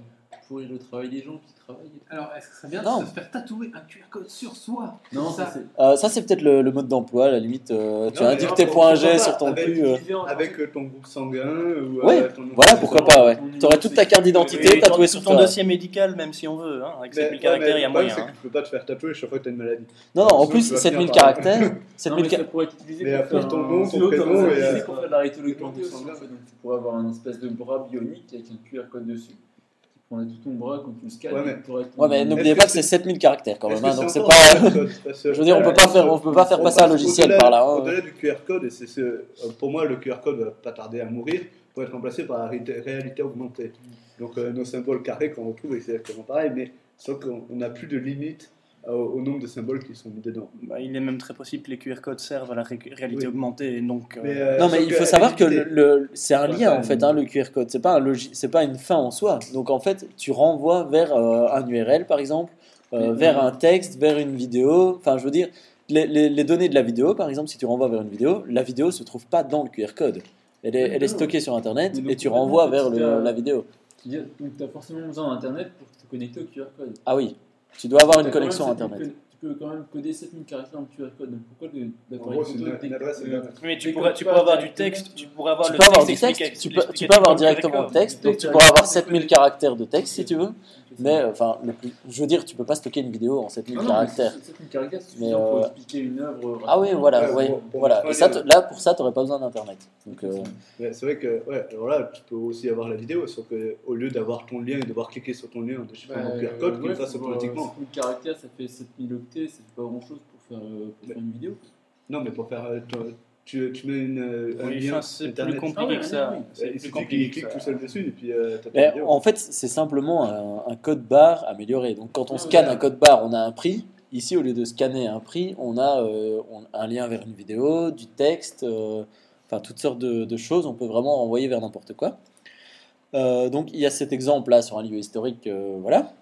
S4: Pourrir le travail des gens qui travaillent.
S1: Alors, est-ce que ce serait bien
S2: Non.
S1: de se faire tatouer un QR code sur soi
S4: Non,
S1: ça,
S4: ça c'est.
S2: Euh, ça, c'est peut-être le, le mode d'emploi, à la limite. euh, tu
S3: Non, mais
S2: indiques
S3: alors,
S2: tes
S3: pour-
S2: points
S3: pourquoi
S2: G
S3: pas
S2: sur ton
S3: avec-
S2: cul. euh.
S3: Avec euh, ton groupe sanguin ou euh,
S2: Ouais,
S3: ton nom
S2: Voilà,
S3: de
S2: pourquoi
S3: naissance.
S2: pas, ouais.
S4: Ton
S2: T'aurais toute ta carte d'identité
S5: Et
S2: tatouée
S5: tatouer
S2: sur
S5: ton
S2: toi.
S5: dossier médical, même si on veut, hein, avec
S3: Mais-
S5: 7000
S3: ouais,
S5: caractères,
S3: mais
S5: il y a
S3: le problème,
S5: moyen. hein.
S3: c'est que tu peux pas te faire tatouer chaque fois que t'as une maladie.
S2: Non, non, en
S3: Sinon, tu
S2: plus,
S3: vas finir
S2: 7000
S3: par-
S2: caractères.
S4: Non,
S2: 7000
S4: mais
S2: ca-
S4: ça pourrait être utilisé
S3: Mais
S4: pour
S3: après,
S4: faire
S3: ton
S4: un-
S3: nom,
S4: c'est
S3: ton
S4: autant
S3: prénom,
S4: utilisé
S3: et, euh,
S4: pour faire de la rétologie
S3: ton
S4: aussi,
S3: sang.
S4: en fait. Donc, tu pourrais avoir un espèce de bras bionique avec un QR code dessus. Tu prendrais tout ton bras quand tu le scannes.
S3: Ouais, mais-
S4: tu pourrais être-
S2: Ouais, mais n'oubliez
S3: Est-ce
S2: pas
S3: que
S2: que c'est
S3: c'est-
S2: 7000 caractères quand
S3: Est-ce
S2: même,
S3: que
S2: hein, donc c'est
S3: encore
S2: pas.
S3: un QR code Parce que-
S2: Je veux dire, on peut pas faire, on peut pas faire
S3: On
S2: passer un
S3: passe
S2: logiciel
S3: au-delà-
S2: par là. hein.
S3: Au-delà du QR code, et c'est ce- euh, pour moi, le QR code va pas tarder à mourir pour être remplacé par la réalité, réalité augmentée. Donc euh, nos symboles carrés qu'on retrouve, c'est exactement pareil, mais sauf qu'on on n'a plus de limite euh, au, au nombre de symboles qui sont mis dedans.
S5: Bah, il est même très possible que les QR codes servent à la ré- réalité
S3: Oui.
S5: augmentée, et donc. euh,
S3: euh,
S2: Non, mais
S3: sauf
S2: il
S3: que
S2: faut
S3: elle
S2: savoir
S3: est
S2: que le,
S3: limitée.
S2: le- c'est un
S3: Ouais,
S2: lien
S3: ça,
S2: en fait,
S3: euh,
S2: hein, le QR code. C'est pas un logi- c'est pas une fin en soi. Donc en fait, tu renvoies vers euh, un URL par exemple, euh,
S4: Mhm.
S2: vers un texte, vers une vidéo. Enfin, je veux dire, les, les- les données de la vidéo, par exemple, si tu renvoies vers une vidéo, la vidéo se trouve pas dans le QR code. Elle est, elle est stockée sur Internet
S4: Mais donc,
S2: et tu
S4: en fait,
S2: renvoies
S4: en fait,
S2: vers
S4: tu
S2: le-
S4: vas-
S2: la vidéo.
S4: Tu dis- Donc, tu as forcément besoin d'Internet pour te connecter au QR code.
S2: Ah oui, tu dois avoir
S4: T'as
S2: une
S4: quand
S2: connexion
S4: même 7000
S2: Internet.
S4: que- Tu peux quand même coder 7000 caractères en QR code. Donc, pourquoi le- la
S3: En gros, c'est une, une adresse.
S4: le-
S3: Internet.
S5: Mais tu
S4: Mais
S5: pourras,
S4: comme
S5: tu
S4: tu
S5: pourras
S4: parles
S5: avoir du
S4: directement-
S5: texte, tu pourras avoir
S2: Tu
S5: le
S2: peux avoir du
S5: texte,
S2: texte,
S5: explica-
S2: tu peux, tu
S5: explicatif
S2: peux avoir
S5: dans le QR
S2: directement le
S5: code.
S2: texte, donc tu
S4: Directement.
S2: pourras avoir 7000 caractères de texte si tu veux, mais euh, enfin, le plus, je veux dire, tu peux pas stocker une vidéo en 7000
S4: Ah Non, non,
S2: caractères.
S4: mais c'est- c'est une caractère, c'est
S2: Mais,
S4: suffisant pour
S2: euh,
S4: expliquer une œuvre.
S2: Ah oui,
S4: rapidement.
S2: voilà,
S3: Ouais,
S2: ouais,
S3: pour- pour
S2: voilà.
S3: montrer
S2: Et ça,
S3: les-
S2: t- là, pour ça, t'aurais pas besoin d'internet. Donc, euh,
S3: Ouais, c'est vrai que, ouais, alors là, tu peux aussi avoir la vidéo, sauf qu'au lieu d'avoir ton lien et devoir cliquer sur ton lien en déchiffrant
S4: Bah,
S3: ton QR code, qu'il
S4: ouais,
S3: le fasse
S4: faut voir,
S3: automatiquement.
S4: euh, 7000 caractères, ça fait 7000 octets, ça fait pas grand chose pour faire, euh, pour faire une vidéo.
S3: Non, mais pour faire. euh, ton- tu, tu mets une, euh, un
S5: Oui,
S3: lien
S5: enfin, c'est plus
S3: Internet.
S5: compliqué que ça.
S3: Euh,
S5: C'est
S3: Il
S5: plus
S3: suffit qu'il
S5: compliqué que
S3: clique
S5: ça.
S3: tout seul dessus et puis euh, t'as ta
S2: mais
S3: vidéo.
S2: en fait, c'est simplement un, un code barre amélioré. Donc, quand on
S4: Ouais,
S2: scanne
S4: ouais.
S2: un code barre, on a un prix. Ici, au lieu de scanner un prix, on a euh, on- un lien vers une vidéo, du texte, euh, enfin toutes sortes de, de choses. On peut vraiment renvoyer vers n'importe quoi. Euh, donc, il y a cet exemple là sur un lieu historique, euh, voilà.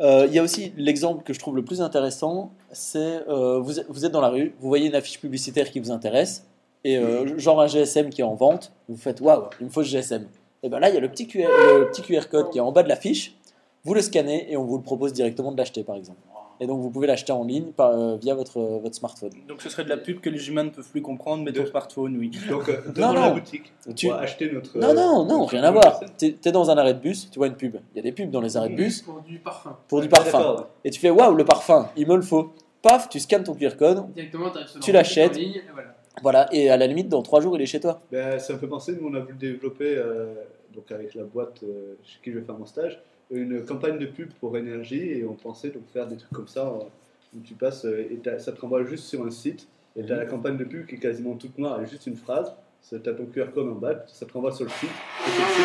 S2: Euh, il y a aussi l'exemple que je trouve le plus intéressant, c'est euh, vous, êtes- vous êtes dans la rue, vous voyez une affiche publicitaire qui vous intéresse, et euh, genre un GSM qui est en vente, vous faites waouh, il me faut ce GSM. Et bien là, il y a le petit, QR, le petit QR code qui est en bas de l'affiche, vous le scannez et on vous le propose directement de l'acheter par exemple. Et donc vous pouvez l'acheter en ligne par- euh, via votre, euh, votre smartphone.
S5: Donc ce serait de la pub que les humains ne peuvent plus comprendre, mais
S3: De-
S5: ton smartphone, oui.
S3: Donc, euh,
S2: Non,
S3: devant la
S2: non.
S3: boutique, on
S2: Tu-
S3: pourra acheter notre. euh,
S2: Non, non, non,
S3: notre
S2: rien à voir.
S3: GSM.
S2: T'es t'es dans un arrêt de bus, tu vois une pub. Il y a des pubs dans les arrêts
S1: Mm.
S2: de bus
S1: Pour du parfum.
S2: pour du
S3: Ouais,
S2: parfum.
S3: d'accord.
S2: Et tu fais waouh, le parfum, il me le faut. Paf, tu scannes ton QR code,
S1: Directement, t'arrives sur leur
S2: Tu l'achètes.
S1: boutique en ligne, et voilà.
S2: voilà, et à la limite, dans trois jours, il est chez toi.
S3: Ben, ça me fait penser, nous on a voulu développer, euh, donc avec la boîte euh, chez qui je vais faire mon stage, une campagne de pub pour énergie et on pensait donc faire des trucs comme ça euh, où tu passes euh, et t'as- ça te renvoie juste sur un site et tu
S5: Mhm.
S3: as la campagne de pub qui est quasiment toute noire avec juste une phrase. Tu as ton QR code en bas, ça te renvoie sur le site et c'est le site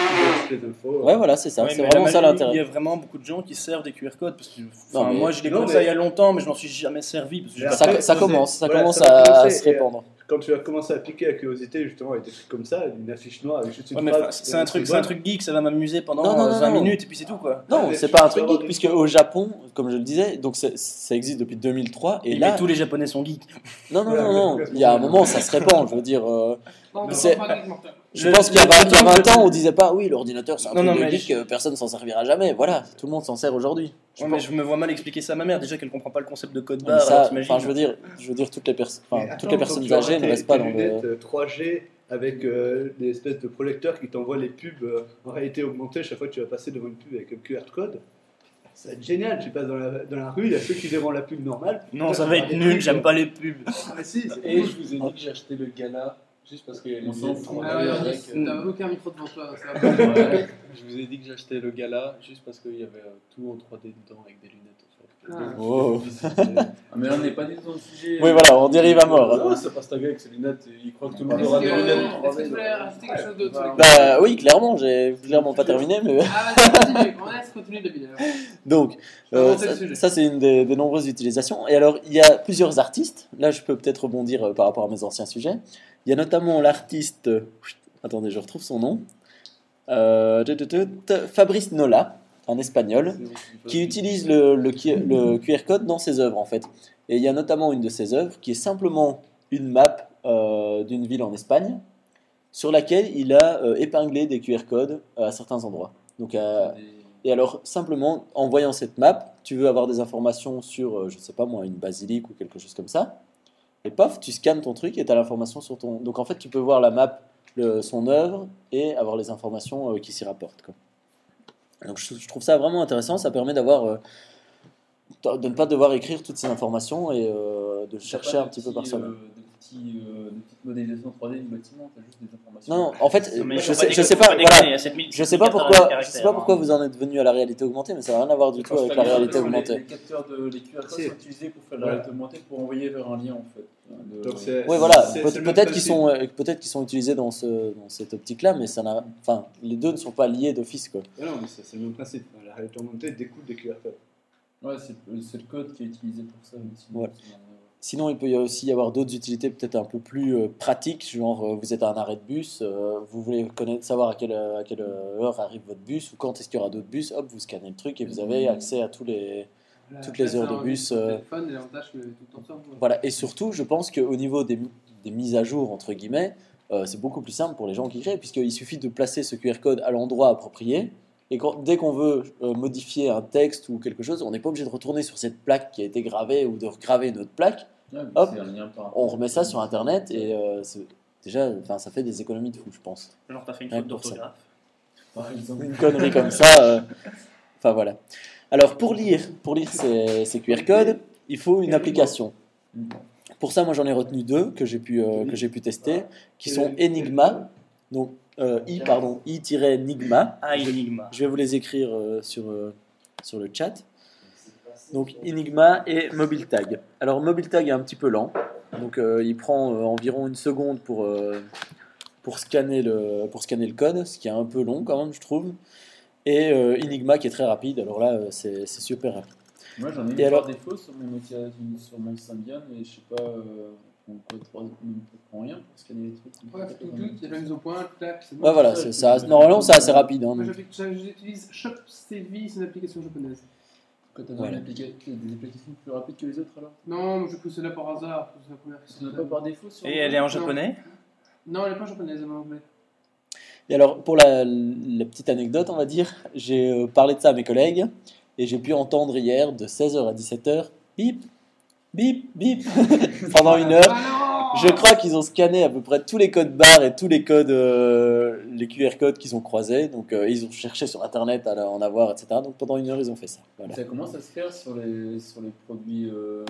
S3: qui donne toutes les infos.
S2: Ouais, voilà, c'est ça.
S5: Ouais,
S2: c'est
S5: mais
S2: vraiment
S5: la
S2: ça
S5: magie, Il y
S2: l'intérêt.
S5: a vraiment beaucoup de gens qui servent des QR codes. Parce que, enfin,
S2: Non, mais-
S5: Moi, je les
S3: Non,
S5: conseille il
S3: mais-
S5: y a longtemps, mais je m'en suis jamais servi. Parce que j'ai
S3: Mais
S5: pas-
S2: Ça,
S3: Après,
S2: ça
S3: on
S2: commence,
S3: est-
S2: ça
S3: voilà,
S2: commence
S3: ça va
S2: à- à,
S3: commencer,
S2: se
S3: et-
S2: répandre.
S3: Quand tu vas commencer à piquer la curiosité justement avec des trucs comme ça, une affiche noire avec juste une
S5: Ouais, mais
S3: phrase.
S5: enfin, c'est un truc, c'est un truc geek, ça va m'amuser pendant
S2: Non, non, non,
S5: euh, 20
S2: non.
S5: minutes et puis c'est tout quoi.
S2: Non,
S3: mais
S2: c'est
S3: tu
S2: pas un
S3: peux
S2: truc
S3: avoir
S2: geek,
S3: des-
S2: puisque au Japon, comme je le disais, donc c'est- ça existe depuis 2003, et
S5: Et
S2: là,
S5: tous les japonais sont geeks.
S2: non, non, non, non, il y a un moment, ça se répand, je veux dire. euh,
S1: Bon, on va
S2: C'est-
S1: pas parler de mortel.
S2: je
S5: Le-
S2: pense qu'il y a
S5: le-
S2: 20, il y a
S5: le-
S2: 20 ans, on disait pas, oui, l'ordinateur, c'est un
S5: Non,
S2: truc
S5: non,
S2: de
S5: mais
S2: geek,
S5: je-
S2: euh, personne s'en servira jamais. Voilà, tout le monde s'en sert aujourd'hui. Je
S5: Ouais, mais
S2: pense.
S5: je me vois mal expliquer ça à ma mère. Déjà qu'elle comprend pas le concept de code
S2: Non, mais
S5: barre,
S2: ça,
S5: alors
S2: enfin, je
S5: t'imagines.
S2: veux dire, je veux dire toutes les, personnes, enfin,
S3: Mais
S2: toutes les
S3: attends, quand
S2: personnes
S3: tu auras
S2: âgées ne
S3: tes-
S2: restent pas
S3: tes
S2: dans le.
S3: lunettes, euh, 3G avec euh, des espèces de projecteurs qui t'envoient les pubs euh, en réalité augmentée chaque fois que tu vas passer devant une pub avec un QR code. Ça va être génial, tu passes dans la, dans la rue, il y a ceux qui verront la pub normale.
S5: Non, ça va être nul, j'aime pas les pubs.
S3: Ah, mais si, c'est
S10: Et
S3: cool.
S10: je vous ai dit que j'ai acheté le gala juste parce qu'il y a
S4: On
S10: les
S4: s'en
S10: billets
S4: fout.
S10: pour
S1: Ah
S10: aller
S1: ouais,
S10: avec.
S1: Yannis, T'as aucun micro devant toi, ça va pas.
S10: Ouais. Je vous ai dit que j'achetais le gala juste parce qu'il y avait euh, tout en 3D dedans avec des lunettes. En fait.
S1: Ah.
S5: euh,
S2: Oh.
S4: Ah, mais là, on n'est pas du tout dans le sujet.
S2: Oui, voilà, on dérive à mort. hein.
S3: Ah,
S10: Non, ça passe ta gueule avec ses lunettes. et Il croit que tout le monde
S1: Est-ce
S10: aura
S1: que, euh,
S10: des lunettes en
S1: est-ce
S10: 3D.
S1: que
S4: euh,
S1: vous voulez rajouter quelque chose d'autre sur les
S2: Bah oui, clairement, j'ai clairement pas terminé, mais
S1: Ah, vas-y, continue. On laisse continuer depuis d'ailleurs.
S2: donc euh,
S1: J'ai inventé
S2: ça,
S1: Ah, le sujet.
S2: ça, c'est une des, des nombreuses utilisations. Et alors il y a plusieurs artistes. Là, je peux peut-être rebondir euh, par rapport à mes anciens sujets. Il y a notamment l'artiste. euh, attendez, je retrouve son nom. Euh, tut, tut, tut, Fabrice Nola, un espagnol, qui utilise le, le qui- le QR code dans ses œuvres en fait. Et il y a notamment une de ses œuvres qui est simplement une map euh, d'une ville en Espagne sur laquelle il a euh, épinglé des QR codes à certains endroits. Donc, à- et alors simplement en voyant cette map, tu veux avoir des informations sur, euh, je ne sais pas moi, une basilique ou quelque chose comme ça. Et paf, tu scannes ton truc et tu as l'information sur ton. Donc en fait, tu peux voir la map, le- son œuvre et avoir les informations euh, qui s'y rapportent. quoi. Donc je, je trouve ça vraiment intéressant. Ça permet d'avoir euh, de ne pas devoir écrire toutes ces informations et euh, de chercher un petit peu par soi-même.
S4: Des, petits, euh, des petites modélisations 3D du bâtiment, t'as juste des informations.
S2: Non, en fait,
S5: Non, mais
S2: je
S5: euh, faut
S2: sais,
S5: déco-
S2: je sais
S5: faut
S2: pas.
S5: déconner,
S2: voilà,
S5: il y a 7000,
S2: je sais pas
S5: 7080
S2: pourquoi, je
S5: caractères,
S2: sais pas pourquoi
S5: hein.
S2: vous en êtes venu à la réalité augmentée, mais ça n'a rien à voir du tout avec la réalité augmentée.
S4: Les capteurs de les QR codes sont utilisés pour faire la
S6: Voilà.
S4: réalité augmentée pour envoyer vers un lien en fait. De-
S6: Donc c'est-
S2: Oui, voilà.
S6: c'est-
S2: Peut-
S6: c'est le même
S2: Peut-être qu'ils
S6: principe.
S2: sont, euh, peut-être qu'ils sont utilisés dans ce, dans cette optique-là, mais ça n'a, enfin, les deux ne sont pas liés d'office, quoi.
S6: Ah non, mais c'est c'est le même principe. La réalité augmentée découle des QR codes.
S4: Ouais, c'est c'est le code qui est utilisé pour ça. mais sinon,
S2: Ouais.
S4: c'est un-
S2: Sinon, il peut y a aussi y avoir d'autres utilités peut-être un peu plus euh, pratiques, genre euh, vous êtes à un arrêt de bus, euh, vous voulez connaître, savoir à quelle, à quelle heure arrive votre bus ou quand est-ce qu'il y aura d'autres bus, hop, vous scannez le truc et vous
S6: Mmh.
S2: avez accès à tous les,
S1: Voilà,
S2: Toutes les
S1: là,
S2: heures
S1: ça
S2: de
S1: revient
S2: bus,
S1: sur le
S2: euh,
S1: téléphone et l'avantage que tout le temps sur vous.
S2: Voilà, et surtout, je pense qu'au niveau des, des mises à jour, entre guillemets, euh, c'est beaucoup plus simple pour les gens qui créent, puisqu'il suffit de placer ce QR code à l'endroit approprié, et quand- dès qu'on veut euh, modifier un texte ou quelque chose, on n'est pas obligé de retourner sur cette plaque qui a été gravée ou de regraver une autre plaque,
S4: Ouais, mais
S2: Hop.
S4: c'est un lien par-
S2: on remet ça sur Internet, et euh, c'est- déjà, enfin, ça fait des économies de fou, je pense.
S5: Genre, t'as fait une
S2: Ouais,
S5: faute
S2: pour ça.
S5: d'orthographe.
S4: Par exemple.
S2: Une connerie comme ça, euh, enfin voilà. Alors, pour lire, pour lire ces, ces QR codes, il faut une application. Pour ça, moi, j'en ai retenu deux que j'ai pu, euh, que j'ai pu tester, qui
S6: Euh,
S2: sont Enigma, donc euh, i pardon i-Enigma.
S5: Ah, Enigma.
S2: Je vais vous les écrire euh, sur euh, sur le chat. Donc Enigma et MobileTag. Alors MobileTag est un petit peu lent, donc euh, il prend euh, environ une seconde pour euh, pour scanner le pour scanner le code, ce qui est un peu long quand même, je trouve. Et euh, Enigma qui est très rapide. Alors là, euh, c'est c'est super rapide.
S4: Moi j'en ai eu
S2: Et
S4: par
S2: alors-
S4: défaut sur mon, outil- sur mon Symbian et je sais pas, euh, on ne comprend rien pour scanner les trucs.
S1: Bref, tout, tout, il y a la mise au point, clac, c'est bon.
S2: Ouais, voilà, c'est ça. Normalement, c'est assez rapide. hein,
S1: Moi,
S2: donc.
S1: j'applique- j'utilise Shop CV, c'est une application japonaise.
S4: Quand t'as
S2: Voilà.
S4: une application, des applications plus rapides que les autres alors
S1: Non, je pousse là par hasard. C'est la première qui
S4: Tu n'as
S1: saute.
S4: pas par défaut sur
S5: Et elle est en
S1: Non.
S5: japonais
S1: Non, elle est pas japonaise, elle est en anglais.
S2: Et alors, pour la, la petite anecdote, on va dire, j'ai euh, parlé de ça à mes collègues et j'ai pu entendre hier de 16h à 17h, bip, bip, bip, pendant une heure.
S1: Ah non
S2: Je crois qu'ils ont scanné à peu près tous les codes barres et tous les codes, euh, les QR codes qu'ils ont croisés. Donc, euh, ils ont cherché sur Internet à la- en avoir, etc. Donc, pendant une heure, ils ont fait ça. Voilà.
S4: Ça commence à se faire sur les, sur les produits euh,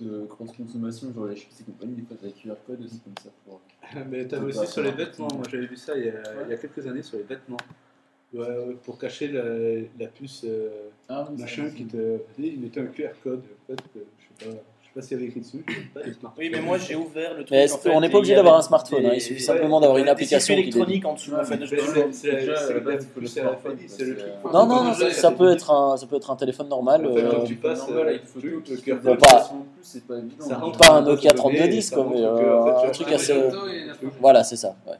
S4: de grosse consommation, genre les chips et compagnie, des fois t'as des QR codes aussi comme ça pour.
S6: Mais t'avais aussi sur les vêtements, moi j'avais vu ça il y, a, il y a quelques années sur les vêtements. Ouais, ouais, pour cacher la, la puce euh,
S4: Ah, oui,
S6: machin
S4: ça,
S6: qui te. Il mettait un QR code, peut-être que je sais pas, je sais pas s'il y avait écrit dessus, je sais pas, les smartphones.
S5: Oui, mais moi j'ai ouvert le truc.
S2: Mais
S5: en
S2: c'est-
S5: fait,
S2: on n'est
S5: et
S2: pas obligé
S5: il y avait
S2: d'avoir un smartphone,
S5: des-
S2: hein, il suffit simplement d'avoir une
S5: des
S2: application.
S5: circuits
S2: qui les-
S5: électroniques en dessous. en fait,
S6: Ah, Mais
S5: de-
S6: c'est- c'est la-
S4: déjà,
S6: c'est
S4: à
S6: la
S4: la
S6: base,
S4: base,
S6: il faut
S4: faut
S6: le
S4: le
S6: faire à la
S4: smartphone,
S6: famille, c'est le
S4: parce
S6: truc.
S4: que-
S2: Non, non, non, ça, ça peut être un, ça peut être un téléphone normal.
S6: En fait,
S2: euh,
S6: quand tu passes,
S4: normal,
S6: euh,
S4: avec photo,
S6: truc, le
S4: parce que
S6: QR
S4: la
S2: Bah,
S6: code,
S2: pas-
S4: version en plus, c'est pas évident.
S6: Ça rentre
S2: pas un
S6: dans la
S2: Nokia
S6: base de données,
S2: 3210,
S6: ça
S2: quoi,
S6: montre
S2: mais,
S6: que,
S2: euh,
S6: en fait,
S2: un
S6: tu as
S2: truc
S6: un
S2: assez-
S6: réseau.
S1: Photo et la franchise.
S2: Voilà, c'est ça. ouais.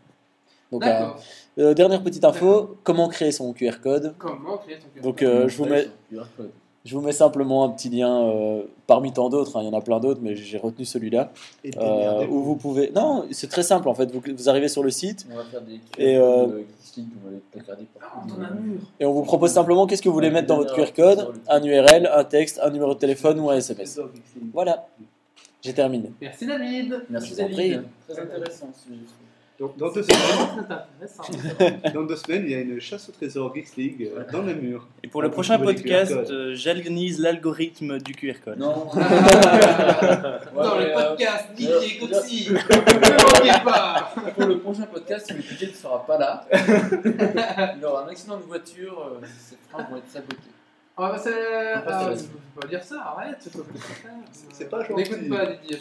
S2: Donc, euh,
S1: D'accord.
S2: euh, dernière petite info, comment créer son QR code
S1: Comment créer ton cœur
S2: Donc euh, je, vous mets,
S4: QR code.
S2: je vous mets simplement un petit lien euh, parmi tant d'autres, hein, il y en a plein d'autres, mais j'ai retenu celui-là,
S6: Et t'es
S2: euh,
S6: merdé.
S2: où vous pouvez... Non, c'est très simple en fait, vous, vous arrivez sur le site
S4: On va faire des
S2: Et,
S4: et
S2: euh,
S4: on va les placarder partout.
S1: dans un mur.
S2: et on vous propose simplement qu'est-ce que vous voulez mettre dans votre QR code, un URL, un texte, un numéro de téléphone ou un SMS. Voilà, j'ai terminé.
S1: Merci David.
S4: Merci
S2: Je vous en
S4: David. Très intéressant ce sujet.
S3: Donc, dans, deux semaines,
S1: C'est intéressant.
S3: dans deux semaines, il y a une chasse au trésor Geeks League euh, dans les murs.
S5: Et pour le
S3: Donc,
S5: prochain
S3: vous pouvez les
S5: podcast,
S3: QR codes.
S5: euh, j'analyse l'algorithme du QR code.
S4: Non.
S1: Dans
S4: Ouais,
S1: le
S4: mais, euh,
S1: podcast,
S4: euh,
S1: Nicky et Gauthier, ne manquez pas
S4: Pour le prochain podcast, le budget ne sera pas là. Il aura un accident de voiture, euh, ses freins vont être sabotés.
S1: Ah bah c'est...
S4: pas
S1: Ah,
S4: ça.
S1: faut pas dire ça, arrête faut pas dire ça.
S3: C'est pas gentil.
S1: N'écoute pas Didier.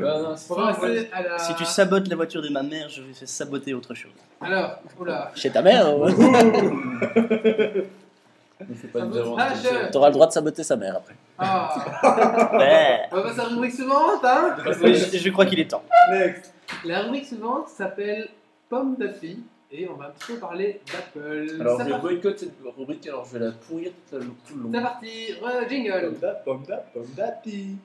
S4: Bah, non, c'est
S1: On
S4: pas
S1: va
S4: un vrai-
S1: passer à la...
S5: Si tu sabotes la voiture de ma mère, je vais faire saboter autre chose.
S1: Alors, oula.
S2: Chez ta mère, hein. ouais.
S4: On fait pas
S1: Ça
S4: de
S1: vous
S4: avance
S1: fâche
S4: comme ça.
S2: t'auras le droit de saboter sa mère après.
S1: Ah.
S5: Ouais.
S1: On va passer à la rubrique suivante, hein
S5: Oui, je, je crois qu'il est temps.
S3: Next.
S1: La rubrique suivante s'appelle Pomme d'Api et on va un petit peu parler d'Apple.
S4: Alors,
S1: Ça
S4: je
S1: part-
S4: boycotte cette rubrique, alors je vais la pourrir tout le tout le long.
S1: C'est parti, re- jingle.
S3: Pomme da, pomme da, pomme da, pi.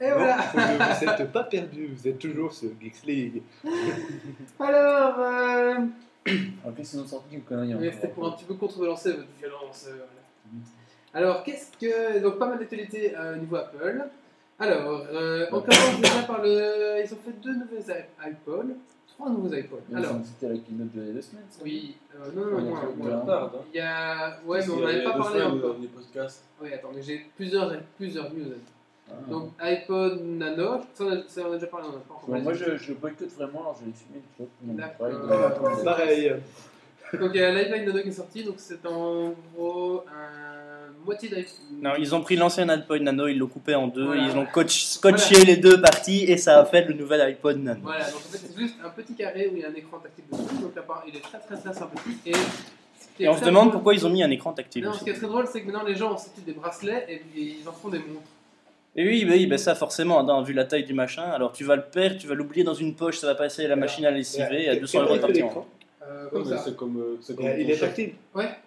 S1: Et
S3: Non,
S1: voilà.
S3: vous ne vous êtes pas perdu, vous êtes toujours sur Geeks League.
S1: Alors, euh,
S4: En plus, ils ont sorti une connerie.
S1: mais
S4: encore.
S1: c'était pour un petit peu contrebalancer votre violence. euh,
S4: Mhm.
S1: voilà. Alors, qu'est-ce que donc pas mal d'actualités euh, au niveau Apple. Alors, euh, on commence déjà par le. Ils ont fait deux nouveaux i- iPods, trois nouveaux iPods.
S4: Mais
S1: Alors,
S4: C'était la keynote de la deux semaines. ça.
S1: oui, euh, non, non,
S4: On
S1: moins,
S4: est en
S1: moins.
S10: retard, hein.
S1: Il y a, ouais, mais on n'avait pas parlé encore.
S10: des podcasts.
S1: Oui, attendez, j'ai plusieurs, j'ai plusieurs news.
S4: Ah.
S1: Donc, iPod Nano, ça on a, ça, on a déjà parlé, on en a pas encore
S4: Bon,
S1: parlé.
S4: moi, je, je boycotte vraiment, alors je vais filmer le truc. mon
S1: D'accord.
S4: travail de-
S3: Euh, Pareil,
S1: Donc il y a l'iPhone Nano qui est sorti, donc c'est en gros un moitié d'iPhone.
S5: Non, ils ont pris l'ancien iPod Nano, ils l'ont coupé en deux,
S1: Voilà.
S5: ils ont coach- scotché les deux parties et ça a fait le nouvel iPod Nano.
S1: Voilà, donc en fait c'est juste un petit carré où il y a un écran tactile dessus, donc là, il est très très très sympathique. Et, ce qui est
S5: Et on se
S1: très
S5: demande
S1: drôle-
S5: pourquoi ils ont mis un écran tactile.
S1: Non,
S5: aussi.
S1: ce qui est très drôle, c'est que maintenant les gens ont sorti des bracelets et puis ils en font des montres.
S5: Et oui, bah oui, bah ça forcément, hein, vu la taille du machin, alors tu vas le perdre, tu vas l'oublier dans une poche, ça va passer à la machine à lessiver, à 200 euros de partie. en-
S1: Euh,
S10: Ouais,
S1: comme
S10: mais
S1: ça.
S10: C'est comme, euh, c'est hein. comme
S3: Euh, il
S10: ton
S3: est
S10: chat.
S3: tactile.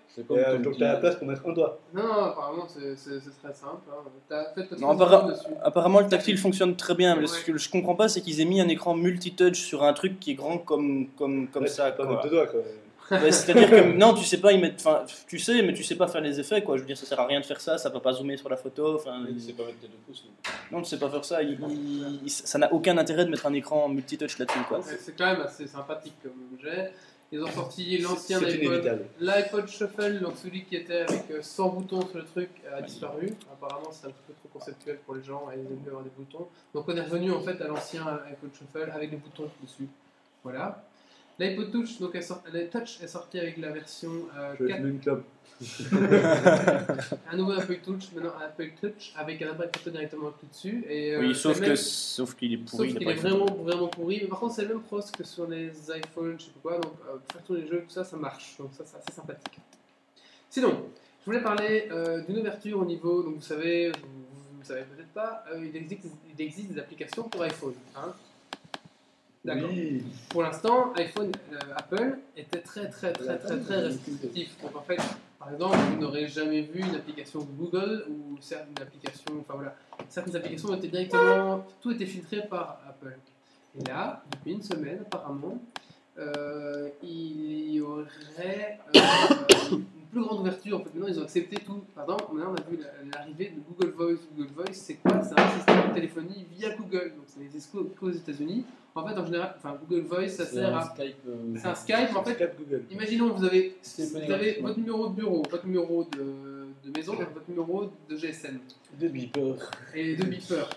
S10: C'est comme
S3: Euh,
S10: ton
S3: Donc
S10: petit-
S3: tu as la place pour mettre un doigt.
S1: Non, apparemment c'est c'est- c'est très simple. Hein. T'as fait
S5: Non, apparemment- Apparemment, le tactile fonctionne très bien, mais
S1: Ouais.
S5: ce que je comprends pas, c'est qu'ils aient mis un écran multitouch sur un truc qui est grand comme, comme, comme
S3: Ouais,
S5: ça.
S3: Pas
S5: quoi.
S3: mettre deux doigts quoi.
S5: Ouais, C'est-à-dire que non, tu sais pas y mettre. Enfin, tu sais, mais tu sais pas faire les effets, quoi. Je veux dire, ça sert à rien de faire ça. Ça peut pas zoomer sur la photo. Enfin,
S10: Il sait pas mettre tes deux pouces. lui.
S5: non, tu sais pas faire ça. il- il- il- ça n'a aucun intérêt de mettre un écran multitouch là-dessus, quoi.
S1: Ouais, C'est quand même assez sympathique comme objet. Ils ont sorti
S3: C'est
S1: l'ancien
S3: c'est
S1: iPod.
S3: inévitable.
S1: L'iPod Shuffle, donc celui qui était avec euh, 100 boutons sur le truc, euh, a disparu. Apparemment, c'est un petit peu trop conceptuel pour les gens et ils aiment mieux avoir des boutons. Donc, on est revenu en fait à l'ancien iPod Shuffle avec des boutons dessus. Voilà. L'iPod Touch, donc, est sorti, Touch est sorti avec la version euh,
S3: Je vais
S1: 4,
S3: fumer une clope.
S1: un nouveau Apple Touch, maintenant un Apple Touch avec un appareil photo directement tout dessus. Et, euh,
S5: Oui, sauf
S1: c'est même-
S5: que sauf qu'il est
S1: Sauf
S5: pourri.
S1: qu'il
S5: pas
S1: est
S5: été-
S1: vraiment, vraiment pourri, mais par contre c'est le même pros que sur les iPhones, je sais pas quoi, donc euh, pour faire tous les jeux, tout ça, ça marche, donc ça c'est assez sympathique. Sinon, je voulais parler euh, d'une ouverture au niveau, donc vous savez, vous, vous ne savez peut-être pas, euh, il, existe, il existe des applications pour iPhone. Hein D'accord.
S3: Oui.
S1: Pour l'instant, iPhone, euh, Apple était très très très très très restrictif. Donc en fait, par exemple, vous n'aurez jamais vu une application Google ou certaines applications, enfin voilà, certaines applications étaient directement, tout était filtré par Apple. Et là, depuis une semaine apparemment, euh, il y aurait euh, une plus grande ouverture. En fait, maintenant, ils ont accepté tout. Par exemple, maintenant, on a vu la- l'arrivée de Google Voice. Google Voice, c'est quoi C'est un système de téléphonie via Google. Donc, ça n'existe qu'aux qu'aux États-Unis. En fait, en général, enfin, Google Voice, ça
S4: C'est
S1: sert
S4: un
S1: à.
S4: Skype. euh,
S1: C'est un Skype, mais en fait,
S3: Cap Google.
S1: Imaginons, vous avez,
S4: C'est
S1: vous
S4: pas
S1: avez
S4: négatif,
S1: votre numéro de bureau, votre numéro de, de maison, et votre numéro de GSM
S4: De beeper.
S1: et de beeper.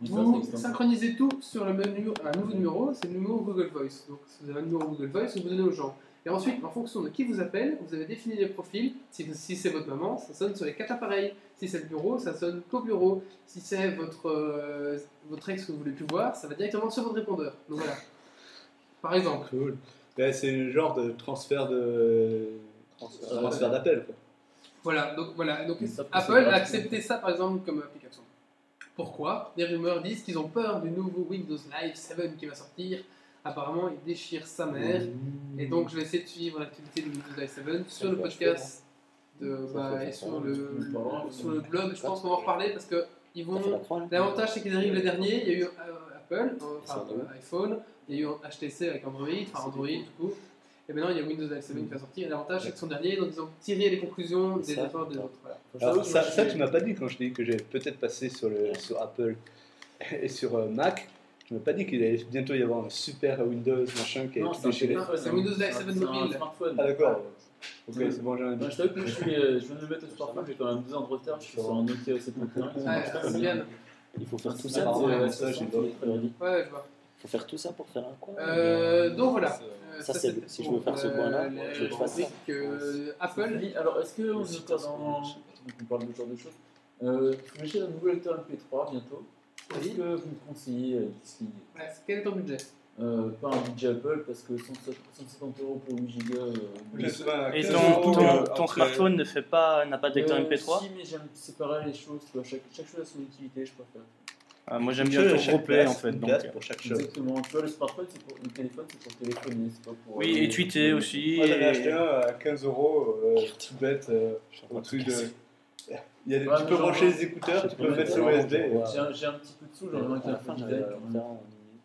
S4: Beeper,
S1: Vous
S4: c'est extinct.
S1: synchronisez tout sur le même numéro, un nouveau numéro, c'est le numéro Google Voice. Donc, si vous avez un numéro Google Voice, vous le donnez aux gens. Et ensuite, en fonction de qui vous appelle, vous avez défini les profils. Si, si c'est votre maman, ça sonne sur les quatre appareils. Si c'est le bureau, ça sonne qu'au bureau. Si c'est votre, euh, votre ex que vous voulez plus voir, ça va directement sur votre répondeur. Donc voilà. Par exemple.
S3: Cool. Ben, c'est le genre de transfert de transfert, transfert d'appel. quoi.
S1: Voilà, donc, voilà. donc
S4: Mais ça, c'est
S1: Apple
S4: grave,
S1: a
S4: c'est
S1: accepté ça par exemple comme application. Pourquoi Des rumeurs disent qu'ils ont peur du nouveau Windows Live 7 qui va sortir. Apparemment, il déchire sa mère. Et donc, je vais essayer de suivre l'activité du Windows Live 7 sur
S4: Mmh.
S1: le
S4: fait hein.
S1: podcast de,
S4: Ça
S1: bah,
S4: fait
S1: et
S4: vachement
S1: sur le,
S4: longtemps.
S1: le- sur le blog. Je pense qu'on va en reparler parce que ils
S2: T'as fait la
S1: vont.
S2: croix, là
S1: L'avantage, c'est qu'ils arrivent les derniers. Il y a eu euh, Apple, euh, enfin
S9: C'est un nom.
S1: iPhone, il y a eu un HTC avec Android, enfin Android tout court, et maintenant il y a Windows Live 7 qui va sortir. Et l'avantage, c'est que son dernier, donc ils ont tiré les conclusions des
S2: Ça,
S1: efforts des
S2: d'accord.
S1: autres. Voilà.
S4: Ah
S6: Alors, Ah, ça, ça, tu m'as pas dit quand je dis que j'ai peut-être passé sur, le, sur Apple et sur euh, Mac. Tu m'as pas dit qu'il allait bientôt y avoir un super Windows machin qui est
S4: Non,
S6: tout
S4: c'est un
S6: déchiré.
S4: smartphone.
S1: C'est Windows Live
S4: C'est un-
S1: 7
S4: c'est un
S1: mobile.
S4: smartphone.
S6: Ah d'accord. Ok,
S4: Ouais.
S6: c'est bon, j'ai un
S4: Bah, je t'avoue que moi, je, suis, euh, je viens de me mettre au smartphone, j'ai quand même deux ans de retard, je suis sur un Nokia 7.1.
S1: Ouais, c'est bien.
S2: Il faut faire
S4: C'est
S2: tout ça.
S6: Ah,
S2: pour-
S6: ouais,
S4: euh,
S6: ça, j'ai pas-
S4: c'est
S1: Ouais, je vois.
S2: faut faire tout ça pour faire un quoi
S1: Euh, donc voilà. Euh,
S2: Ça, c'est-
S1: c'était
S2: si je
S1: pour, euh,
S2: veux faire ce point-là,
S1: les-
S2: je le fasse.
S1: les- que Apple,
S4: Oui, Alors, est-ce qu'on
S2: c'est
S4: est pas dans. On parle de ce genre de choses. Euh, je vais acheter un nouveau lecteur MP3 bientôt. Est-ce
S1: Oui.
S4: que vous me conseillez euh, Geeks League
S1: ouais, quel est ton budget
S4: Euh, pas un budget Apple parce que 150 150 euros pour 8 gigas. euh,
S5: Et
S4: Euh,
S5: ton,
S4: surtout
S5: ton-
S4: que,
S5: ton smartphone ne fait pas, n'a pas de lecteur
S4: euh,
S5: MP3
S4: Si, mais j'aime séparer les choses, tu vois, chaque, chaque chose a son utilité, je préfère.
S5: Ah, Moi j'aime bien le
S6: chaque
S5: replay
S6: place,
S5: en fait.
S6: une
S5: donc,
S6: place
S5: euh.
S6: pour chaque chose.
S4: Exactement, tu vois, le smartphone, c'est pour, le téléphone, c'est pour téléphoner, c'est pas pour.
S5: Oui,
S4: euh,
S5: et tweeter aussi.
S6: Moi j'en ai
S5: et-
S6: acheté un à 15 euros, euh, tout bête, euh, au truc de. Il y a des-
S4: Ouais,
S6: tu
S4: mais
S6: peux
S4: genre-
S6: brancher les écouteurs, tu peux mettre sur USB.
S4: J'ai un, j'ai un petit peu de sous, j'en ai un qui est un peu design, quand même,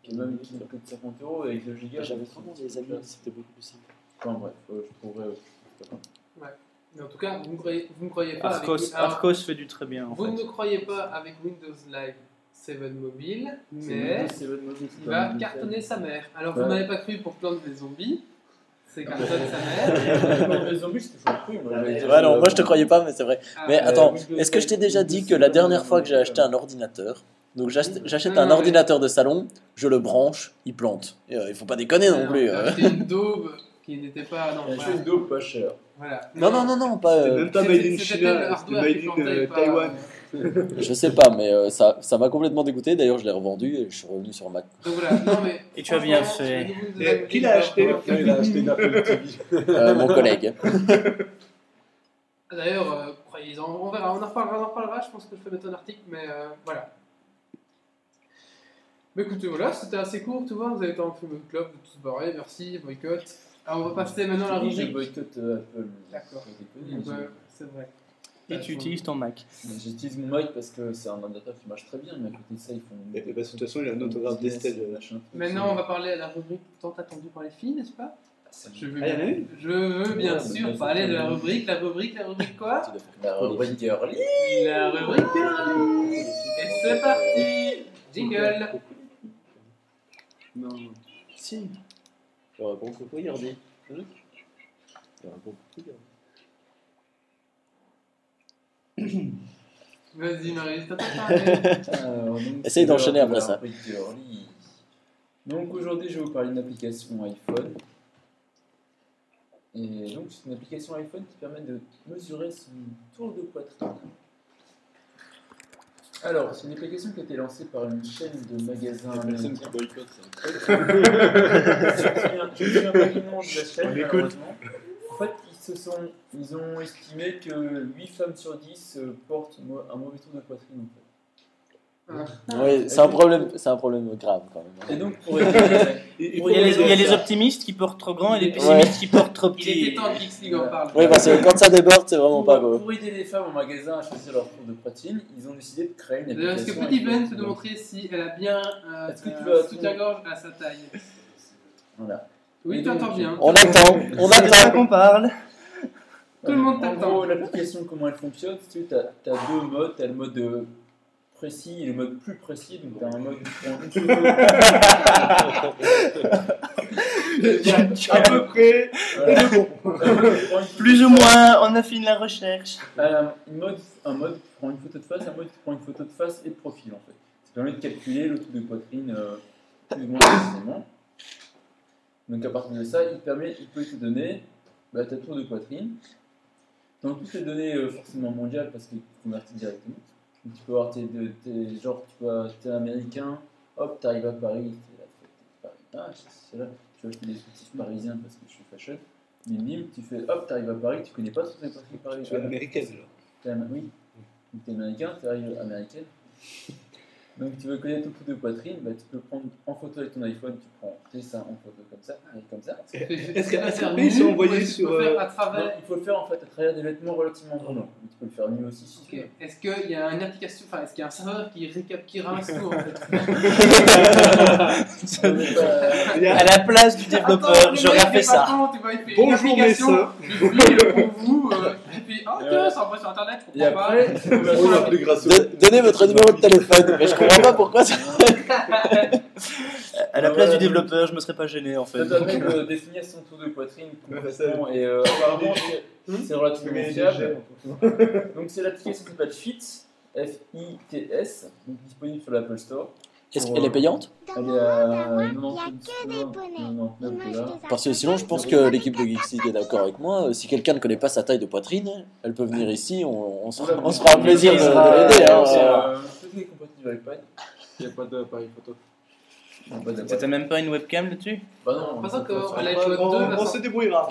S4: qui est même qui me coûte 50 euros avec 2 gigas.
S2: J'avais
S4: c'est-
S2: vraiment des amis, c'était beaucoup plus simple.
S4: Enfin bref, euh, je pourrais. je sais pas.
S1: Mais en tout cas, vous ne croyez, vous ne croyez pas. Ah, avec-
S5: Arcos,
S1: alors,
S5: Arcos fait du très bien en
S1: vous
S5: fait.
S1: ne croyez pas avec Windows Live 7 mobile,
S4: C'est
S1: mais
S4: Windows, c'est votre mobile, c'est
S1: il
S4: pas
S1: va
S4: Windows
S1: cartonner sa mère. Alors
S4: Ouais.
S1: vous n'avez pas cru pour Plante des zombies, c'est cartonne sa mère.
S4: Les zombies, c'était toujours cru, moi, j'avais
S2: Ouais,
S4: déjà-
S2: non, moi je te croyais pas, mais c'est vrai.
S1: Ah,
S2: Mais
S1: euh,
S2: attends,
S4: Windows
S2: est-ce que je t'ai
S4: Live,
S2: déjà
S4: Windows
S2: dit que la
S4: Live,
S2: dernière fois que j'ai
S4: euh,
S2: acheté un ordinateur, donc j'achète j'achète
S1: Non,
S2: un
S1: non,
S2: ordinateur de salon, je le branche, il plante. Et, euh, il faut pas déconner non plus. euh.
S1: Ah, C'était une daube qui n'était pas. Non,
S4: Il y a
S1: voilà.
S4: juste d'eau pas cher.
S1: Voilà.
S2: Non, non, non, non, pas.
S6: C'est
S2: euh,
S6: même pas
S1: C'était-
S6: made in
S1: c'était le
S6: China, c'était
S1: hardware qui
S6: made in
S1: plantait,
S6: euh,
S1: pas-
S6: Taïwan.
S2: je sais pas, mais euh, ça ça m'a complètement dégoûté. D'ailleurs, je l'ai revendu et je suis revenu sur Mac.
S1: Donc voilà, non mais.
S5: Et tu as bien
S1: franchement,
S5: fait.
S1: le Windows
S6: Et
S1: Live
S6: qui
S1: mobile
S6: l'a
S1: va
S6: acheté
S1: pouvoir-
S6: Non,
S9: il a acheté une Apple TV.
S2: Euh, mon collègue.
S1: D'ailleurs, euh, croyez-en, on verra, on en reparlera, on en reparlera, je pense que je peux mettre un article, mais euh, voilà. Mais écoutez, voilà, c'était assez court, tu vois, vous avez été en film club, vous tous barrés, merci, boycott. Alors on va passer maintenant à la
S4: Oui, je
S1: rubrique.
S4: boycotte euh, Apple.
S1: D'accord.
S4: Pas déconner,
S1: Ouais, c'est vrai.
S5: Et tu utilises ton Mac.
S1: euh,
S4: j'ai- J'utilise mon Mac parce que c'est un ordinateur qui marche très bien, mais à côté de ça, ils font.
S6: Et- et bah, de toute façon, il a un autographe d'Estelle. euh,
S4: machin.
S1: Maintenant, on va parler à la rubrique tant attendue par les filles, n'est-ce pas je veux,
S6: Ah, il y en a une
S1: je veux bien
S4: Ouais,
S1: sûr
S4: mais-
S1: parler de la rubrique, la rubrique, la rubrique quoi
S4: La rubrique girly.
S1: La rubrique girly. Et c'est parti Jingle
S10: Non.
S2: Si. Il aurait bon coucou, il redit. Hein Il aurait bon coucou, il redit.
S1: Vas-y Marie, t'as pas parlé
S4: Alors, Euh, donc,
S2: Essaye
S4: c'est
S2: d'enchaîner
S4: l'heure
S2: après
S4: de la
S2: ça.
S4: rubrique girly. Donc aujourd'hui, je vais vous parler d'une application iPhone. Et donc, c'est une application iPhone qui permet de mesurer son tour de poitrine. Alors, c'est une application qui a été lancée par une chaîne de magasins américains.
S10: Personne qui boycotte ça.
S4: Je me souviens pas du nom de la chaîne,
S6: On écoute.
S4: malheureusement. En fait, ils, se sont, ils ont estimé que 8 femmes sur 10 euh, portent mo- un mauvais tour de poitrine. En fait.
S2: Oui, c'est un problème, c'est un problème grave quand
S4: Et
S2: même.
S4: donc, pour éviter,
S5: Il y a les, il y a les optimistes qui portent trop grand et les pessimistes qui portent trop
S1: Il
S5: petit.
S1: était temps que Geeks League en parle.
S2: Oui, parce que quand ça déborde, c'est vraiment
S4: pour,
S2: pas beau.
S4: pour aider les femmes en magasin à choisir leur cours de poitrine, ils ont décidé de créer une
S1: D'ailleurs, Est-ce que
S4: application.
S1: Petit
S4: avec-
S1: Ben peut nous montrer si elle a bien euh,
S4: Est-ce que tu
S1: un
S4: veux-
S1: soutien-gorge à sa taille
S4: Voilà.
S1: Oui,
S4: Et
S1: tu
S4: donc,
S1: entends bien.
S2: On attend, on
S5: C'est de ça
S2: attend.
S5: qu'on parle.
S1: Tout le monde
S4: En
S1: t'attend.
S4: gros, l'application, comment elle fonctionne, c'est que tu as, deux modes. Tu as le mode euh, précis et le mode plus précis. Donc, tu as un euh, mode qui prend une photo.
S6: À peu près.
S4: Voilà. Prends une photo
S5: Plus
S4: de
S5: ou
S4: face.
S5: moins, on affine la recherche.
S4: Euh, une mode- un mode qui prend une photo de face, un mode qui prend une photo de face et de profil en fait. Ça permet de calculer le taux de poitrine euh, plus ou moins précisément. Donc à partir de ça, il, permet, il peut te donner bah, ta tour de poitrine. Dans toutes les données euh, forcément mondiales parce qu'il convertit directement. Donc, tu peux avoir tes, de- tes- genre, tu vois, t'es américain, hop, t'arrives à Paris, t'es là, t'es Paris. Ah, c'est- c'est là, tu vois, je fais des soutifs parisiens parce que je suis fashion. Mais bim, tu fais hop, t'arrives à Paris, tu connais pas toutes les poitrines
S6: Tu es
S4: parisiennes.
S6: américaine, là.
S4: T'es am- Oui. Donc, T'es américain, t'es arrivé américaine. Donc tu veux connaître ton pouls de poitrine, bah, tu peux prendre en photo avec ton iPhone, tu prends tes seins en photo comme ça, et comme ça.
S1: Est-ce
S6: qu'à SRP, ils sont envoyés sur,
S1: Faire
S6: euh,
S1: à
S4: Non,
S1: travers...
S4: il faut le faire en fait à travers des vêtements relativement drôles. Tu peux le faire nu aussi si
S1: Ok.
S4: tu veux.
S1: Est-ce qu'il y a une application, enfin, est-ce qu'il y a un serveur qui récap, qui ramasse tout en fait
S4: Donc, euh,
S6: Il y a-
S5: À la place du développeur,
S1: Attends,
S5: j'aurais fait ça.
S6: Bonjour mes seins.
S1: Pour vous, euh, et puis, ah,
S4: Ouais.
S1: tiens, ça envoie sur internet, je
S4: Et
S1: comprends pas.
S4: après, tu vas
S3: On
S4: sur
S3: l'a
S4: la-
S3: plus grasseux.
S2: Don- Donnez votre numéro de téléphone. Mais je comprends pas pourquoi ça.
S5: À la place
S4: Ouais.
S5: du développeur, je me serais pas gêné en fait.
S4: Ça permet de définir son tour de poitrine
S3: Ouais,
S4: complètement et euh, apparemment c'est- c'est relativement fiable. Donc c'est l'application qui s'appelle Fit, F-I-T-S, donc disponible sur l'Apple Store.
S2: Est-ce qu'elle est payante
S4: Elle est à
S11: Dans le monde à moi,
S4: 99
S11: il y a que des bonnets.
S4: 99
S11: Image
S4: dollars.
S11: des
S2: Parce que sinon, je pense que l'équipe de Geeks League est d'accord avec moi. euh, Si quelqu'un ne connaît pas sa taille de poitrine, elle peut venir ici. On, on se, on se fera un plaisir de, de l'aider. hein.
S4: Euh, Tout est compatible avec iPad.
S10: Il n'y a pas d'appareil photo.
S4: Non, pas d'iPad.
S5: T'as même pas une webcam là-dessus
S4: Bah
S1: En pensant
S4: on
S1: qu'on
S4: peut
S1: allait
S4: faire
S1: jouer
S4: ça.
S1: à deux,
S6: On
S1: la
S6: on se
S1: sortie.
S6: débrouillera.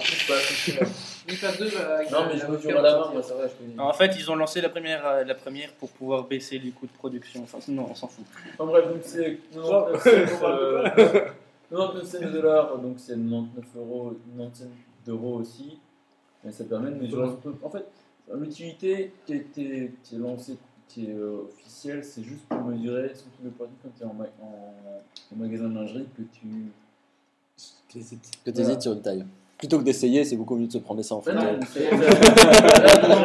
S1: Nipah 2, bah, avec
S4: Non,
S1: la-
S4: mais je
S1: la
S4: joue
S1: webcam
S4: sur la main,
S1: sortie.
S4: moi, ça va, je connais.
S5: En fait, ils ont lancé la première, euh, la première pour pouvoir baisser les coûts de production. Enfin, non, on s'en fout.
S4: En bref, donc c'est 99 euh, 99 cents de dollars, donc c'est 99 euros, 99 d'euros aussi. Mais ça permet de mesurer un peu. En fait, l'utilité qui a été qui est lancée, qui est euh, officielle, c'est juste pour mesurer son taux de poitrine quand tu es en, ma- en- au magasin de lingerie que tu.
S2: Que t'hésites sur une taille. Plutôt que d'essayer, c'est beaucoup mieux de se prendre ça en
S4: Ben
S2: photo.
S4: non, c'est- c'est-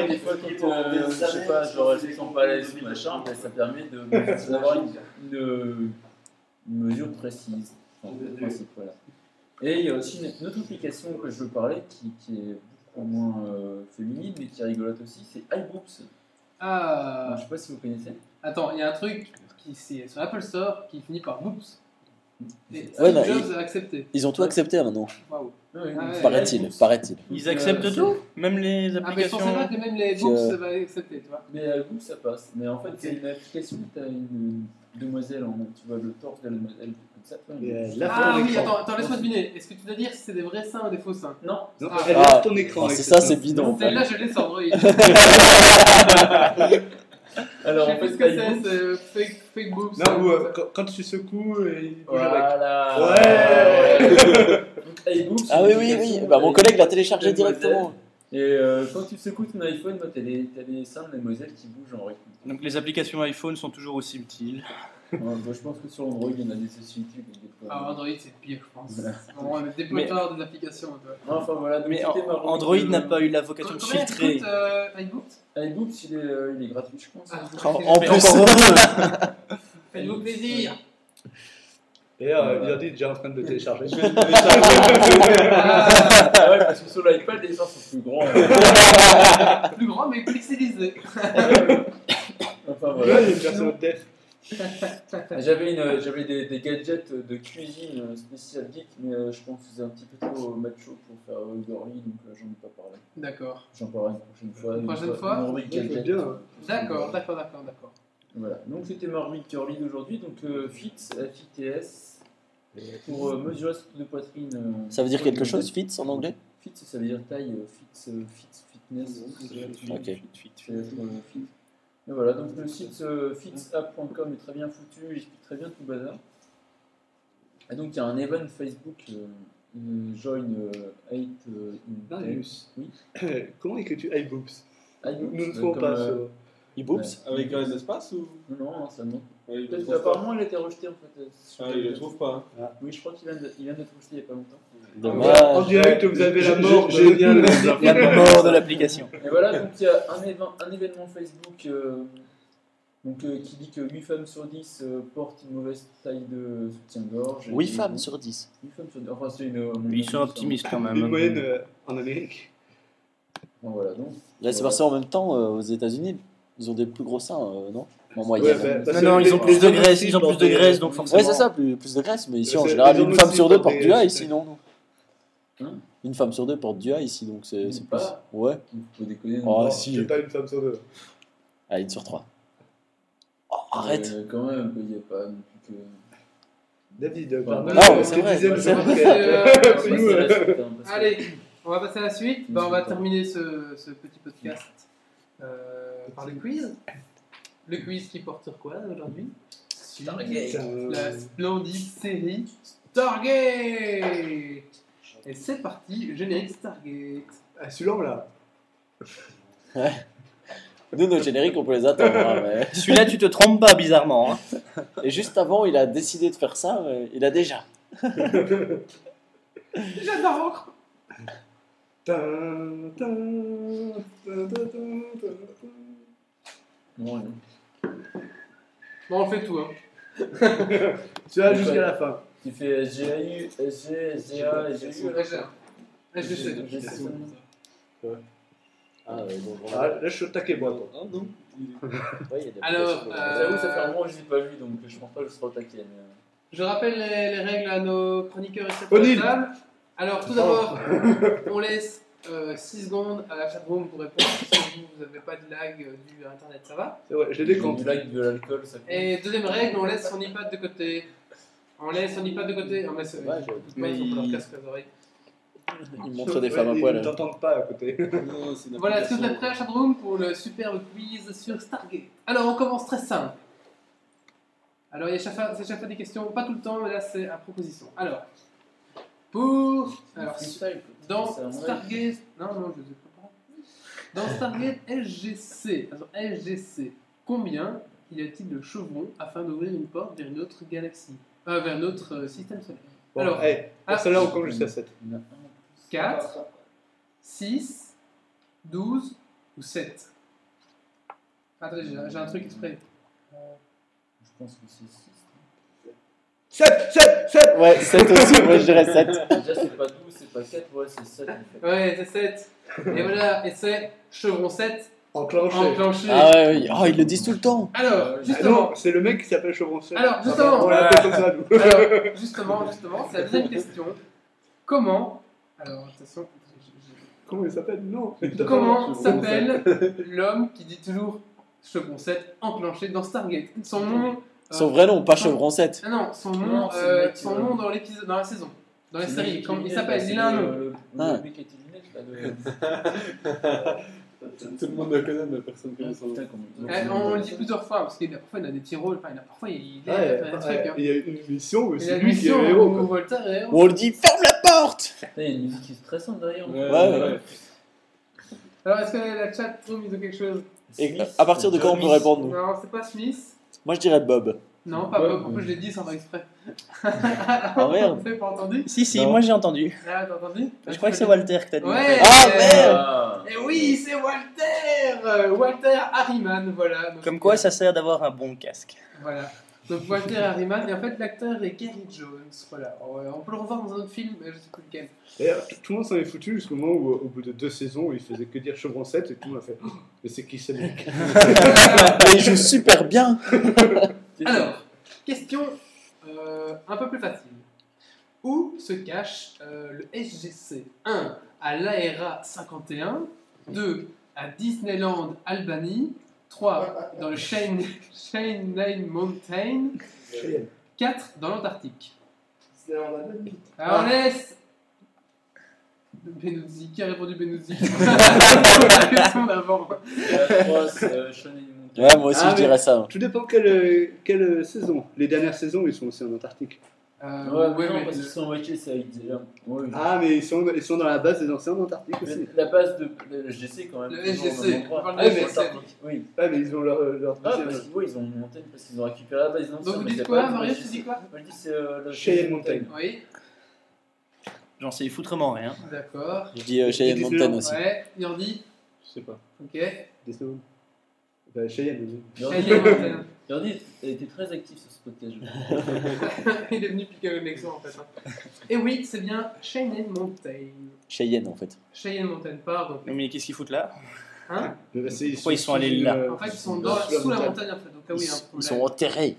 S4: des fois, quand euh, je sais pas, genre, je sens pas à l'aise ou machin, ben, ça permet de- d'avoir une, une- une mesure précise. Enfin, le principe, voilà. Et il y a aussi une, une autre application que je veux parler qui, qui est beaucoup moins euh, féminine mais qui est rigolote aussi, c'est iBooks.
S1: Ah,
S4: Alors, je sais pas si vous connaissez.
S1: attends, il y a un truc qui c'est sur l'Apple Store qui finit par boops. Et
S2: Ouais,
S1: Steve
S4: bah,
S2: mais
S1: Jobs a accepté.
S2: Ils ont tout accepté hein, maintenant,
S1: Waouh.
S4: Non, mais-
S1: Ah ouais.
S2: paraît-il. Paraît-il.
S5: Ils acceptent
S4: Euh,
S5: tout Même
S1: Ah,
S5: les
S1: mais je
S5: applications
S1: pensais pas que même les
S2: Qui,
S1: boops
S2: euh,
S1: va accepter, tu vois.
S4: Mais iBooks ça passe. Mais en fait, c'est une application, tu as une demoiselle, en, tu vois le torse de la demoiselle, comme ça. tu vois, une-
S6: Et, euh, la
S1: Ah
S6: fin de
S1: oui,
S6: l'écran.
S1: attends, attends laisse-moi deviner. Est-ce que tu dois dire si c'est des vrais seins ou des faux seins
S4: Non,
S6: Non,
S1: Ah.
S6: elle lève
S2: Ah,
S6: ton écran.
S2: Alors,
S6: avec
S2: c'est
S6: cette
S2: ça, c'est
S6: main.
S2: bidon. en fait.
S1: Celle-là, je l'ai sur Android.
S4: Alors,
S1: je
S4: en fait,
S1: sais plus ce que c'est,
S4: iBooks-
S1: ce fake, fake boobs.
S6: Non, ou euh, quand, quand tu secoues, et il bouge avec.
S4: Voilà. Donc, iBooks,
S2: Ah
S4: c'est
S2: oui,
S4: une
S2: oui, oui.
S4: application
S2: Bah, mon
S4: avec-
S2: collègue l'a téléchargé
S4: Demoiselle.
S2: directement.
S4: Et euh, quand tu secoues ton iPhone, bah, t'as les, t'as les seins de mademoiselle qui bougent en rythme.
S5: Donc les applications iPhone sont toujours aussi utiles.
S4: Ouais, bah, je pense que sur Android, il y en a des sociétés qui des
S1: Ah,
S4: fois.
S1: Android, c'est pire, je pense.
S4: Voilà.
S1: C'est vraiment le déploiement des applications. tu vois.
S4: Non, enfin voilà, donc
S5: Mais
S4: c'était ma rubrique,
S5: Android
S4: euh,
S5: n'a pas eu la vocation de
S1: Combien elle
S5: filtrer.
S1: coûte, euh, iBooks
S4: iBooks, il est, euh, il est gratuit, je pense.
S1: Ah,
S2: En, en
S5: Mais
S2: plus,
S5: encore
S1: Faites-vous plaisir.
S6: Et euh, il a dit déjà en train de le télécharger.
S1: Ah,
S4: Ah ouais, parce que sur l'iPad, les seins sont plus grands.
S1: Ah, plus grand, mais pixelisé.
S4: hein. Enfin
S6: Là,
S4: voilà.
S6: il y a une personne tête.
S4: Ah, J'avais une- euh, j'avais des, des gadgets de cuisine euh, spécial geek, mais euh, je pense que c'est un petit peu trop macho pour faire euh, girly, donc euh, j'en ai pas parlé.
S1: D'accord.
S4: J'en parlerai une prochaine fois.
S1: Une prochaine
S4: fois,
S1: fois
S4: une rubrique
S6: Oui, je veux
S4: gadget.
S6: bien, hein.
S1: D'accord, d'accord, d'accord, d'accord.
S4: Voilà, donc c'était ma rubrique curly d'aujourd'hui, donc euh, FIT, FITS, pour euh, mesurer ce taux de poitrine. euh,
S2: ça veut dire quelque chose,
S4: FIT
S2: fits en anglais
S4: FIT, ça veut dire taille, euh, FIT, euh, FIT, fitness, euh,
S2: Ok.
S4: c'est être euh, fit. Et voilà, donc le site euh, fitsapp.com est très bien foutu, il explique très bien tout le bazar. Et donc il y a un event Facebook, euh, euh, Join 8
S6: Ah, Marius.
S4: Oui. euh,
S6: Comment écris-tu iBoops Nous ne trouvons pas sur.
S2: E-boops
S10: Avec un espace ou
S4: Non, non, ça non.
S10: Ouais, il le
S4: Peut-être
S10: trouve pas.
S4: qu'apparemment, il a été rejeté en fait. euh, sur
S10: Ah, il le
S4: le-
S10: trouve pas.
S4: Oui, je crois qu'il vient de- il vient d'être rejeté il n'y a pas longtemps.
S6: En
S2: Dommage.
S6: direct, vous avez la mort.
S3: J'ai- j'ai-
S6: de-
S5: La mort de l'application.
S4: Et voilà, donc il y a un, éven- un événement Facebook euh, donc, euh, qui dit que 8 femmes sur 10 euh, portent une mauvaise taille de soutien-gorge.
S2: 8 femmes sur 10.
S4: 8 femmes sur 10. Enfin, c'est une. euh,
S5: Ils sont
S4: une-
S5: optimistes quand
S6: Une moyenne
S5: même. hein.
S6: euh, en Amérique.
S4: Bon, voilà, donc.
S2: Là, c'est parce qu'en même temps, euh, aux États-Unis, ils ont des plus gros seins, euh, non En moyenne.
S6: Ouais, bah, parce que
S5: Non, non,
S6: les-
S5: ils ont
S6: les
S5: plus de
S6: hommes
S5: graisse,
S6: aussi
S5: ils ont plus
S6: portent
S5: de
S6: des-
S5: graisse, donc
S2: Ouais,
S5: forcément.
S2: c'est ça, plus, plus de graisse, mais ici en
S6: C'est-
S2: général,
S6: les
S2: une
S6: hommes
S2: femme
S6: aussi
S2: sur deux
S6: portent
S2: porte
S6: des-
S2: du A ici, non
S4: Hein
S2: Une femme sur deux porte du A ici, donc c'est c'est plus.
S4: Pas.
S2: Ouais.
S4: Il faut déconner.
S2: Oh,
S3: Ah,
S4: non.
S2: si.
S6: C'est pas une femme sur deux.
S2: Ah, une sur trois. Oh, arrête
S4: Euh, quand même, il n'y a pas non plus que.
S6: David,
S4: Non,
S5: Ah,
S6: pardon.
S2: c'est
S6: C'était
S2: vrai,
S6: dixième
S2: c'est
S6: jour.
S1: vrai.
S4: Ah,
S1: Euh,
S6: C'est
S4: bah,
S6: nous,
S4: c'est
S6: euh.
S4: la suite, hein, parce que-
S1: Allez, on va passer à la suite. Bah, on va terminer ce, ce petit podcast euh, par le quiz. Le quiz qui porte sur quoi aujourd'hui Stargate. La splendide série Stargate. Et c'est parti, générique Stargate.
S3: Ah, celui-là, on l'a.
S2: Nous, nos génériques, on peut les attendre. hein, mais-
S5: Celui-là, tu te trompes pas, bizarrement. hein.
S2: Et juste avant, il a décidé de faire ça, euh, il a déjà.
S1: J'adore.
S3: Tin, tin, tin, tin, tin, tin, tin.
S4: Non, non.
S1: Bon, on fait tout. Hein.
S3: Celui-là, jusqu'à la fin.
S4: Tu fais SGAU, SG, SGA, SGU.
S1: Ouais, j'ai- ouais, je sais.
S4: J'ai- j'ai-
S2: Ah, ouais, bon, bon,
S3: Ah, là, je suis au taquet, moi. toi.
S10: Ah non.
S2: ouais, il y a des
S1: Alors,
S2: possibilités.
S1: euh,
S4: J'avoue, ça fait un moment que je l'ai pas vu, donc je pense pas que je serai au taquet. mais,
S1: Je rappelle les, les règles à nos chroniqueurs et
S3: Odile.
S1: responsables. Alors, tout d'abord, euh, on laisse 6 secondes à la chatroom pour répondre. Si vous n'avez pas de lag euh, dû à Internet, ça va.
S3: C'est vrai, j'ai
S4: euh,
S3: des
S4: j'ai
S3: comptes.
S4: Du lac, de l'alcool, ça compte.
S1: Et deuxième règle, on laisse son iPad de côté. On laisse son iPad de côté. On laisse.
S2: Ouais, j'aurais pu-
S1: Ouais, ils ont pris leur casque aux oreilles.
S2: il montre des femmes à poil. hein.
S3: Ils ne t'entendent pas à côté.
S10: Non, c'est une
S1: Voilà, est-ce que vous êtes
S10: application.
S1: prêts à la chatroom pour le superbe quiz sur Stargate Alors, on commence très simple. Alors, il y a chaque fois, c'est chaque fois des questions, pas tout le temps, mais là, c'est à proposition. Alors, pour. Alors,
S4: freestyle,
S1: dans
S4: c'est un vrai.
S1: Stargate. Non, non, je ne sais pas. Dans Stargate SGC, alors SGC, combien y a-t-il de chevrons afin d'ouvrir une porte vers une autre galaxie Euh, Vers notre euh, système solaire
S3: Bon,
S1: Alors,
S3: Alors, hey,
S1: ah,
S3: pour celle-là, on compte jusqu'à 7.
S4: Il y en a un.
S1: 4, 6, 12 ou 7 Attendez, j'ai j'ai un truc exprès.
S4: Je pense que c'est 6.
S3: 7, 7, 7
S2: Ouais, 7 aussi, moi je dirais 7.
S4: Déjà, c'est pas 12, c'est pas 4, ouais, c'est 7.
S1: Ouais, c'est 7. Et voilà, et c'est chevron 7
S3: Enclenché.
S1: enclenché.
S2: Ah ouais, oui. Oh, ils le disent tout le temps.
S1: Alors,
S3: Ah
S1: justement,
S3: non, c'est le mec qui s'appelle Chevron Seul.
S1: Alors, justement.
S3: on l'appelle comme ça, nous.
S1: alors, justement, justement, c'est la deuxième question. Comment, alors attention, je-
S3: Comment il s'appelle Non.
S1: je- comment s'appelle l'homme qui dit toujours chevron 7 enclenché dans Stargate Son nom. euh,
S2: Son vrai nom, pas Chevron 7.
S1: Ah non, son
S4: Non,
S1: nom,
S4: c'est
S1: euh,
S4: le mec qui
S1: son
S4: va-
S1: nom dans l'épisode, dans la saison, dans la
S4: C'est
S1: série.
S4: lui
S1: Comment
S4: qui
S1: il
S4: est,
S1: s'appelle
S4: bah,
S1: Il a un
S4: c'est
S1: nom.
S4: le-
S2: Ah.
S4: Le mec qui était lunettes, là. de-
S10: Tout le monde le connaît, mais personne connaît son nom.
S4: Putain, comment il-
S1: Eh, on le dit plusieurs fois parce qu'il y a- parfois il a des petits rôles, enfin, il a, parfois il, il
S3: Ah,
S1: a il a fait un truc. hein.
S3: Il y a une hein. mission, mais
S1: Il a
S3: c'est
S1: une
S3: lui qui est
S1: mission
S3: le héros.
S1: où
S3: quoi.
S1: Voltaire est héros.
S2: Où on le dit, ferme la porte
S4: Putain, Il y a une musique qui est stressante derrière.
S10: Ouais,
S2: Ouais, ouais.
S10: ouais.
S1: Alors est-ce que la chat room ils ont quelque chose
S2: Et à partir de quand on peut répondre, nous
S1: Non, c'est pas Smith.
S2: Moi je dirais Bob.
S1: Non, pas Bob. En plus, je l'ai dit sans faire exprès. Ah
S2: merde.
S1: T'as pas entendu
S5: Si, si,
S2: Non.
S5: moi j'ai entendu.
S1: Ah, t'as entendu
S5: Je crois que c'est Walter que t'as dit. en
S1: Ouais.
S5: fait.
S2: Ah merde
S4: Ah.
S1: Et Eh, oui, c'est Walter Euh, Walter Harriman, voilà. Donc,
S5: Comme quoi,
S1: euh,
S5: ça sert d'avoir un bon casque.
S1: Voilà. Donc Walter Harriman, et en fait l'acteur est Gary Jones. Voilà. Euh, On peut le revoir dans un autre film, mais je sais plus lequel.
S3: D'ailleurs, tout- tout le monde s'en est foutu jusqu'au moment où, au bout de deux saisons, il faisait que dire Chevron 7 et tout le monde a fait Oh, Mais c'est qui ce mec
S2: Mais il joue super bien
S1: Alors, question euh, un peu plus facile. Où se cache euh, le SGC 1 à l'ARA 51, 2 à Disneyland Albany, 3 dans le Shane, Nine Mountain, 4 dans l'Antarctique. Alors on laisse. Benuzzi, qui a répondu Benuzzi La question d'avant.
S4: Et à trois, c'est, euh, Sean et Monkey.
S2: Ouais, moi aussi
S3: Ah,
S2: je
S3: mais-
S2: dirais ça. hein.
S3: Tout dépend quelle, euh, quelle euh, saison. Les dernières saisons, ils sont aussi en Antarctique.
S1: Euh,
S4: Ouais,
S1: ouais,
S4: non,
S1: mais-
S4: parce qu'ils sont moitié, ça aide déjà. Ouais,
S3: Ah, mais ils sont, ils sont dans la base des anciens en Antarctique aussi.
S4: Mais La base de le SGC quand même.
S1: Le
S4: toujours au
S1: SGC,
S4: même endroit.
S1: on parle de
S4: Ah, mais
S1: SGC.
S4: Antarctique, Oui.
S3: Ouais, mais ils ont leur, leur
S4: Ah,
S3: deuxième-
S4: parce que oui, ils ont une montagne parce qu'ils ont récupéré la base.
S1: Donc vous dites quoi, Marius Tu dis quoi
S4: Moi je dis c'est euh, le
S3: Cheyenne Mountain.
S1: Oui,
S5: J'en sais foutrement rien.
S1: d'accord.
S2: Je dis euh, Cheyenne
S3: Disneyland,
S2: Mountain aussi.
S1: Ouais, Yordi,
S10: Je sais pas.
S1: ok.
S3: Disneyland. Bah, Cheyenne. oui.
S1: Cheyenne Mountain.
S4: Jordi, elle était très active sur ce podcast. je crois.
S1: Il est venu piquer le nexo en fait. hein. Et oui, c'est bien Cheyenne Mountain.
S2: Cheyenne en fait.
S1: Cheyenne Mountain, pardon.
S5: Mais qu'est-ce qu'ils foutent là
S1: Hein
S3: Mais bah, c'est-
S5: Pourquoi ils sont allés
S3: sous-
S5: là
S3: euh,
S1: en fait, ils sont dans- sous la montagne en fait, donc ah
S2: Ils,
S1: oui, il y a un
S2: ils
S1: problème.
S2: sont enterrés.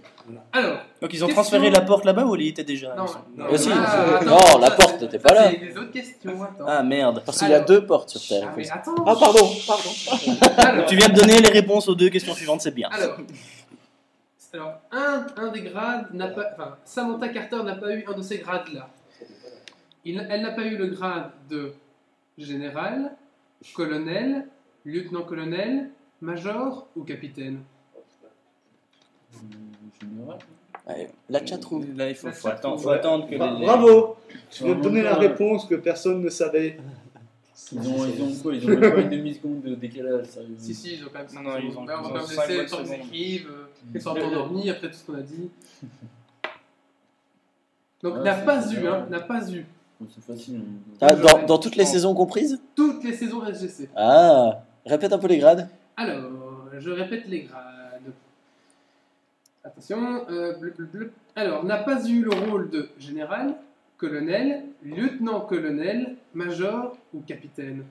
S1: Alors,
S5: Donc ils ont
S1: Question.
S5: transféré la porte là-bas ou elle y était déjà
S1: non,
S3: Non,
S2: Aussi.
S1: Ah,
S2: Non,
S1: attends,
S2: la
S1: ça,
S2: porte
S1: c'est-
S2: n'était
S1: ça,
S2: pas là.
S1: C'est les autres questions, attends.
S5: Ah merde.
S2: Parce qu'il y a
S1: Alors-
S2: deux portes sur
S1: Ah,
S2: Terre.
S1: mais attends.
S2: Ah pardon, pardon.
S1: Alors,
S5: Tu viens de donner les réponses aux deux questions suivantes, c'est bien.
S1: alors, alors, un, un des grades n'a pas. Enfin, Samantha Carter n'a pas eu un de ces grades-là. Il- elle n'a pas eu le grade de général, colonel, lieutenant-colonel, major ou capitaine.
S4: Euh, Général.
S2: Allez, La chatroom.
S5: Là, il faut,
S1: La
S5: faut attendre, faut
S1: chatroom.
S5: attendre que
S3: Bra-
S5: les- les-
S3: Bah, Bravo Tu
S4: Sur
S3: viens
S4: un
S3: de donner la
S4: monteur,
S3: réponse que personne ne savait.
S4: Ils ont, ils ont quoi Ils ont même pas une demi-seconde de décalage, sérieux.
S1: Si, si, ils ont quand même
S5: Non,
S1: cinq
S5: non, ils
S1: secondes.
S5: ont-
S1: Là,
S5: ils
S1: on
S5: ont
S1: va pas me
S5: cinq
S1: laisser
S5: bonnes
S1: le temps qu'ils
S5: secondes.
S1: écrivent, euh,
S4: Mm.
S1: qu'ils soient endormis après tout ce qu'on a dit. Donc,
S4: Ouais,
S1: n'a
S4: Ah, c'est-
S1: pas
S4: c'est
S1: eu,
S4: bien.
S1: hein, n'a pas eu.
S4: Bon, C'est facile. hein. on-
S2: Ah, dans,
S1: Ouais.
S2: dans toutes les saisons comprises
S1: Toutes les saisons SGC.
S2: Ah Répète un peu les grades.
S1: Alors, je répète les grades. Attention. euh, bleu, bleu, bleu. Alors, n'a pas eu le rôle de général, colonel, lieutenant-colonel, major ou capitaine.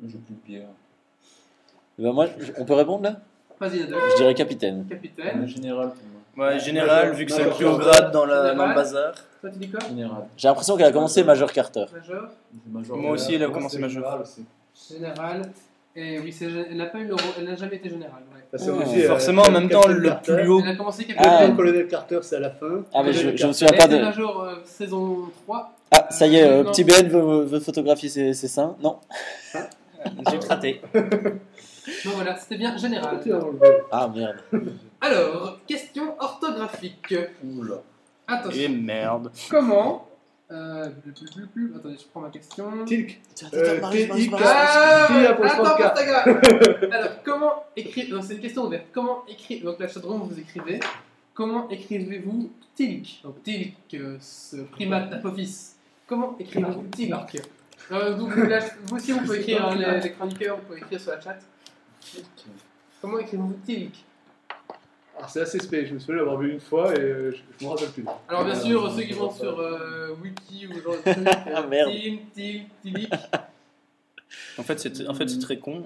S4: Moi, j'ai plus de bière.
S2: Eh ben moi, je- on peut répondre là
S1: Vas-y, Nadal.
S2: Je dirais capitaine.
S4: En
S1: Capitaine.
S4: général, pour moi.
S5: Ouais, général, vu que c'est le plus haut grade dans, la, dans le bazar.
S1: Toi, tu dis quoi
S4: Général.
S2: J'ai l'impression qu'elle a commencé Major Carter.
S1: Major,
S4: C'est major.
S5: Moi aussi, elle a commencé ma
S3: général
S1: général. Et oui, c'est gé- elle n'a pas eu le rôle, elle n'a jamais été générale. ouais.
S3: Parce que
S2: Ouais.
S3: aussi, euh,
S5: Forcément, en même temps,
S3: Captain
S5: le
S3: Carter,
S5: plus haut.
S1: Elle a commencé capitaine.
S2: Ah.
S3: Le colonel Carter, c'est à la fin.
S2: Ah, mais je,
S3: Colonel
S2: je me
S3: Carter.
S2: souviens
S1: Elle
S2: pas
S1: était
S2: de.
S1: major euh, saison 3.
S2: Ah, ça y est, euh,
S1: Non.
S2: petit Ben veut, veut photographier ses, ses seins. Non
S5: J'ai raté.
S1: Non, voilà, c'était bien général.
S3: Euh,
S2: Ah merde.
S1: Alors, question orthographique.
S4: Oula.
S1: Attention.
S5: Et merde.
S1: Comment euh, plus, plus, plus, plus, Attendez, je prends ma question.
S3: Tilk.
S2: Euh,
S3: Marie, Marie,
S2: TI,
S3: Marie.
S1: Ah
S3: Qui a pour
S1: Attends,
S3: Franca
S1: Prostaga. Alors, comment écrire C'est une question ouverte. Comment écrire Donc, la chatroom, vous écrivez. Comment écrivez-vous Tilk Donc, Tilk, euh, ce primate d'Apophis. Comment écrivez-vous Tilk Euh, vous, vous, là, vous aussi, vous pouvez écrire, hein, les, les chroniqueurs, vous pouvez écrire sur la chat. Comment écrivez-vous Tilk
S3: Alors, Ah, c'est assez spé, je me souviens l'avoir vu une fois et euh, je je m'en rappelle plus.
S1: Alors, bien sûr,
S4: Euh,
S1: ceux qui
S4: je
S1: vont
S4: vois pas.
S1: sur euh, Wiki ou genre de truc, euh,
S2: Ah, merde.
S1: Tilk, Tilk, Tilk.
S5: En fait, c'est en fait, c'est très con.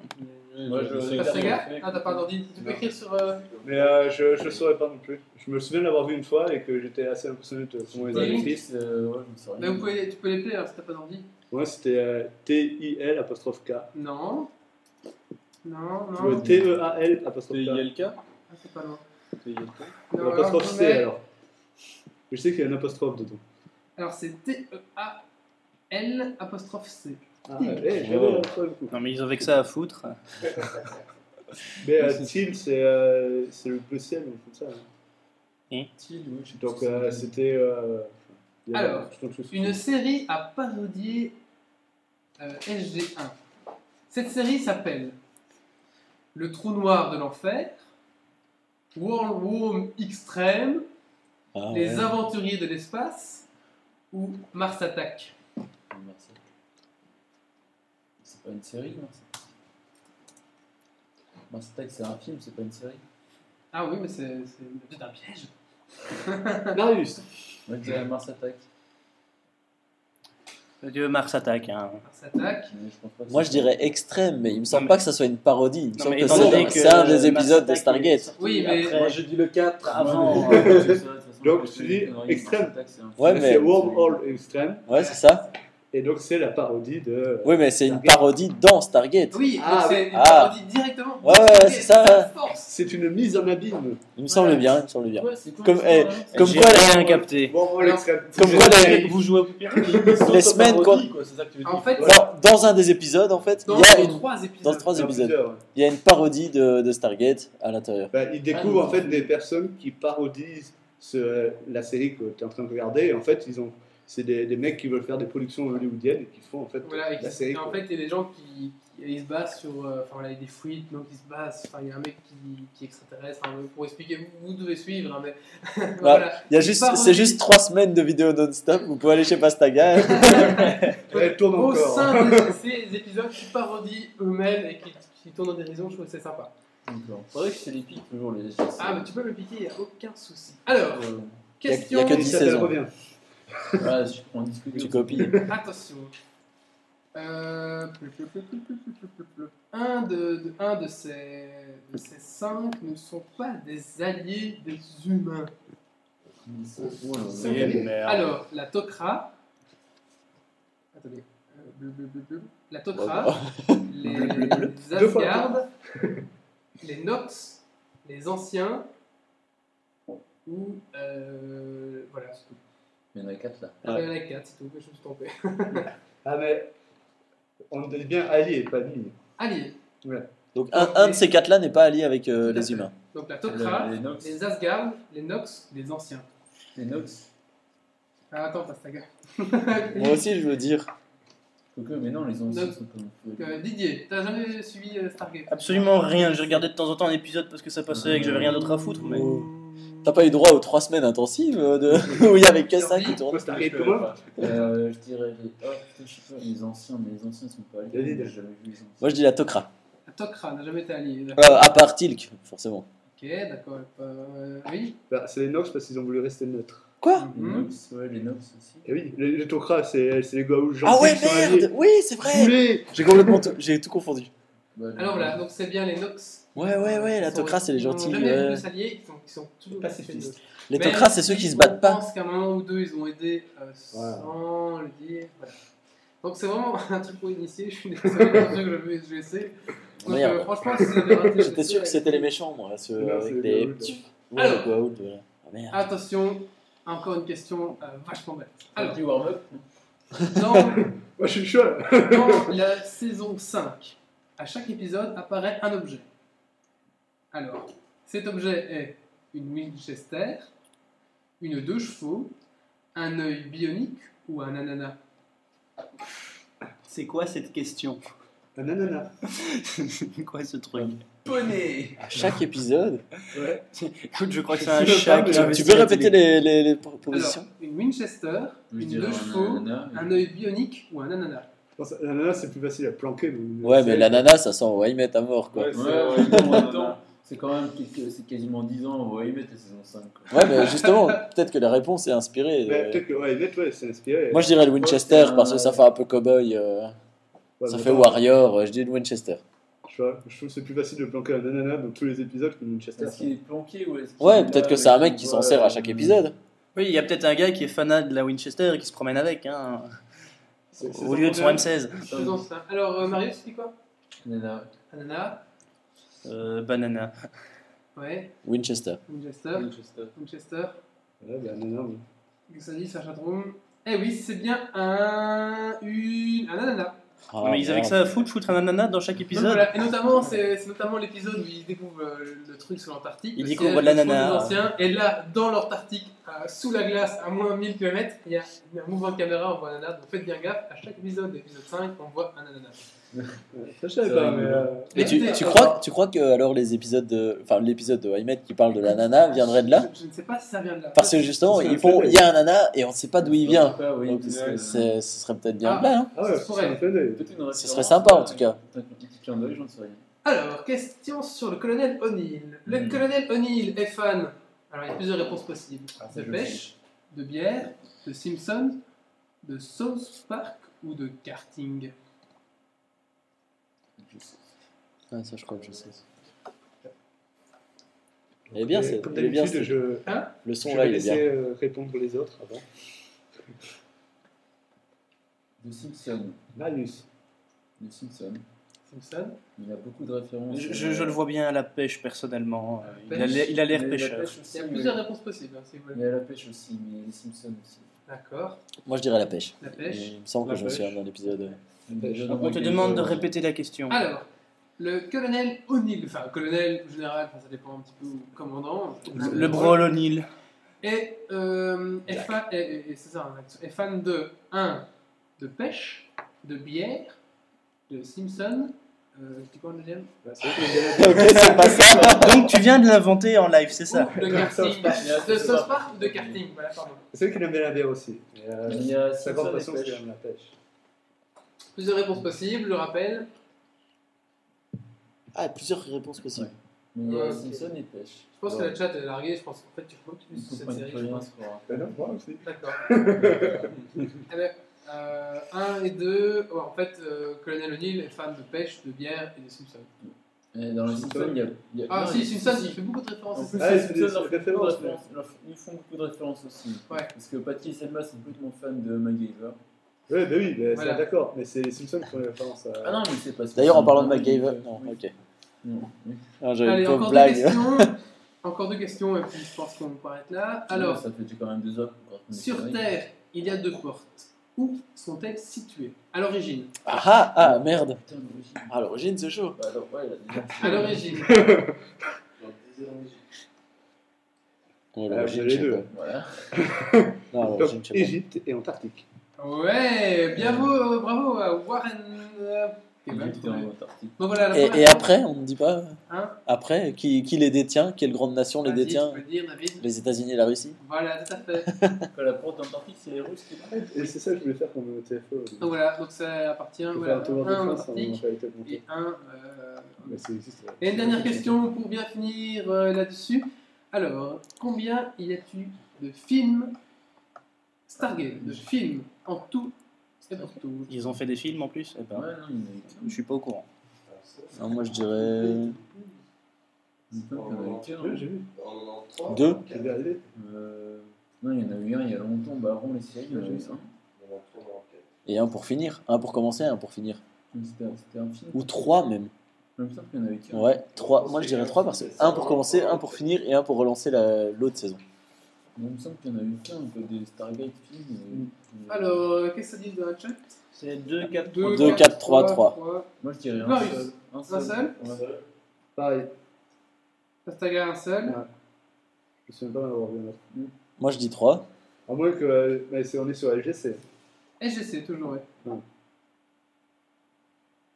S4: Moi, je sais
S1: Parce que,
S4: que
S1: gars, ah, t'as pas d'ordi. Tu peux écrire sur. euh,
S3: Mais euh, je, je saurais pas non plus. Je me souviens l'avoir vu une fois et que j'étais assez impressionné de comment ils avaient
S1: Tilk.
S3: écrit.
S4: Chris, euh, ouais, je ne sais rien.
S1: Mais vous pouvez, tu peux les plaire si t'as pas d'ordi.
S3: Moi, c'était euh, T-I-L apostrophe K.
S1: Ah, Non. Non, non.
S3: Le T-E-A-L E apostrophe K.
S10: TILK
S1: Ah, c'est pas loin.
S3: Ou
S1: Non,
S3: L'apostrophe
S1: vous
S3: C
S1: mettez-
S3: alors. Je sais qu'il y a une apostrophe dedans.
S1: Alors c'est T-E-A-L apostrophe C.
S3: Ah, ouais, j'avais
S2: Oh.
S3: un problème, coup.
S5: Non, mais ils ont avec ça à foutre.
S3: Ah, Mais euh, Til, c'est euh, c'est le bleu ciel, ou comme ça. hein.
S4: Til, ouais, je sais
S3: Donc
S4: pas si
S3: euh,
S4: c'est-
S3: c'était. euh, il y a-
S1: Alors,
S3: je trouve que c'est-
S1: Une série à parodier euh, SG1. Cette série s'appelle Le trou noir de l'enfer, Wormhole Extreme,
S2: Ah, ouais.
S1: Les aventuriers de l'espace ou Mars Attack.
S4: Marseille. C'est pas une série, Marseille. Mars Attack, c'est un film, c'est pas une série.
S1: Ah oui, mais c'est c'est peut-être un piège.
S3: Marius
S4: Moi, je dirais Mars Attack.
S5: Dieu, Mars attaque. Hein.
S1: Mars Attack.
S4: mais je pense pas que
S2: Moi
S4: c'est-
S2: je dirais extrême, mais il me semble
S5: Non,
S2: pas que ça soit une parodie. Il me
S5: Non,
S2: semble
S5: mais
S2: que
S5: étant
S2: c'est
S5: donné
S2: un-
S5: que,
S2: c'est un des
S5: euh,
S2: épisodes de
S5: Mars Attack est
S2: Stargate.
S5: sorti
S1: Oui, mais-
S5: après-
S10: Moi j'ai dit le 4
S4: Ouais,
S10: avant.
S4: mais- ouais, euh, c'est ça, de toute façon,
S3: Donc,
S4: parce
S3: tu
S4: que
S3: dis
S4: les conneries, Mars
S3: extrême.
S4: Attack, c'est un film.
S2: Ouais, mais-
S3: C'est Wormhole Extreme,
S2: Ouais, c'est ça.
S3: et donc c'est la parodie de.
S2: Oui, mais c'est une
S3: Stargate.
S2: parodie dans Stargate.
S1: Oui, donc
S3: Ah,
S1: c'est une
S2: ah.
S1: parodie directement.
S2: Ouais, ouais, ouais,
S1: Ok,
S2: c'est ça.
S1: la force.
S3: C'est une mise en abîme.
S2: Il me semble
S1: Voilà.
S2: bien, il me semble bien.
S4: Ouais, c'est cool,
S2: Comme-
S4: c'est
S2: eh,
S4: pas mal.
S2: Comme
S5: J'ai
S2: quoi, la-
S5: rien capté.
S3: Wormhole Extreme.
S2: Comme quoi, les-
S5: Vous jouez au poupée
S2: les semaines qu'on-
S10: C'est ça que tu veux dire.
S1: En fait,
S2: dans, dans un des épisodes, en fait,
S1: dans
S2: il y a
S1: les
S2: une-
S1: trois
S2: dans
S1: épisodes.
S2: les trois
S3: Il y en a
S2: épisodes,
S3: plusieurs, ouais.
S2: il y a une parodie de, de Stargate à l'intérieur.
S3: Bah, ils découvrent
S4: Ah,
S3: en fait des personnes qui parodisent ce- la série que tu es en train de regarder. Et en fait, ils ont, c'est des, des mecs qui veulent faire des productions hollywoodiennes et qui font en fait
S1: Voilà, et,
S3: la
S1: qui-
S3: série.
S1: et en
S3: quoi.
S1: fait, il y a des gens qui, qui- ils se basent sur. euh, Enfin, voilà, il y a des fuites, donc ils se basent. Enfin, il y a un mec qui, qui est extraterrestre. hein, pour expliquer, vous, vous devez suivre, hein, mais.
S2: Bah,
S1: voilà.
S2: Il y a
S1: Une
S2: juste,
S1: parodie.
S2: c'est juste trois semaines de vidéos non-stop. Vous pouvez aller chez Pastaga.
S3: Elle tourne
S1: Au sein
S3: encore. hein.
S1: de ces épisodes qui parodient eux-mêmes et qui, qui tournent en dérision, je trouve que c'est sympa.
S4: D'accord. Faudrait que je te les pique toujours les SGC.
S1: Ah, mais tu peux me piquer, il n'y a aucun souci. Alors,
S4: Euh,
S2: y a-
S1: question.
S2: il y a que
S3: Et
S2: dix
S3: ça, ça
S2: saisons.
S3: revient.
S4: voilà, je prends un disque
S2: tu
S4: dur.
S2: copies.
S1: Attention. Euh, plou, plou, plou, plou, plou, plou, plou, plou, plou. Un de, de- un de ces, de ces cinq ne sont pas des alliés des humains.
S4: Oh là là.
S3: Ah.
S1: Alors, la Tokra. Attendez. Euh, bleu, bleu, bleu, bleu. La Tokra, les
S3: Deux fois.
S1: Asgard, les Nox, les Anciens, ou. euh, voilà, c'est tout.
S4: Il y en a 4 là.
S1: Ah, Il y en a quatre, c'est tout, je me suis trompé.
S3: Ah, mais on dit bien allié, pas ami.
S1: Alliés.
S3: Ouais.
S2: Donc un, un de ces quatre-là n'est pas allié avec euh,
S1: Tout à
S2: les
S1: fait.
S2: humains.
S1: Donc la Tok'ra,
S3: Ah,
S4: Les Nox.
S1: les Asgard, les Nox, les anciens.
S4: Les Nox.
S1: Ah, attends, passe ta gueule.
S2: Moi aussi, je veux dire.
S4: Quoique, mais non, les anciens
S1: Nox.
S4: sont pas.
S1: Euh, Didier, t'as jamais suivi euh, Stargate
S5: Absolument rien. J'ai regardé de temps en temps un épisode parce que ça passait et que j'avais rien d'autre à foutre. Mais...
S2: Oh. T'as pas eu droit aux trois semaines intensives euh, de... où il y avait que ça qui tournait
S6: Stargate comment
S4: Euh, je dirais les. Oh putain, je sais pas, les anciens, mais les anciens sont pas alliés. J'ai jamais vu les anciens.
S2: Moi, je dis la Tokra.
S1: La Ah, Tok'ra n'a jamais été alliée.
S2: Euh,
S1: d'accord.
S2: à part Tilk, forcément.
S1: Ok, d'accord. Euh, oui. Mhm.
S3: Bah, c'est les Nox parce qu'ils ont voulu rester neutres.
S2: Ah.
S4: Les Nox, ouais, les Nox aussi.
S3: Et oui, les, les Tok'ra, c'est c'est les Goa'uld gentils
S2: Ah ouais,
S3: qui sont alliés.
S2: merde Oui, c'est vrai
S3: Poulet
S2: J'ai complètement tout... J'ai tout confondu.
S4: Bah, les-
S1: Alors voilà, donc c'est bien les Nox.
S2: Ouais, ouais, ouais, la
S1: Ils sont-
S2: Tok'ra, c'est les
S1: ils ont
S2: gentils.
S1: jamais
S2: ouais.
S1: voulu s'allier, ils sont, ils sont toujours
S10: pacifistes.
S2: Les Tok'ra, c'est ceux qui se battent
S1: Je
S2: pas.
S1: pense qu'à un moment ou deux, ils ont aidé euh, sans le dire. Voilà. Donc c'est vraiment un truc pour initier, je suis désolé, c'est un truc que je vais, je vais essayer. Donc
S2: Merde.
S1: euh, franchement, si vous avez raté,
S2: J'étais sûr que c'était les méchants, moi, ceux
S3: Non, c'est
S2: avec
S3: les
S2: des
S3: Goa'uld.
S2: petits... Ouais,
S1: Alors.
S2: les Goa'uld, voilà. Ah merde.
S1: Attention, encore une question euh, vachement bête.
S4: Un
S1: Alors,
S4: petit warm-up.
S1: dans
S3: Moi, je suis chaud là.
S1: Dans la saison 5, à chaque épisode apparaît un objet. Alors, cet objet est une Winchester, une deux chevaux, un œil bionique ou un ananas.
S5: C'est quoi cette question
S3: Un ananas.
S5: C'est quoi ce truc
S4: Poney
S2: À chaque épisode
S3: Ouais.
S5: Écoute, je crois que c'est un
S3: Je sais pas,
S5: chat.
S3: mais
S5: qui
S3: tu-
S5: a
S2: Tu
S5: investi
S2: peux
S5: la
S2: répéter les,
S5: télé.
S2: les, les
S1: Alors,
S2: propositions
S1: une Winchester,
S4: Je
S1: une
S4: dirais un
S1: deux chevaux,
S4: ananas,
S1: un
S4: mais-
S1: œil bionique ou un ananas.
S3: Non, ça- L'ananas, c'est plus facile à planquer. mais-
S2: Ouais, mais l'ananas, ça sent Waymet à mort, quoi.
S3: Ouais,
S4: Ouais,
S3: c'est-
S4: ouais, mais en même temps, c'est quand même quelques- c'est quasiment 10 ans, on va y mettre la saison 5. Quoi.
S2: Ouais, mais justement, peut-être que la réponse est inspirée.
S3: Mais
S2: euh,
S3: peut-être que ouais, net, ouais, c'est inspiré.
S2: Moi, je dirais le Winchester,
S4: c'est un-
S2: parce que ça fait un peu cowboy. euh,
S3: Ouais,
S2: ça
S3: mais
S2: fait
S3: attends,
S2: Warrior, euh, je dis le Winchester.
S3: Tu vois, je trouve que c'est plus facile de planquer un ananas dans tous les épisodes que Winchester.
S4: Est-ce qu'il est planqué ou est-ce qu'il est
S2: Ouais,
S4: là
S2: peut-être que c'est un
S4: et
S2: mec
S4: qu'on
S2: qui s'en
S4: voit,
S2: sert à
S4: euh,
S2: chaque épisode.
S5: Oui, il y a peut-être un gars qui est fanat de la Winchester et qui se promène avec, hein,
S3: C'est- c'est
S5: au
S3: ça,
S5: lieu de son
S3: ananas.
S5: M16.
S1: Faisons ça. Alors, euh, Marius, tu dis quoi
S4: Nana.
S1: Ananas,
S5: Euh, banana.
S1: ouais,
S2: Winchester.
S1: Winchester, Winchester.
S3: Ouais, bah, ananas, oui.
S1: Qu'est-ce que ça dit, sur la chatroom Eh oui, c'est bien un, une, un ananas.
S2: Ah,
S5: mais ils avaient que
S2: merde.
S5: ça à foutre, foutre un ananas dans chaque
S1: Donc
S5: épisode.
S1: voilà, Et notamment, c'est c'est notamment l'épisode où ils découvrent euh, le truc sur l'Antarctique.
S5: Ils
S1: parce
S5: découvrent
S1: qu'il y a
S5: de l'ananas.
S1: le fond des anciens, Et là, dans l'Antarctique, euh, sous la glace, à moins 1000 km, il y a un mouvement de caméra, on voit un ananas. Donc faites bien gaffe, à chaque épisode, épisode 5, on voit un ananas.
S3: Ouais, Ça, je savais
S4: C'est
S3: pas, mais.
S4: rigolo.
S3: euh,
S2: Et tu, tu crois, tu crois que alors les épisodes de, enfin l'épisode de Waymet qui parle de l'ananas viendrait de là
S1: je, je ne sais pas si ça vient de là.
S2: Parce que justement
S3: Parce que
S2: ils font,
S3: le-
S2: il y a un ananas et on sait pas Ah, d'où il
S4: Je
S2: vient.
S4: sais pas, oui,
S2: Donc
S4: peut-être,
S2: c'est-
S4: euh,
S2: c'est- ce serait peut-être bien
S1: Ah.
S2: de là. hein.
S3: Ah ouais,
S1: Ça se
S3: ça
S1: pourrait.
S3: me fait des-
S4: peut-être une
S2: Ce
S4: référence,
S2: serait sympa en
S4: euh,
S2: tout cas.
S4: Un petit clin d'œil, j'en sais rien.
S1: Alors, question sur le colonel O'Neill. Le
S4: Hmm.
S1: colonel O'Neill est fan. Alors, il y a plusieurs réponses possibles de
S4: je
S1: pêche, de bière, de Simpson, de South Park ou de karting.
S2: Ouais, ça je crois que je sais. Elle est bien, c'est,
S3: euh, Comme
S2: elle est bien,
S3: d'habitude,
S2: c'est-
S3: je,
S2: le son
S3: je
S2: là
S3: vais
S2: il est bien.
S3: laisser euh, répondre les autres avant.
S4: De Simpson.
S3: Marius.
S4: De Simpson.
S1: Simpson
S4: Il a beaucoup de références. euh,
S5: Je, je- je le vois bien à la pêche personnellement. Euh,
S1: Pêche.
S5: il a l'air- Il a l'air
S4: Mais la
S5: pêcheur.
S4: pêche
S1: Il
S4: aussi,
S1: y a
S4: mais-
S1: plusieurs réponses possibles, hein, si vous voulez.
S4: Mais à la pêche aussi, mais les Simpsons aussi.
S1: D'accord,
S2: Moi je dirais la pêche.
S1: la pêche.
S2: Il me semble
S3: La
S2: que je me
S3: pêche.
S2: souviens dans l'épisode.
S5: On te demande de répéter la question.
S1: Alors, le colonel O'Neill, enfin, colonel en général, enfin, ça dépend un petit peu, ou commandant.
S5: Le Brawl O'Neill.
S1: Et, euh, est fa- et- et- et c'est ça, hein, est fan de 1 de pêche, de bière, de Simpson. Euh, C'était quoi le deuxième
S3: Bah, c'est vrai que
S2: ok,
S3: les
S2: c'est pas ça.
S5: Donc tu viens de l'inventer en live, c'est ça
S1: De karting. De South Park ou de karting Voilà, pardon.
S3: C'est vrai qu'il aime bien la bière aussi. Mais, euh,
S4: Il y a
S3: sa
S4: Simpson
S3: grande
S4: et
S3: passion, c'est
S4: pêche.
S3: quand même la pêche.
S1: Plusieurs réponses possibles, je rappelle.
S2: Ah, plusieurs réponses possibles.
S4: Mais il y a
S1: Ouais.
S4: Simpson et pêche.
S1: Je pense que la chat est larguée, je pense qu'en fait tu continues
S4: Ils
S1: sur cette
S4: comprennent
S1: série,
S4: plus
S1: je
S4: rien,
S1: pense.
S4: ce soir.
S3: Ben non, moi aussi.
S1: D'accord. Eh ben, euh, 1 et 2, en fait, euh, Colonel O'Neill est fan de pêche, de bière et de Simpson.
S4: Et Dans les Simpsons, il y a. il y a-
S1: Ah,
S4: non,
S1: si,
S4: il y a-
S1: Simpson, il fait beaucoup de références à
S4: En
S1: ça.
S4: plus,
S3: Ah,
S4: les
S3: c'est
S4: Simpsons
S3: des-
S4: leur
S3: des
S4: font beaucoup de
S3: références,
S4: références. leur- Ils font beaucoup de références aussi.
S1: Ouais.
S4: Parce que Patty et Selma sont complètement fans de MacGyver.
S3: Ouais, bah oui, bah,
S1: Voilà.
S3: c'est d'accord. Mais c'est les Simpsons qui ont les références à.
S4: Ah non, mais c'est pas ça.
S2: D'ailleurs, en parlant de MacGyver, non,
S4: Oui.
S2: ok.
S4: Non, oui.
S2: Non, Ah, J'avais
S1: Allez,
S2: une
S1: encore
S2: pauvre
S1: deux
S2: blague.
S1: questions. encore deux questions, et puis je pense qu'on peut arrêter là. Alors,
S4: Ça fait déjà quand même deux heures. qu'on raconte une
S1: sur
S4: série.
S1: Terre, il y a deux portes. Où sont-elles situées À l'origine.
S2: Ah ah, ah merde. Ah,
S4: Putain, d'origine.
S2: À l'origine, c'est chaud.
S4: Bah alors, ouais, il a déjà fait-
S2: Ah.
S1: À l'origine.
S2: Ouais,
S3: Ah, vous
S2: l'origine,
S3: avez
S2: je
S3: les
S2: sais
S3: deux.
S4: Voilà.
S2: pas. Non,
S3: Donc,
S2: l'origine, je sais
S3: Égypte et Antarctique.
S1: Ouais, bravo, bravo à Warren. euh, qui est
S4: Il
S1: pas
S4: était
S1: trop mal.
S4: en Antarctique.
S1: Bon, voilà, la
S2: pas. Et, et
S1: première-
S2: après, on ne dit pas
S1: Hein
S2: Après, qui, qui les détient Quelle grande nation les
S1: Vas-y,
S2: détient
S1: tu peux dire, David.
S2: Les États-Unis et la Russie
S1: Voilà, tout à fait.
S4: Quand la porte d'Antarctique, c'est les Russes qui prennent.
S3: Et c'est ça que je voulais faire E comme TFO.
S1: Donc voilà, donc ça appartient
S3: Je vais
S1: voilà,
S3: faire un tour de
S1: un
S3: France en
S1: Antarctique
S3: réalité augmentée.
S1: et un. euh,
S3: Mais ça existe, ouais.
S1: Et une dernière question pour bien finir euh, là-dessus. Alors, combien y a-t-il de films Stargate, de films en tout et pour tout
S5: Ils ont fait des films en plus Eh
S4: Ouais,
S5: ben,
S4: non, il
S5: Je suis pas au courant.
S2: Non, Moi, je
S4: y
S2: dirais.
S4: en a eu qu'un. hein.
S3: Oui, j'ai vu.
S2: Deux
S3: J'ai regardé.
S4: Euh, Non, il y en a eu un il y a longtemps. Bah, avant les séries, il y en a eu un.
S2: Et un pour finir. Un pour commencer, un pour finir.
S4: Donc, C'était c'était un film.
S2: Ou trois même.
S4: Il me semble qu'il y en avait qu'un.
S2: Ouais, trois. Moi, je dirais trois parce que un pour commencer, un pour finir et un pour relancer la- l'autre saison.
S4: Il me semble qu'il y en a eu qu'un, quoi, des Stargate films. mais-
S1: Alors, euh, qu'est-ce que ça dit dans le chat
S5: C'est 2, 4,
S2: Deux, quatre, trois, trois.
S4: Moi, je dirais un
S1: Marius,
S4: seul.
S1: Un seul
S4: Ouais.
S3: Pareil,
S1: Pastaga, un seul.
S3: je sais même pas en avoir vu un autre.
S2: Moi, je dis trois.
S3: À moins que. euh, Mais c'est- on est sur LGC.
S1: Et j'essaie toujours, ouais.
S3: Non.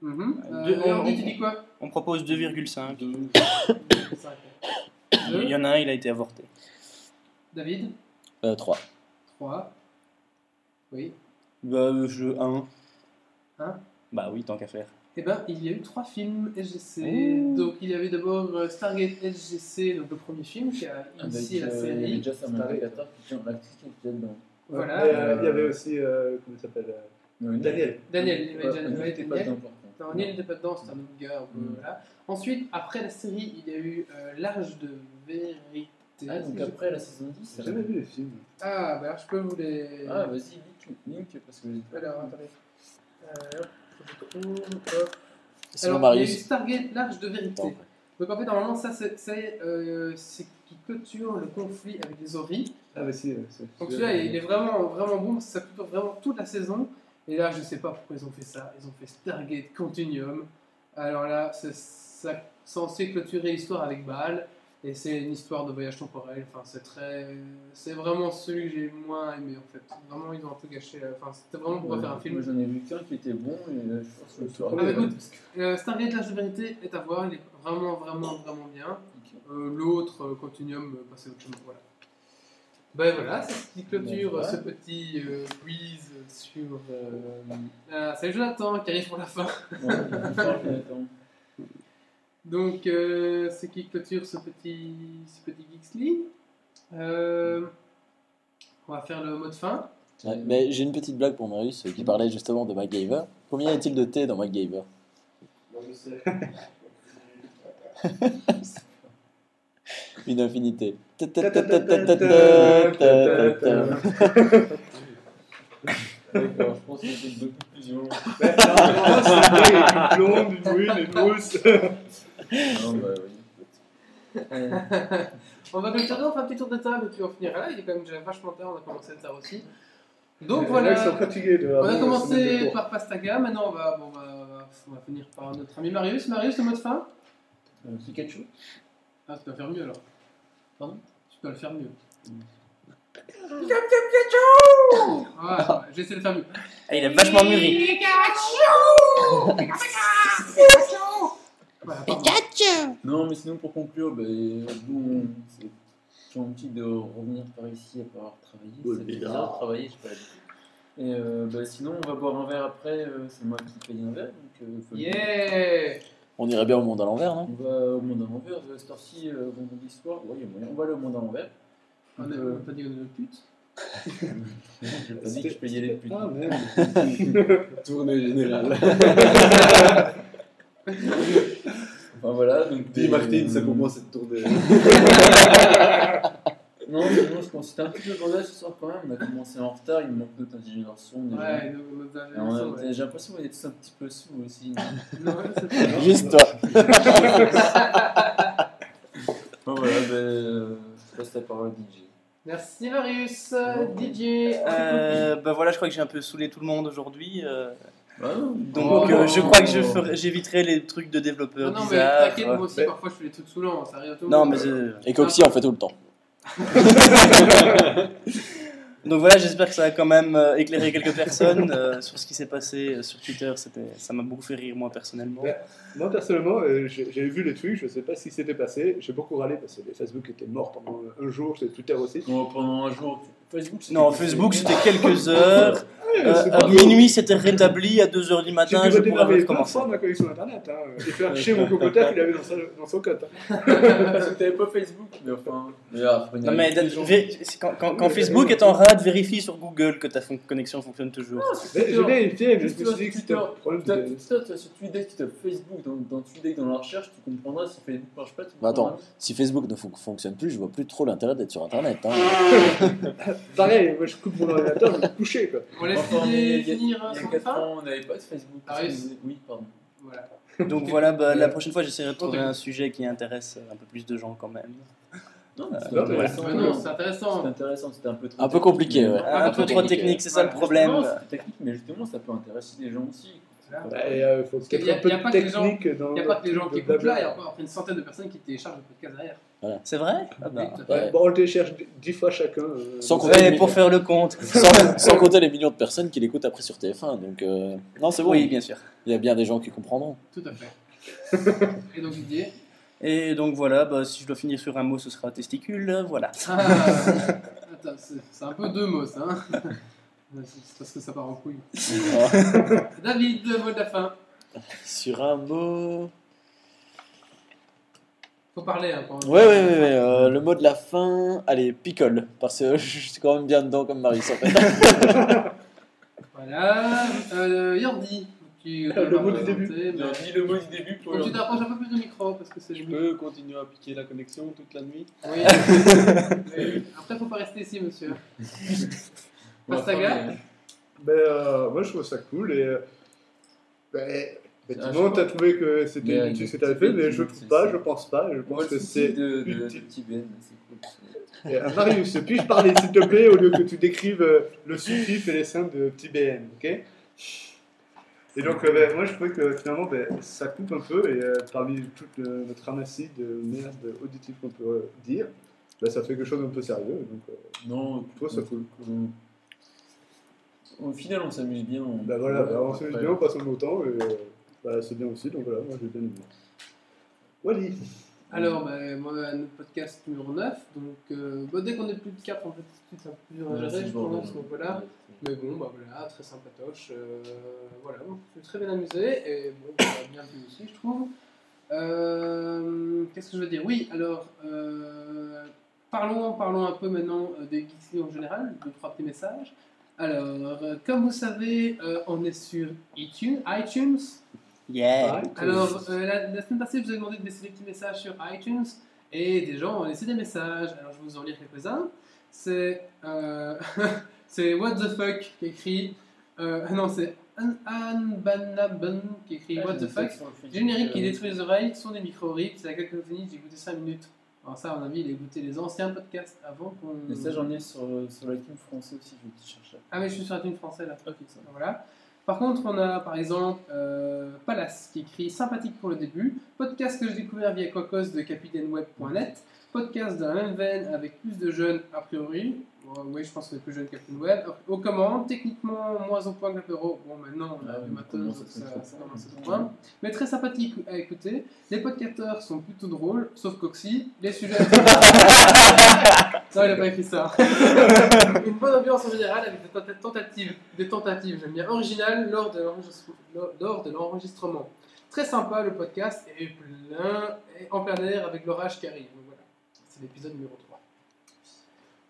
S1: Mhm. Euh,
S5: Deux, on-
S1: Andy, tu dis quoi
S5: On propose 2,5.
S1: Deux.
S5: Il y en a un, il a été avorté.
S1: David
S2: Euh, trois.
S1: 3. Oui.
S5: Bah, euh, je. 1.
S1: Un
S5: Bah oui, tant qu'à faire.
S1: Eh ben, il y a eu trois films SGC.
S5: Ouh.
S1: Donc, il y avait d'abord euh, Stargate SGC, donc le premier film qui a
S4: Avec,
S1: initié la
S4: euh, Il y avait
S1: série.
S4: déjà Samuel
S3: Stargate.
S4: Alcatraz, qui tient- l'actrice qui était dedans.
S1: Voilà.
S3: Mais, euh, Il y avait aussi. euh, Comment il s'appelle euh,
S4: Non, il-
S3: Daniel.
S1: Daniel, il y avait
S4: Ouais,
S1: déjà- il y
S4: Daniel
S1: avait
S4: était pas
S1: Daniel.
S4: dedans, par contre.
S1: Non, Neil n'était pas dedans, c'était un autre gars. un peu,
S4: Mm.
S1: voilà. Ensuite, après la série, il y a eu euh, L'Arche de Vérité.
S4: Ah, donc après la saison 10, ça
S3: J'ai jamais vu les films.
S1: Ah, bah alors, je peux vous les.
S4: Ah, vas-y, link, link, parce que
S1: Alors, attendez. Euh, hop, je trouve, hop.
S2: Sinon,
S1: Alors, il y a eu
S2: Marius.
S1: Stargate, l'Arche de Vérité.
S2: Attends.
S1: Donc, en fait, normalement, ça, c'est c'est, euh, c'est qui clôture le conflit avec les Ori.
S3: Ah, mais si. euh, c'est-
S1: Donc, celui-là, il est vraiment, vraiment bon, parce que ça clôture vraiment toute la saison. Et là, je sais pas pourquoi ils ont fait ça. Ils ont fait Stargate Continuum. Alors là, c'est ça- censé clôturer l'histoire avec Baal. Et c'est une histoire de voyage temporel. Enfin, c'est très. C'est vraiment celui que j'ai le moins aimé, en fait. Vraiment, ils ont un peu gâché. la- Enfin, c'était vraiment pour faire un film.
S4: Moi, j'en ai vu qu'un qui était bon, et euh, je pense que le soir.
S1: Ah, mais écoute, euh, Stargate L'Arche de Vérité est à voir, il est vraiment, vraiment, vraiment bien. Euh, L'autre, euh, Continuum, euh, bah, c'est autre chose. Voilà. Ben voilà, c'est ce qui clôture
S4: Ben,
S1: euh, ce
S4: voilà.
S1: petit euh, quiz sur. euh, ah, salut Jonathan qui arrive pour la fin. Donc, euh, c'est qui clôture ce petit, ce petit Geeksly. Euh, on va faire le mot de fin.
S2: Ouais, mais j'ai une petite blague pour Marius euh, qui parlait justement de MacGyver. Combien y a-t-il de thé dans MacGyver Une infinité.
S3: Ta-ta-ta-ta-ta-ta-ta.
S4: D'accord, je pense que c'était beaucoup plus violent.
S3: Ouais, Ah, c'est vrai, une blonde, une brune, une rousse.
S4: Non, bah oui.
S1: On va le faire, on fait un petit tour de table et puis on finira là. Il est quand même déjà vachement tard, on a commencé à tard aussi. Donc
S3: Les
S1: voilà.
S3: mecs sont fatigués de
S1: On a
S3: avoir une semaine de
S1: commencé
S3: cours.
S1: par Pastaga, maintenant on va, bon, on va- on va finir par notre ami Marius. Marius, le mot de fin
S4: Euh, Pikachu
S1: Ah, tu dois faire mieux alors. Pardon Tu dois le faire mieux. Voilà, j'essaie de le faire mieux.
S5: Ah, il a vachement mûri.
S7: Pikachu Pikachu
S1: Voilà, pardon.
S4: Non, mais sinon, pour conclure, bah, bon, c'est gentil de revenir par ici après avoir travaillé.
S3: Oui,
S4: ça fait
S3: bien.
S4: bizarre de travailler, je sais pas. Et euh, bah, sinon, on va boire un verre après, euh, c'est moi qui paye un verre, donc euh, faut le-
S1: Yeah
S2: On irait bien au monde à l'envers, non
S4: On va au monde à l'envers, euh, cette heure-ci, euh, vendredi soir, ouais, il y a moyen. On va aller au monde à l'envers.
S1: On a- on a pas dit qu'on est pute.
S4: J'ai pas dit que je payais les putes.
S3: Ah, merde.
S4: Tournée générale. enfin voilà, donc.
S3: Dis Martine, c'est pour
S4: moi.
S3: moi cette tournée.
S4: Non, sinon, je pense que c'était un petit peu bordel ce soir quand même. On a commencé en retard, il manque notre ingénieur-son déjà.
S1: Ouais, donc on a-
S4: Et on a- J'ai l'impression qu'on est tous un petit peu sous aussi.
S1: Non, c'est pas grave.
S2: Juste toi.
S4: Bon voilà, ben, euh, je passe la parole au DJ.
S1: Merci Marius, DJ.
S5: Euh, bah voilà, je crois que j'ai un peu saoulé tout le monde aujourd'hui. euh,
S1: Oh.
S4: Ah
S5: donc euh, je crois que je ferai- j'éviterai les trucs de
S1: Ah
S5: développeurs
S1: non, mais
S5: bizarres.
S1: t'inquiète, moi aussi,
S2: Ouais.
S1: parfois je fais des trucs saoulants, ça arrive à tout le
S5: Non,
S1: monde.
S5: mais euh,
S2: Et Coxy en fait tout le temps.
S5: donc voilà, j'espère que ça a quand même euh, éclairé quelques personnes euh, sur ce qui s'est passé euh, sur Twitter. C'était, ça m'a beaucoup fait rire moi personnellement.
S3: Ouais. Moi, personnellement, euh, j'ai j'ai vu les tweets, je sais pas si c'était passé. J'ai beaucoup râlé parce que les Facebook était mort pendant un jour, c'est Twitter aussi.
S4: Bon, pendant un jour, Facebook, c'était-
S5: Non, Facebook c'était quelques heures. Euh, à minuit c'était rétabli, à 2h du
S3: J'ai
S5: matin
S3: dû
S5: je pourrais
S3: redémarrer plein de
S5: recommencer.
S3: fois ma connexion internet. Hein. Et faire chier mon cocotin qu'il avait dans, sa- dans son cote.
S4: Parce que t'avais pas Facebook, mais enfin.
S5: Non mais vé- c'est quand, quand- quand Facebook est en rade, vérifie sur Google que ta fon- connexion fonctionne toujours.
S4: Ah,
S3: Mais J'ai vérifié, mais je
S4: Twitter,
S3: me suis dit que c'était un
S4: Twitter,
S3: problème
S4: Tu tapes
S3: de-
S4: Twitter, tu vas sur Tweetdeck, tu tapes Facebook dans, dans Tweetdeck dans la recherche, tu comprendras si Facebook marche pas. Tu
S2: Bah attends.
S4: comprendras.
S2: Si Facebook ne fon- fonctionne plus, je vois plus trop l'intérêt d'être sur internet. hein.
S3: Pareil, moi je coupe mon ordinateur, je vais me coucher quoi.
S1: On laisse
S4: Enfin,
S1: l'idée
S4: il y a-
S1: finir hein,
S4: Il y
S1: son
S4: a 4
S1: copain
S4: ans, on n'avait pas de Facebook.
S1: Ah oui.
S4: Oui, pardon.
S1: Voilà.
S5: Donc voilà, bah, la prochaine fois j'essaierai
S3: Oh,
S5: de
S1: Ok.
S5: trouver un sujet qui intéresse euh, un peu plus de gens quand même.
S4: Non, mais c'est
S3: voilà.
S4: intéressant.
S1: Mais non, c'est intéressant.
S4: C'est Ah, intéressant, c'était un peu trop
S2: Un peu compliqué, ouais.
S5: Un peu trop technique, c'est ça le
S1: Voilà.
S5: problème.
S4: Non, c'était technique, mais justement, ça peut intéresser les gens aussi.
S3: Et euh, faut
S1: qu'il
S3: peut-être
S1: y a-
S3: un peu
S1: il y a pas
S3: de
S1: que les gens-
S3: technique dans.
S1: Il n'y a pas que les gens qui
S3: de
S1: écoutent là, hein. il y a
S3: blabla.
S1: encore après une centaine de personnes qui téléchargent le podcast derrière.
S5: C'est vrai Ah bah.
S1: Oui, tout à fait.
S2: Ouais.
S3: Ouais, Bon, on le télécharge d- dix fois chacun. euh,
S2: Sans
S5: Ouais,
S2: compter, les,
S5: pour faire le compte.
S2: sans- sans compter les millions de personnes qui l'écoutent après sur TF1. Donc, euh, non, c'est bon.
S5: Oui, bien sûr.
S2: Il y a bien des gens qui comprendront.
S1: Tout à fait. Et donc Didier
S5: Et donc voilà, bah, si je dois finir sur un mot, ce sera testicule. Voilà.
S1: Ah, Attends, c'est c'est un peu deux mots ça. hein. C'est parce que ça part en couille. David, le mot de la fin.
S2: Sur un mot.
S1: Faut parler. Hein, quand-
S2: Ouais, ouais, ouais. ouais, euh, le mot de la fin, allez, picole. Parce que je suis quand même bien dedans comme Marius en fait.
S1: Voilà. Euh, Yordi. tu-
S3: Le
S1: tu vas
S3: mot du
S1: présenter, mais-
S4: J'ai dit le mot du début pour
S1: Faut que
S4: leur
S1: Tu t'approches un peu plus du micro parce que c'est
S10: Je
S1: le
S10: peux continuer à piquer la connexion toute la nuit
S1: Oui. Oui. Après, faut pas rester ici, monsieur.
S4: Ouais,
S1: Pastaga
S4: enfin, mais-
S3: Ben, euh, moi, je trouve ça cool. Et, euh, ben, effectivement,
S4: Ah, je-
S3: t'as trouvé que c'était
S4: Mais,
S3: inutile ce que
S4: euh,
S3: t'avais fait,
S4: c'est-
S3: mais je
S4: c'est-
S3: trouve pas,
S4: c'est-
S3: je pense pas. Je
S4: Moi,
S3: pense
S4: je
S3: que
S4: suis
S3: c'est.
S4: de, de, de
S3: utile.
S4: petit Ben, c'est cool.
S3: Et, euh, Marius, puis-je parler, s'il te plaît, au lieu que tu décrives euh, le suffixe et les seins de petit BN, ok Et donc, euh, ben, moi, je trouvais que finalement, ben, ça coupe un peu, et euh, parmi toute euh, notre ramassis de merde auditive qu'on peut euh, dire, ben, ça fait quelque chose d'un peu sérieux. Donc, euh,
S4: Non,
S3: je trouve ça cool.
S4: on- Au final, on s'amuse bien. on-
S3: Ben voilà, ben, on s'amuse
S4: Ouais.
S3: bien, on passe un bon temps, et euh, ben, c'est bien aussi, donc voilà, moi j'ai bien aimé. Wally
S1: Alors, bah, moi, notre podcast numéro 9. Donc, euh, bah, dès qu'on est plus de 4, en fait, tout de suite, c'est un peu
S4: Ouais,
S1: plus à
S4: c'est
S1: gérer, je
S4: bon,
S1: pense.
S4: euh, ouais.
S1: Donc, voilà. Mais bon, bah voilà, très sympatoche. euh, voilà, bon, je me suis très bien amusé et bon, bah, bien vu aussi, je trouve. Euh, Qu'est-ce que je veux dire Oui, alors, euh, parlons, parlons un peu maintenant euh, des Geeksly en général, deux, trois petits messages. Alors, euh, comme vous savez, euh, on est sur iTunes. iTunes.
S3: Ah,
S5: Yeah.
S1: Alors, euh, la, la semaine passée, je vous ai demandé de laisser des petits messages sur iTunes et des gens ont laissé des messages. Alors, je vais vous en lire quelques-uns. C'est euh, c'est What the fuck qui écrit. Euh, non, c'est An- Anne Banaben qui écrit
S4: Ah,
S1: What the fuck. Générique
S4: Euh,
S1: qui détruit les oreilles, sont des micro-rips. C'est à quelques minutes, j'ai écouté 5 minutes. Alors, ça, à mon avis, il a écouté les anciens podcasts avant qu'on.
S4: Mais ça, j'en ai sur, sur l'iTunes français aussi, je vais te chercher.
S1: Ah, mais je suis sur iTunes français là.
S4: Ok, ça.
S1: Voilà. Par contre, on a par exemple euh, Palace qui écrit Sympathique pour le début, podcast que j'ai découvert via Quacos de CapitaineWeb.net, podcast dans la même veine avec plus de jeunes a priori. Bon, oui, je pense que plus jeunes Captain Web. Aux commandes, techniquement moins au point que l'apéro. Bon, maintenant on a
S4: Ah,
S1: du
S4: on
S1: matos,
S4: commence à
S1: donc
S4: se
S1: ça,
S4: mettre
S1: ça
S4: au point.
S1: commence à être au point. Mais très sympathique à écouter. Les podcasteurs sont plutôt drôles, sauf Coxy. Les sujets. non, il a pas écrit ça. Une bonne ambiance en général avec des tenta- tentatives, des tentatives, j'aime bien, originales lors de l'enregistre- lors de l'enregistrement. Très sympa le podcast et plein et en plein air avec l'orage qui arrive. Donc voilà, c'est l'épisode numéro 3.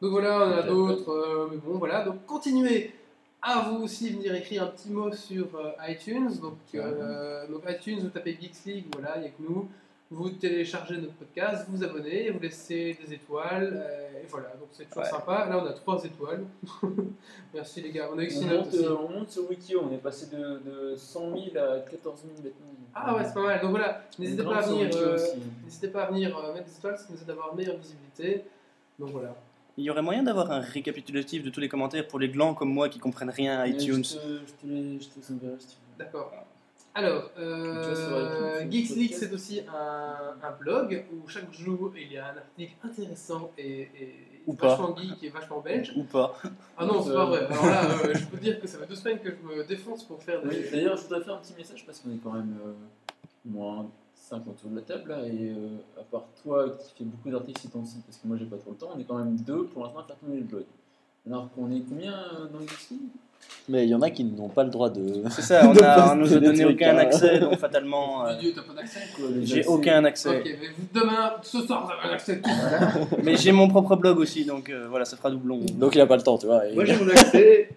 S1: Donc voilà, on en a d'autres, euh, mais bon voilà, donc continuez à vous aussi venir écrire un petit mot sur euh, iTunes. Donc, euh, donc iTunes, vous tapez Geeks League, voilà, il n'y a que nous. Vous téléchargez notre podcast, vous vous abonnez, vous laissez des étoiles, euh, et voilà, donc c'est toujours
S5: Ouais.
S1: sympa. Là, on a trois étoiles. Merci les gars, on a eu
S4: On
S1: six notes
S4: monte,
S1: aussi.
S4: euh, on monte sur Wikio, on est passé de, de 100 000 à 14 000 maintenant.
S1: Ah ouais, c'est pas mal. Donc voilà, n'hésitez
S4: On
S1: pas à
S4: grimpe sur
S1: venir.
S4: Wikio
S1: euh,
S4: aussi.
S1: N'hésitez pas à venir euh, mettre des étoiles, ça nous aide à avoir une meilleure visibilité. Donc voilà.
S5: Il y aurait moyen d'avoir un récapitulatif de tous les commentaires pour les glands comme moi qui comprennent rien à
S4: Mais
S5: iTunes.
S4: Je te, je te les- je te les enverrai si tu veux.
S1: D'accord. Alors,
S4: Tu vois, ça aurait
S1: euh,
S4: été une
S1: Geeks
S4: chose
S1: League,
S4: podcast.
S1: c'est aussi un, un blog où chaque jour il y a un article intéressant et, et
S5: Ou
S1: vachement geek et vachement belge.
S5: Ou pas.
S1: Ah non, c'est
S4: Euh,
S1: pas vrai. Alors là, euh, je peux dire que ça fait deux semaines que je me défonce pour faire des.
S4: Oui, D'ailleurs, je voudrais faire un petit message parce qu'on est quand même euh, moins 5 autour de la table là, et euh, à part toi qui fais beaucoup d'articles ces temps-ci, parce que moi j'ai pas trop le temps, on est quand même deux pour l'instant à faire tourner le blog. Alors qu'on est combien euh, dans le Geeksly
S2: Mais il y en a qui n'ont pas le droit de.
S5: C'est ça, on, a, on nous
S2: poster
S5: a
S2: des
S5: donné
S2: trucs,
S5: aucun
S2: hein.
S5: accès, donc fatalement, euh,
S1: Mon Dieu, t'as pas d'accès
S4: Quoi, les
S5: j'ai
S4: accès-
S5: aucun
S1: Ok,
S5: accès.
S1: mais vous- demain, ce soir, vous avez un accès.
S5: Mais j'ai mon propre blog aussi, donc euh, voilà, ça fera doublon.
S2: Donc il a pas le temps, tu vois. et-
S3: Moi j'ai mon accès,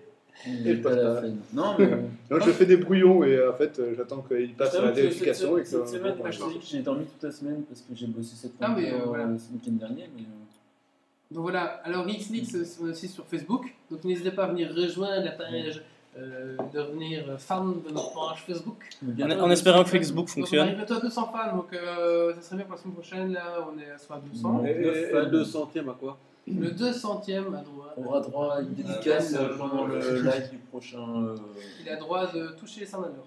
S4: Il est
S3: je
S4: pas
S3: passe
S4: la
S3: pas.
S4: peine. Non, mais. euh,
S3: donc je fais des brouillons et en fait euh, j'attends qu'il passe à
S4: j'avoue
S3: la
S4: que cette-
S3: vérification et que ça.
S4: Cette semaine, moi, je
S3: D'accord.
S4: te dis que j'ai dormi toute la semaine parce que j'ai bossé cette
S1: Ah, mais, euh,
S4: heures,
S1: voilà.
S4: euh, ce week-end dernier, mais. euh,
S1: Donc voilà, alors Geeks League, c'est c'est aussi sur Facebook. Donc n'hésitez pas à venir rejoindre la page, euh, devenir fan de notre page Facebook.
S4: mais
S5: En,
S4: bientôt,
S5: en espérant que Facebook
S1: Donc, on
S5: fonctionne.
S1: arrive bientôt à 200 fans, donc euh, ça serait bien pour la semaine prochaine. Là, on est soit à 200.
S6: Et, et, et 200 e à quoi
S1: Le 200ème à droite.
S4: On aura droit à une dédicace
S9: Euh,
S4: euh, pendant le live du prochain. euh,
S1: Il a droit de toucher les sandalures.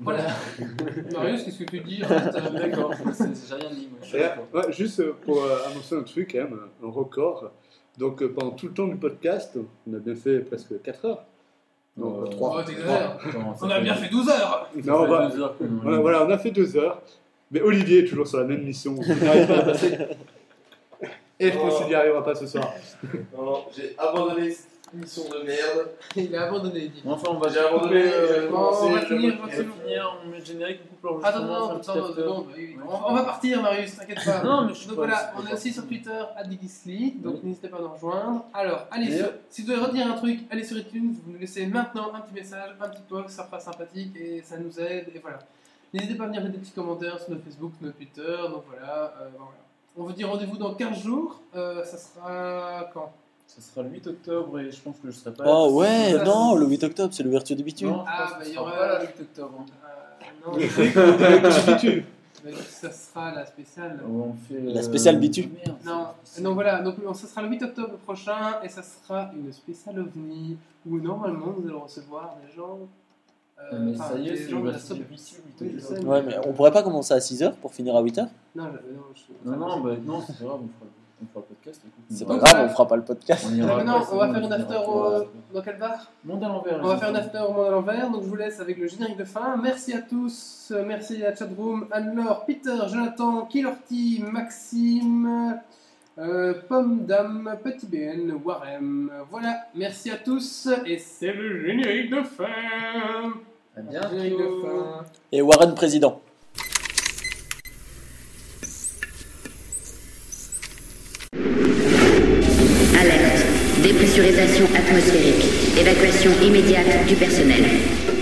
S1: Voilà. Marius, qu'est-ce que tu dis arrête, euh,
S4: D'accord, c'est- j'ai rien dit. Moi, je suis
S3: Et, euh,
S4: d'accord.
S3: ouais, juste euh, pour euh, annoncer un truc, quand même, un record. Donc euh, pendant tout le temps du podcast, on a bien fait presque 4 heures. Non,
S4: Euh,
S3: 3.
S1: ouais, t'exagères.
S4: Attends, ça
S1: On a bien fait 12 heures
S3: Non, on va-
S4: deux heures qu'on-
S3: voilà, voilà, on a fait 2 heures. Mais Olivier est toujours sur la même mission. Il n'arrive pas à passer. Et je pense qu'il n'y arrivera pas ce soir.
S9: Non, non, j'ai abandonné cette mission de merde.
S1: Il a abandonné, dit.
S4: Enfin, on va
S9: J'ai abandonné,
S4: couper, euh,
S9: j'ai
S1: Bon, on va
S9: commencé, j'ai
S1: finir
S4: on va
S1: gentiment.
S4: finir, on met le générique, on coupe
S1: Attends, Ah, non,
S4: l'enregistrement. on
S1: non,
S4: fait un petit after.
S1: attends, deux secondes. Oui, oui. On, on va partir, Marius, t'inquiète pas.
S4: Non, mais je suis
S1: Donc
S4: pas-
S1: voilà,
S4: je suis
S1: on
S4: pas
S1: est aussi
S4: parti.
S1: sur Twitter, @geeksly, donc
S4: Oui.
S1: n'hésitez pas à nous rejoindre. Alors, allez
S4: Et-
S1: sur, si vous devez redire un truc, allez sur iTunes, vous nous laissez maintenant un petit message, un petit post, ça fera sympathique et ça nous aide, et voilà. N'hésitez pas à venir mettre des petits commentaires sur notre Facebook, sur notre Twitter, donc voilà. euh, voilà. On vous dit rendez-vous dans 15 jours, euh, ça sera quand
S4: Ça sera le 8 octobre et je pense que je serai pas là.
S2: Oh ouais,
S1: ça,
S2: non, le 8 octobre, c'est l'ouverture du bitume.
S4: Non, je
S1: Ah,
S4: pense
S1: bah,
S4: que
S1: il
S4: je
S1: y
S4: serai
S1: aura-
S4: pas là le 8 octobre. hein.
S1: Euh, Non, je Mais ça sera la spéciale.
S4: On fait,
S2: La
S4: euh,
S2: spéciale bitu.
S4: merde,
S1: Non,
S4: c'est-
S1: donc voilà, donc on- ça sera le 8 octobre prochain et ça sera une spéciale OVNI où normalement nous allons recevoir des gens. euh,
S4: Mais
S1: enfin,
S4: ça y est,
S1: des
S4: c'est
S1: gens de
S4: le
S1: la
S4: c'est
S1: SOP.
S4: le bitu,
S1: Oui,
S4: le 8
S1: je
S4: octobre.
S1: sais,
S2: Ouais, mais on pourrait pas commencer à 6h pour finir à 8h
S1: Non, je- non, je-
S4: Non, non, bah, non, c'est pas grave, on fera, on fera le podcast. écoute, on
S2: C'est
S4: ira-
S2: pas
S1: Donc
S2: grave,
S1: voilà.
S2: on fera pas le podcast.
S4: On
S1: Non,
S4: ira
S1: mais non,
S4: après,
S1: on va
S4: c'est
S1: faire
S4: bon,
S1: une
S4: on
S1: after
S4: ira
S1: au-
S4: après.
S1: Dans quel bar
S4: Monde à l'envers.
S1: On
S4: les
S1: va faire une
S4: enfants.
S1: after au monde à l'envers, donc je vous laisse avec le générique de fin. Merci à tous, euh, merci à la chatroom, Anne-Laure, Peter, Jonathan, Kilorti, Maxime, euh, Pomme Dame, Petit BN, Warem. Voilà, merci à tous et c'est le générique de fin.
S4: À
S1: Générique de
S4: bientôt.
S1: fin.
S2: Et Warren président.
S11: Alerte. Dépressurisation atmosphérique. Évacuation immédiate du personnel.